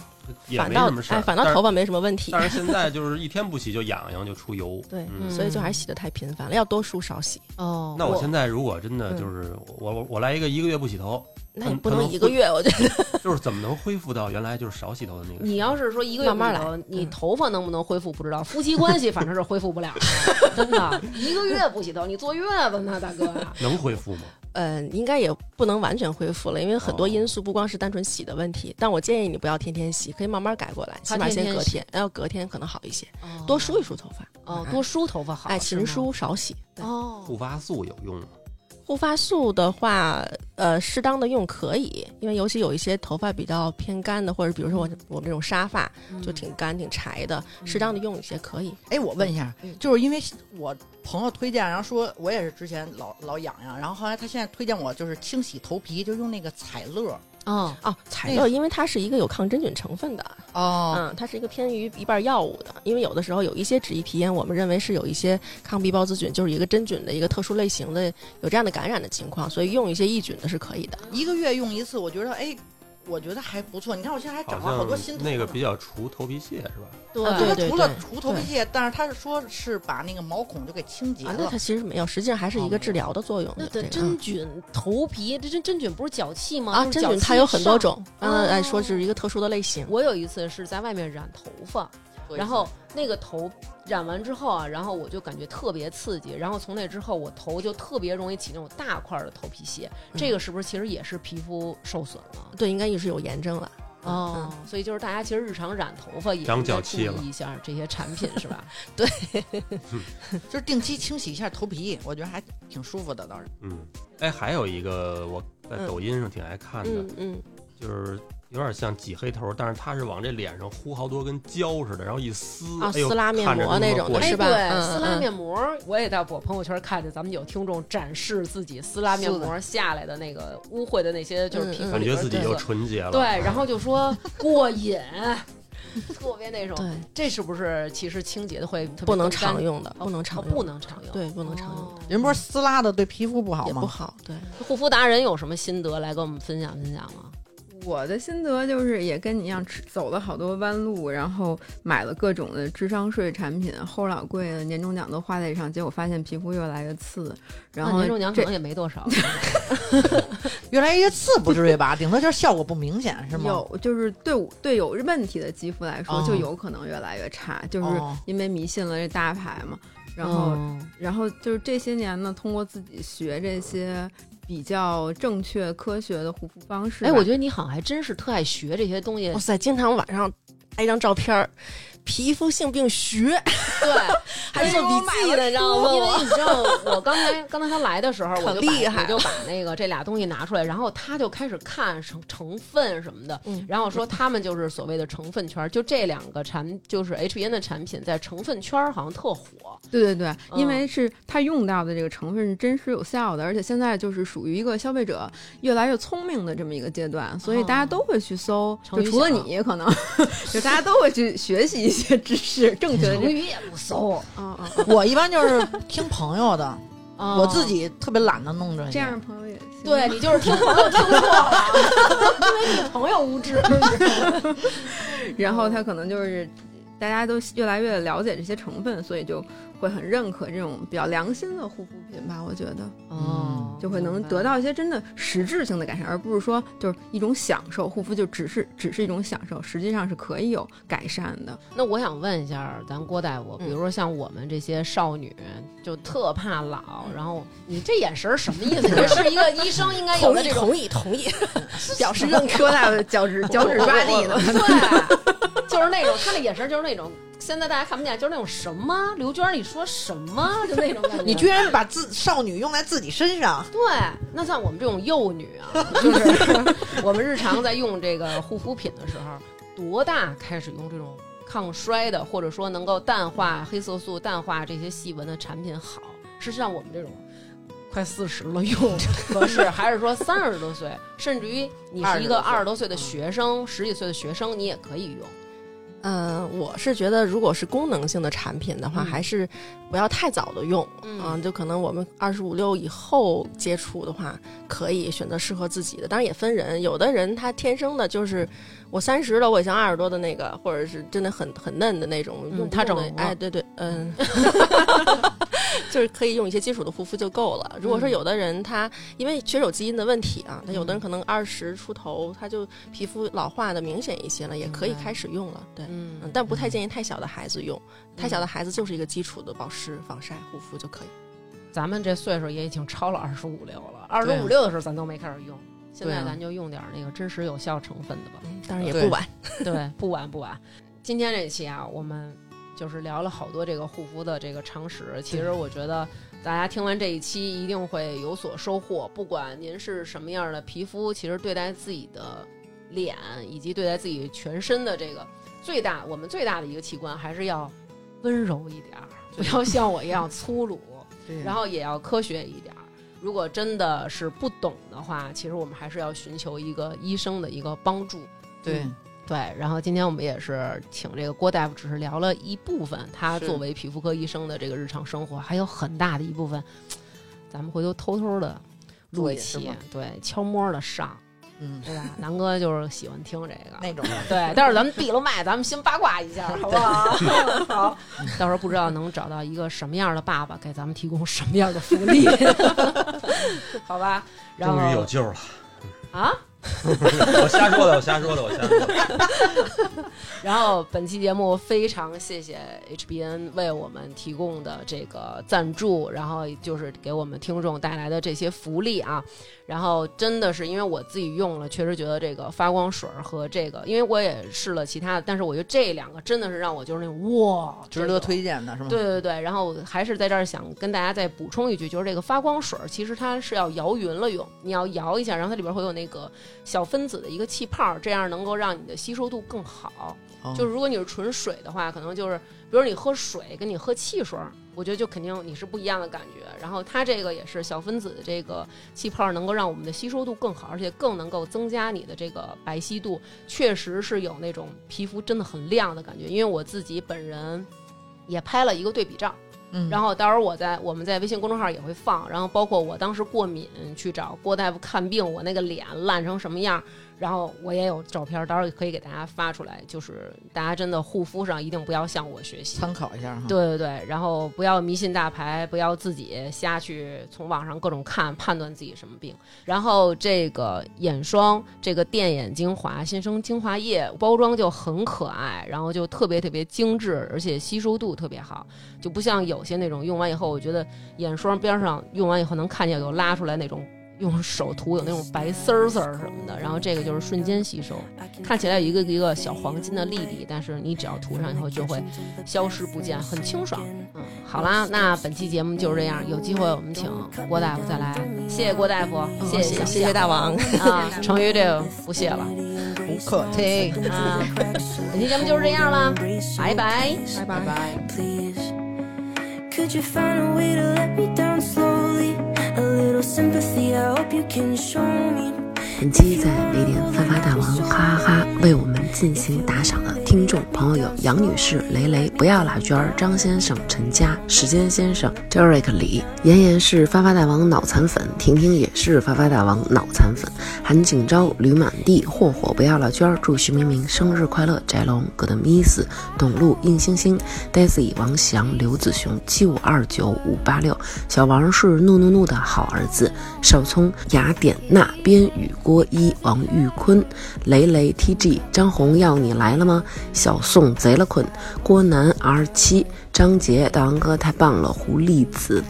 Speaker 5: 也
Speaker 2: 反
Speaker 5: 没
Speaker 2: 倒
Speaker 5: 什么事儿，
Speaker 2: 哎，反倒
Speaker 5: 但是
Speaker 2: 头发没什么问题。
Speaker 5: 但。是现在就是一天不洗就痒痒就出油
Speaker 2: 对，
Speaker 5: 嗯
Speaker 2: 所以就还是洗的太频繁了，要多梳少洗。
Speaker 6: 哦，
Speaker 5: 那我
Speaker 2: 我
Speaker 5: 现在如果真的
Speaker 2: 嗯
Speaker 5: 就是我我我来一个一个月不洗头，
Speaker 2: 那也
Speaker 5: 嗯
Speaker 2: 不
Speaker 5: 可
Speaker 2: 能
Speaker 5: 能
Speaker 2: 一个
Speaker 5: 会
Speaker 2: 月，我觉得
Speaker 5: 就是怎么能恢复到原来就是少洗头的那个时候？
Speaker 1: 你要是说一个月不
Speaker 2: 慢慢
Speaker 1: 洗头你头发能不能恢复不知道，夫妻关系反正是恢复不了的， [LAUGHS] 真的，一个月不洗头，你坐月子呢，大哥啊呀、
Speaker 5: 能恢复吗？
Speaker 2: 呃，应该也不能完全恢复了，因为很多
Speaker 5: 哦
Speaker 2: 因素不光是单纯洗的问题。但我建议你不要天天洗，可以慢慢改过来，
Speaker 1: 他
Speaker 2: 起码
Speaker 1: 天
Speaker 2: 先
Speaker 1: 天
Speaker 2: 隔
Speaker 1: 洗
Speaker 2: 天，要隔天可能好一些，多梳一梳头发，
Speaker 1: 哦，多梳头发好，
Speaker 2: 哎，
Speaker 1: 是吗
Speaker 2: 勤梳少洗。对
Speaker 1: 哦，
Speaker 5: 护发素有用吗？
Speaker 2: 护发素的话，呃，适当的用可以，因为尤其有一些头发比较偏干的，或者比如说
Speaker 1: 嗯
Speaker 2: 我我们这种沙发就挺干挺柴的，适当的用一些可以。
Speaker 3: 哎，我问一下，
Speaker 2: 嗯
Speaker 3: 就是因为我朋友推荐，然后说我也是之前老老痒痒，然后后来他现在推荐我就是清洗头皮，就用那个彩乐
Speaker 1: 嗯，
Speaker 2: 哦，彩乐，因为它是一个有抗真菌成分的，
Speaker 3: 哦，
Speaker 2: 嗯，它是一个偏于一半药物的，因为有的时候有一些脂溢皮炎，我们认为是有一些抗细胞滋菌，就是一个真菌的一个特殊类型的有这样的感染的情况，所以用一些抑菌的是可以的。
Speaker 3: 一个月用一次，我觉得哎，我觉得还不错。你看我现在还找到好多新
Speaker 5: 像
Speaker 3: 头
Speaker 5: 那个
Speaker 3: 呢
Speaker 5: 比较除头皮屑是吧？
Speaker 2: 对
Speaker 3: 啊
Speaker 2: 嗯对
Speaker 3: 它
Speaker 2: 对
Speaker 3: 除了除头皮
Speaker 2: 对
Speaker 3: 屑，但是他是说是把那个毛孔就给清洁
Speaker 2: 啊，那
Speaker 3: 了
Speaker 2: 它。其实没有，实际上还是一个治疗的作用。
Speaker 6: 那
Speaker 2: 有这
Speaker 6: 得
Speaker 2: 个
Speaker 1: 嗯
Speaker 6: 真菌头皮，这真真菌不是脚气吗？
Speaker 2: 啊，
Speaker 6: 就是
Speaker 2: 真
Speaker 6: 脚
Speaker 2: 菌
Speaker 6: 气
Speaker 2: 它有很多
Speaker 6: 上。
Speaker 2: 种，刚才哎说
Speaker 6: 哦
Speaker 2: 是一个特殊的类型。
Speaker 1: 我有一次是在外面染头发，然后那个头染完之后啊，然后我就感觉特别刺激，然后从那之后我头就特别容易起那种大块儿的头皮屑，这个是不是其实也是皮肤受损了？
Speaker 2: 对，应该也是有炎症了。
Speaker 1: 哦，所以就是大家其实日常染头发也
Speaker 5: 嗯长
Speaker 1: 应该
Speaker 5: 脚
Speaker 1: 注
Speaker 5: 气了
Speaker 1: 意一下这些产品是
Speaker 5: [LAUGHS]
Speaker 1: 吧？
Speaker 3: 就是定期清洗一下头皮，我觉得还挺舒服的。倒是
Speaker 5: 嗯，哎，还有一个我在抖音上挺爱看的，
Speaker 2: 嗯嗯，
Speaker 5: 就是有点像挤黑头，但是它是往这脸上糊好多根胶似的，然后一撕，
Speaker 2: 啊
Speaker 5: 哎呦
Speaker 2: 撕拉面膜
Speaker 5: 看着他妈
Speaker 2: 那种的
Speaker 5: 过瘾
Speaker 2: 是吧
Speaker 1: 哎、对，
Speaker 2: 嗯
Speaker 1: 撕拉
Speaker 2: 嗯
Speaker 1: 面膜儿，我也在我朋友圈看见咱们有听众展示自己撕拉面膜儿下来的那个污秽的那些，就是皮
Speaker 2: 嗯嗯
Speaker 1: 肤
Speaker 5: 感
Speaker 1: 里
Speaker 5: 觉
Speaker 1: 边儿
Speaker 5: 自己
Speaker 1: 的
Speaker 5: 又
Speaker 1: 色
Speaker 5: 纯洁了。
Speaker 1: 对，然后就说
Speaker 5: [LAUGHS]
Speaker 1: 过
Speaker 2: [LAUGHS]
Speaker 1: 瘾，特别那种。
Speaker 2: 对，
Speaker 1: 这是不是其实清洁的会特别
Speaker 2: 不能
Speaker 1: 更干
Speaker 2: 常用的，
Speaker 1: 哦
Speaker 2: 不能常
Speaker 1: 哦
Speaker 2: 用，
Speaker 1: 不能常用，
Speaker 2: 对，不能常用的，
Speaker 1: 哦
Speaker 3: 人不是撕拉的对皮肤不好
Speaker 2: 也不
Speaker 3: 吗？
Speaker 2: 好。对，
Speaker 1: 护肤达人有什么心得来跟我们分享分享吗？
Speaker 4: 我的心得就是也跟你一样，吃走了好多弯路，然后买了各种的智商税产品，齁老贵了，年终奖都花在上，结果发现皮肤越来越次，然后
Speaker 1: 那年终奖可
Speaker 4: 这
Speaker 1: 能也没多少，
Speaker 3: 越来越刺不至于吧？顶多就是效果不明显，是吗？
Speaker 4: 有，就是对我对有问题的肌肤来说，
Speaker 3: 哦
Speaker 4: 就有可能越来越差，就是
Speaker 3: 哦
Speaker 4: 因为迷信了这大牌嘛。然后，
Speaker 1: 嗯
Speaker 4: 然后就是这些年呢，通过自己学这些比较正确科学的护肤方式吧，
Speaker 1: 哎，我觉得你好像还真是哦特爱学这些东西
Speaker 2: 哇，塞，经常晚上拍一张照片儿，皮肤性病学， [LAUGHS]
Speaker 1: 对，
Speaker 2: 还做笔记呢，你知道吗？
Speaker 1: 因为
Speaker 2: 我
Speaker 1: 你知道， [LAUGHS] 我刚才刚才他来的时候，我
Speaker 2: 可
Speaker 1: 就
Speaker 2: 厉
Speaker 1: 把
Speaker 2: 害
Speaker 1: 我就把那个这俩东西拿出来，然后他就开始看成成分什么的，
Speaker 2: 嗯
Speaker 1: 然后说他们就是所谓的成分圈儿，就这两个产就是 H E N 的产品在成分圈儿好像特火，
Speaker 4: 对对对，
Speaker 1: 嗯
Speaker 4: 因为是它用到的这个成分是真实有效的，而且现在就是属于一个消费者越来越聪明的这么一个阶段，所以大家都会去搜，
Speaker 1: 哦成
Speaker 4: 就
Speaker 1: 语
Speaker 4: 除了
Speaker 1: 小
Speaker 4: 你可能， [LAUGHS] 就大家都会去学习一些知识，
Speaker 1: [LAUGHS]
Speaker 4: 正确的
Speaker 1: 嗯成
Speaker 4: 知识。
Speaker 1: 语也不搜，
Speaker 4: 嗯嗯
Speaker 1: 哦
Speaker 4: 嗯，
Speaker 3: 我一般就是听朋友的，
Speaker 1: 我
Speaker 3: 我自己特别懒得弄哦这些
Speaker 4: [LAUGHS] 这样的朋友也行
Speaker 1: 哦对你就是听朋 [LAUGHS] 友听错了，因为你朋友无知，
Speaker 4: 然后他可能就是大家都越来越了解这些成分，所以就会很认可这种比较良心的护肤品吧。我觉得
Speaker 1: 哦
Speaker 4: 就会能得到一些真的实质性的改善，而不是说就是一种享受，护肤就只是只是一种享受，实际上是可以有改善的。
Speaker 1: 那我想问一下咱郭大夫，比
Speaker 2: 嗯
Speaker 1: 如说像我们这些少女，就特怕老，
Speaker 2: 嗯
Speaker 1: 然后你这眼神儿什么意思？你
Speaker 2: [LAUGHS]
Speaker 1: 这是一个医生应该有
Speaker 2: 同
Speaker 1: 的
Speaker 2: 意
Speaker 1: 这种
Speaker 2: 同意同意，
Speaker 4: 表示 [LAUGHS] 认 [LAUGHS] 可大的脚趾脚趾抓地呢。
Speaker 1: 对，就是那种他那眼神就是那种，现在大家看不见，就是那种什么刘娟，你说什么就那种感觉。
Speaker 3: 你居然把自少女用在自己身上，
Speaker 1: 对，那像我们这种幼女
Speaker 2: [LAUGHS]
Speaker 1: 啊，就是我们日常在用这个护肤品的时候，多大开始用这种抗衰的，或者说能够淡化黑色素、淡化这些细纹的产品好？是像我们这种快四十了
Speaker 2: [LAUGHS]
Speaker 1: 用合适，还是说三十多岁，甚至于你是一个二十多岁的学生、十几岁的学生，你也可以用？
Speaker 2: 嗯、我是觉得如果是功能性的产品的话，
Speaker 1: 嗯
Speaker 2: 还是不要太早的用，啊
Speaker 1: 嗯
Speaker 2: 就可能我们二十五六以后接触的话，可以选择适合自己的，当然也分人，有的人他天生的就是我三十了，我也像二十多的那个，或者是真的很很嫩的那种，
Speaker 1: 嗯
Speaker 2: 用
Speaker 1: 他
Speaker 2: 整
Speaker 1: 整容了嗯
Speaker 2: 哎，对对，嗯， [LAUGHS] 就是可以用一些基础的护肤就够了。如果说有的人他因为确实有基因的问题啊，
Speaker 1: 嗯
Speaker 2: 他有的人可能二十出头他就皮肤老化的明显一些了，也可以
Speaker 1: 明白
Speaker 2: 开始用了，对。嗯
Speaker 1: 嗯，
Speaker 2: 但不太建议太小的孩子用，太小的孩子就是一个基础的保湿、防晒、护肤就可以。
Speaker 1: 咱们这岁数也已经超了二十五六了，二十
Speaker 3: 对啊
Speaker 1: 五六的时候咱都没开始用，现
Speaker 3: 对
Speaker 1: 在
Speaker 3: 啊
Speaker 1: 咱就用点那个真实有效成分的吧。
Speaker 2: 嗯，当然也
Speaker 3: 对
Speaker 2: 不晚。
Speaker 1: 对， [LAUGHS] 不晚不晚。今天这期啊，我们就是聊了好多这个护肤的这个常识。其实我觉得大家听完这一期一定会有所收获，不管您是什么样的皮肤，其实对待自己的脸以及对待自己全身的这个最大，我们最大的一个器官还是要温柔一点儿，不要像我一样粗鲁。
Speaker 3: 对
Speaker 1: 然后也要科学一点儿。如果真的是不懂的话，其实我们还是要寻求一个医生的一个帮助。
Speaker 3: 对
Speaker 1: 对，然后今天我们也是请这个郭大夫，只是聊了一部分他
Speaker 3: 是
Speaker 1: 作为皮肤科医生的这个日常生活，还有很大的一部分，咱们回头偷偷的录
Speaker 3: 做
Speaker 1: 一
Speaker 3: 也是
Speaker 1: 期
Speaker 3: 吗，
Speaker 1: 对，悄摸的上，
Speaker 3: 嗯
Speaker 1: 对
Speaker 3: [LAUGHS]
Speaker 1: 吧？南哥就是喜欢听这个，
Speaker 3: 那种
Speaker 1: 对，但是咱们闭了麦，咱们先八卦一下，好不好？好，到时候不知道能找到一个什么样的爸爸，给咱们提供什么样的福利， [LAUGHS] 好吧？然
Speaker 5: 终于有
Speaker 1: 后
Speaker 5: 救了。 [LAUGHS]
Speaker 1: 啊，
Speaker 5: 我瞎说的，我瞎说的，我瞎说的。
Speaker 1: 然后本期节目非常谢谢 HBN 为我们提供的这个赞助，然后就是给我们听众带来的这些福利啊。然后真的是因为我自己用了，确实觉得这个发光水儿和这个，因为我也试了其他的，但是我觉得这两个真的是让我就是那种哇，
Speaker 3: 值
Speaker 1: 这个
Speaker 3: 得推荐的是吗？
Speaker 1: 对对对，然后还是在这儿想跟大家再补充一句，就是这个发光水儿其实它是要摇匀了用，你要摇一下，然后它里边会有那个小分子的一个气泡儿，这样能够让你的吸收度更好。
Speaker 3: 哦，
Speaker 1: 就是如果你是纯水的话，可能就是比如你喝水跟你喝汽水儿，我觉得就肯定你是不一样的感觉。然后它这个也是小分子的这个气泡，能够让我们的吸收度更好，而且更能够增加你的这个白皙度，确实是有那种皮肤真的很亮的感觉。因为我自己本人也拍了一个对比照。
Speaker 3: 嗯，
Speaker 1: 然后到时候我在我们在微信公众号也会放，然后包括我当时过敏去找郭大夫看病，我那个脸烂成什么样，然后我也有照片，到时候也可以给大家发出来。就是大家真的护肤上一定不要向我学习，
Speaker 3: 参考一下哈。
Speaker 1: 对对对，然后不要迷信大牌，不要自己瞎去从网上各种看判断自己什么病。然后这个眼霜，这个电眼精华新生精华液包装就很可爱，然后就特别特别精致，而且吸收度特别好，就不像有些那种用完以后，我觉得眼霜边上用完以后能看见有拉出来那种。用手涂有那种白丝儿丝儿什么的，然后这个就是瞬间吸收，看起来有一个一个小黄金的粒粒，但是你只要涂上以后就会消失不见，很清爽。嗯，好啦，那本期节目就是这样，有机会我们请郭大夫再来，谢谢郭大夫，谢
Speaker 2: 谢
Speaker 1: 谢
Speaker 2: 谢谢大王。 [LAUGHS]
Speaker 1: 啊，成语这个不谢了
Speaker 3: 不客气，
Speaker 1: 啊，本期节目就是这样啦，拜拜。
Speaker 4: 拜拜
Speaker 3: 拜。拜。
Speaker 8: please. Could you find a way to let me down slowly? A little sympathy, I hope you can show me.
Speaker 9: 本期在雷点发发大王哈哈哈为我们进行打赏的听众朋友有杨女士、雷雷、不要啦娟儿、张先生、陈佳、时间先生、Derek 李、妍妍是发发大王脑残粉，婷婷也是发发大王脑残粉，韩景昭、吕满地、霍霍、不要啦娟儿，祝徐明明生日快乐，翟龙、葛德米斯、董路、印星星、Daisy、王翔、刘子雄、七五二九五八六，小王是怒怒怒的好儿子，少聪、雅典娜、边宇、郭一、王玉坤、雷雷、TG、张红要你来了吗？小宋贼了困、郭楠 R 七、张杰、大王哥太棒了、胡栗子。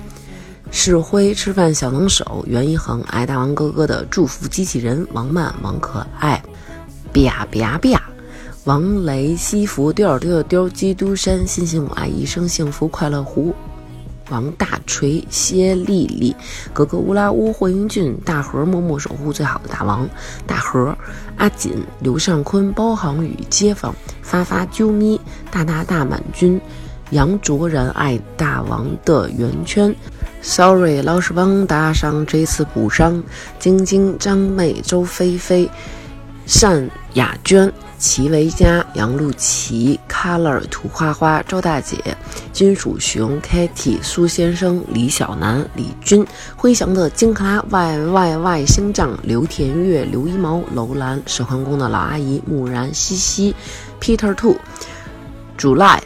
Speaker 9: 世辉吃饭小能手袁一恒爱大王哥哥的祝福机器人王曼王可爱，啪啪啪，王雷西服丢儿丢儿丢儿基督山信信我爱一生幸福快乐湖王大锤、歇丽丽、格格乌拉乌、霍英俊、大河默默守护最好的大王、大河、阿锦、刘尚坤、包航宇、街坊、发发、啾咪、大大大满军、杨卓然爱大王的圆圈。Sorry，老师帮打赏，这次补上。晶晶、张妹、周菲菲、单雅娟、齐维佳、杨露琪、Color 土花花、周大姐、金属熊、Kitty、苏先生、李小楠、李军、辉翔的金克拉、Y Y Y 星仗、刘田月、刘一毛、楼兰、守汉宫的老阿姨、木然、西西、Peter Two、July。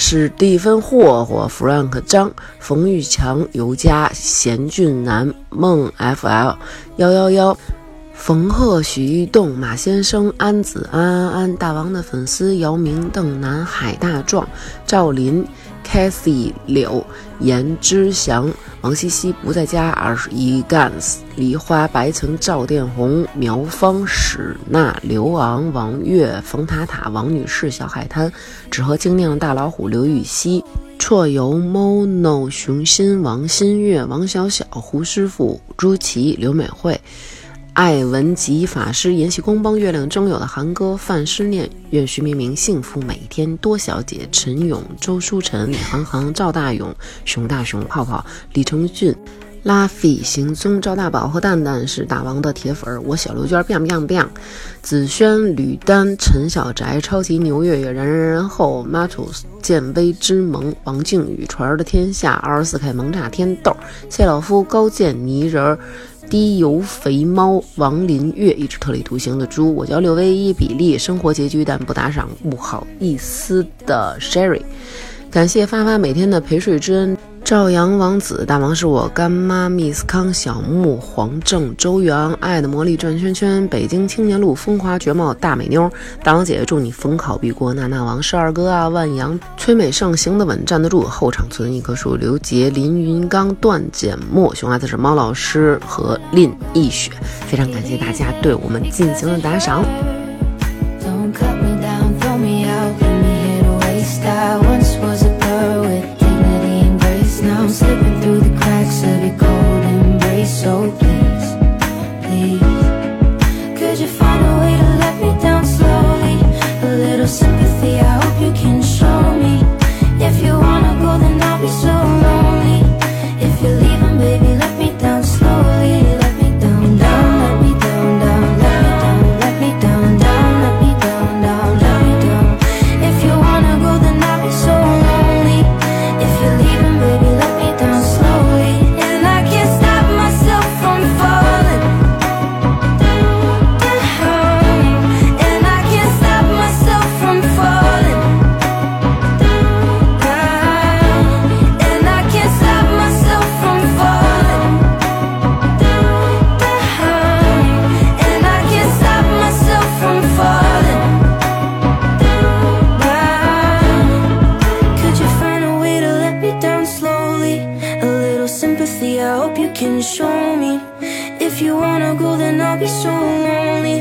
Speaker 9: 史蒂芬·霍霍、Frank 张、冯玉强、尤佳、贤俊南、孟 FL 幺幺幺、冯鹤、许一栋、马先生、安子、安安安、大王的粉丝、姚明、邓楠、海大壮、赵林、Cathy 柳、严之祥、王西西不在家，二十一 Gans、梨花、白城、赵殿红、苗芳、史娜、刘昂、王月、冯塔塔、王女士、小海滩、只和精酿大老虎、刘禹锡、绰游、mono、熊心、王新月、王小小、胡师傅、朱琪、刘美惠。艾文吉法师、延禧宫帮月亮争友的韩哥、范诗念，愿徐明明幸福每天。多小姐、陈勇、周书晨、李航航、赵大勇、熊大熊、泡泡、李承俊、拉菲、行踪、赵大宝和蛋蛋是大王的铁粉儿，我小刘娟 biang biang biang，子轩、吕丹、陈小宅、超级牛月月、然然然后、Matus、剑微之盟、王靖宇、传儿的天下、二十四 K 萌炸天豆、谢老夫、高健泥人儿。低油肥猫王林月，一只特立独行的猪。我叫六 v 一比利，生活拮据但不打赏，不好意思的 Sherry。感谢发发每天的陪睡之恩。赵阳王子大王是我干妈，Miss 康小木黄正周洋爱的魔力转圈圈，北京青年路风华绝貌大美妞，大王姐姐祝你逢考必过，娜娜王是二哥啊，万阳崔美胜行得稳站得住，后场存一棵树，刘杰林云刚段简墨熊孩子是猫老师和林逸雪，非常感谢大家对我们进行的打赏。
Speaker 8: Don't cut me down, throw me out, leave me here to waste. I once was a girl with dignity and grace. Now I'm slipping through the cracks of your cold embrace. So please, please, could you find a way to let me down slowly? A little sympathy, I hope you can show me. If you wanna go, then I'll be so lonely. If you're leaving, baby, let me down slowly. Let me down, down, let me down, down, let me down, let me down, down, let me down, down, let me down. If you wanna go, then I'll be so lonely. If you're leaving, baby, let me down slowly. And I can't stop myself from falling. And I can't stop myself from falling. And I can't stop myself from falling. And I can't stop myself from falling. Could you find a way to let me down slowly? A little sympathy, I hope you can show me. If you wanna go, then I'll be so lonely.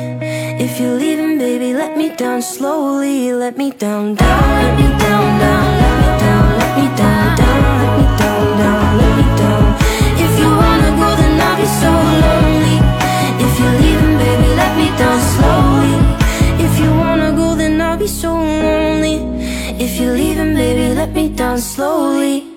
Speaker 8: If you're leaving, baby, let me down slowly. Let me down, down, let me down, down, let me down, let me down, down, let me down, down, let me down. If you wanna go, then I'll be so lonely. If you're leaving, baby, let me down slowly. If you wanna go, then I'll be so lonely. If you're leaving, baby, let me down slowly.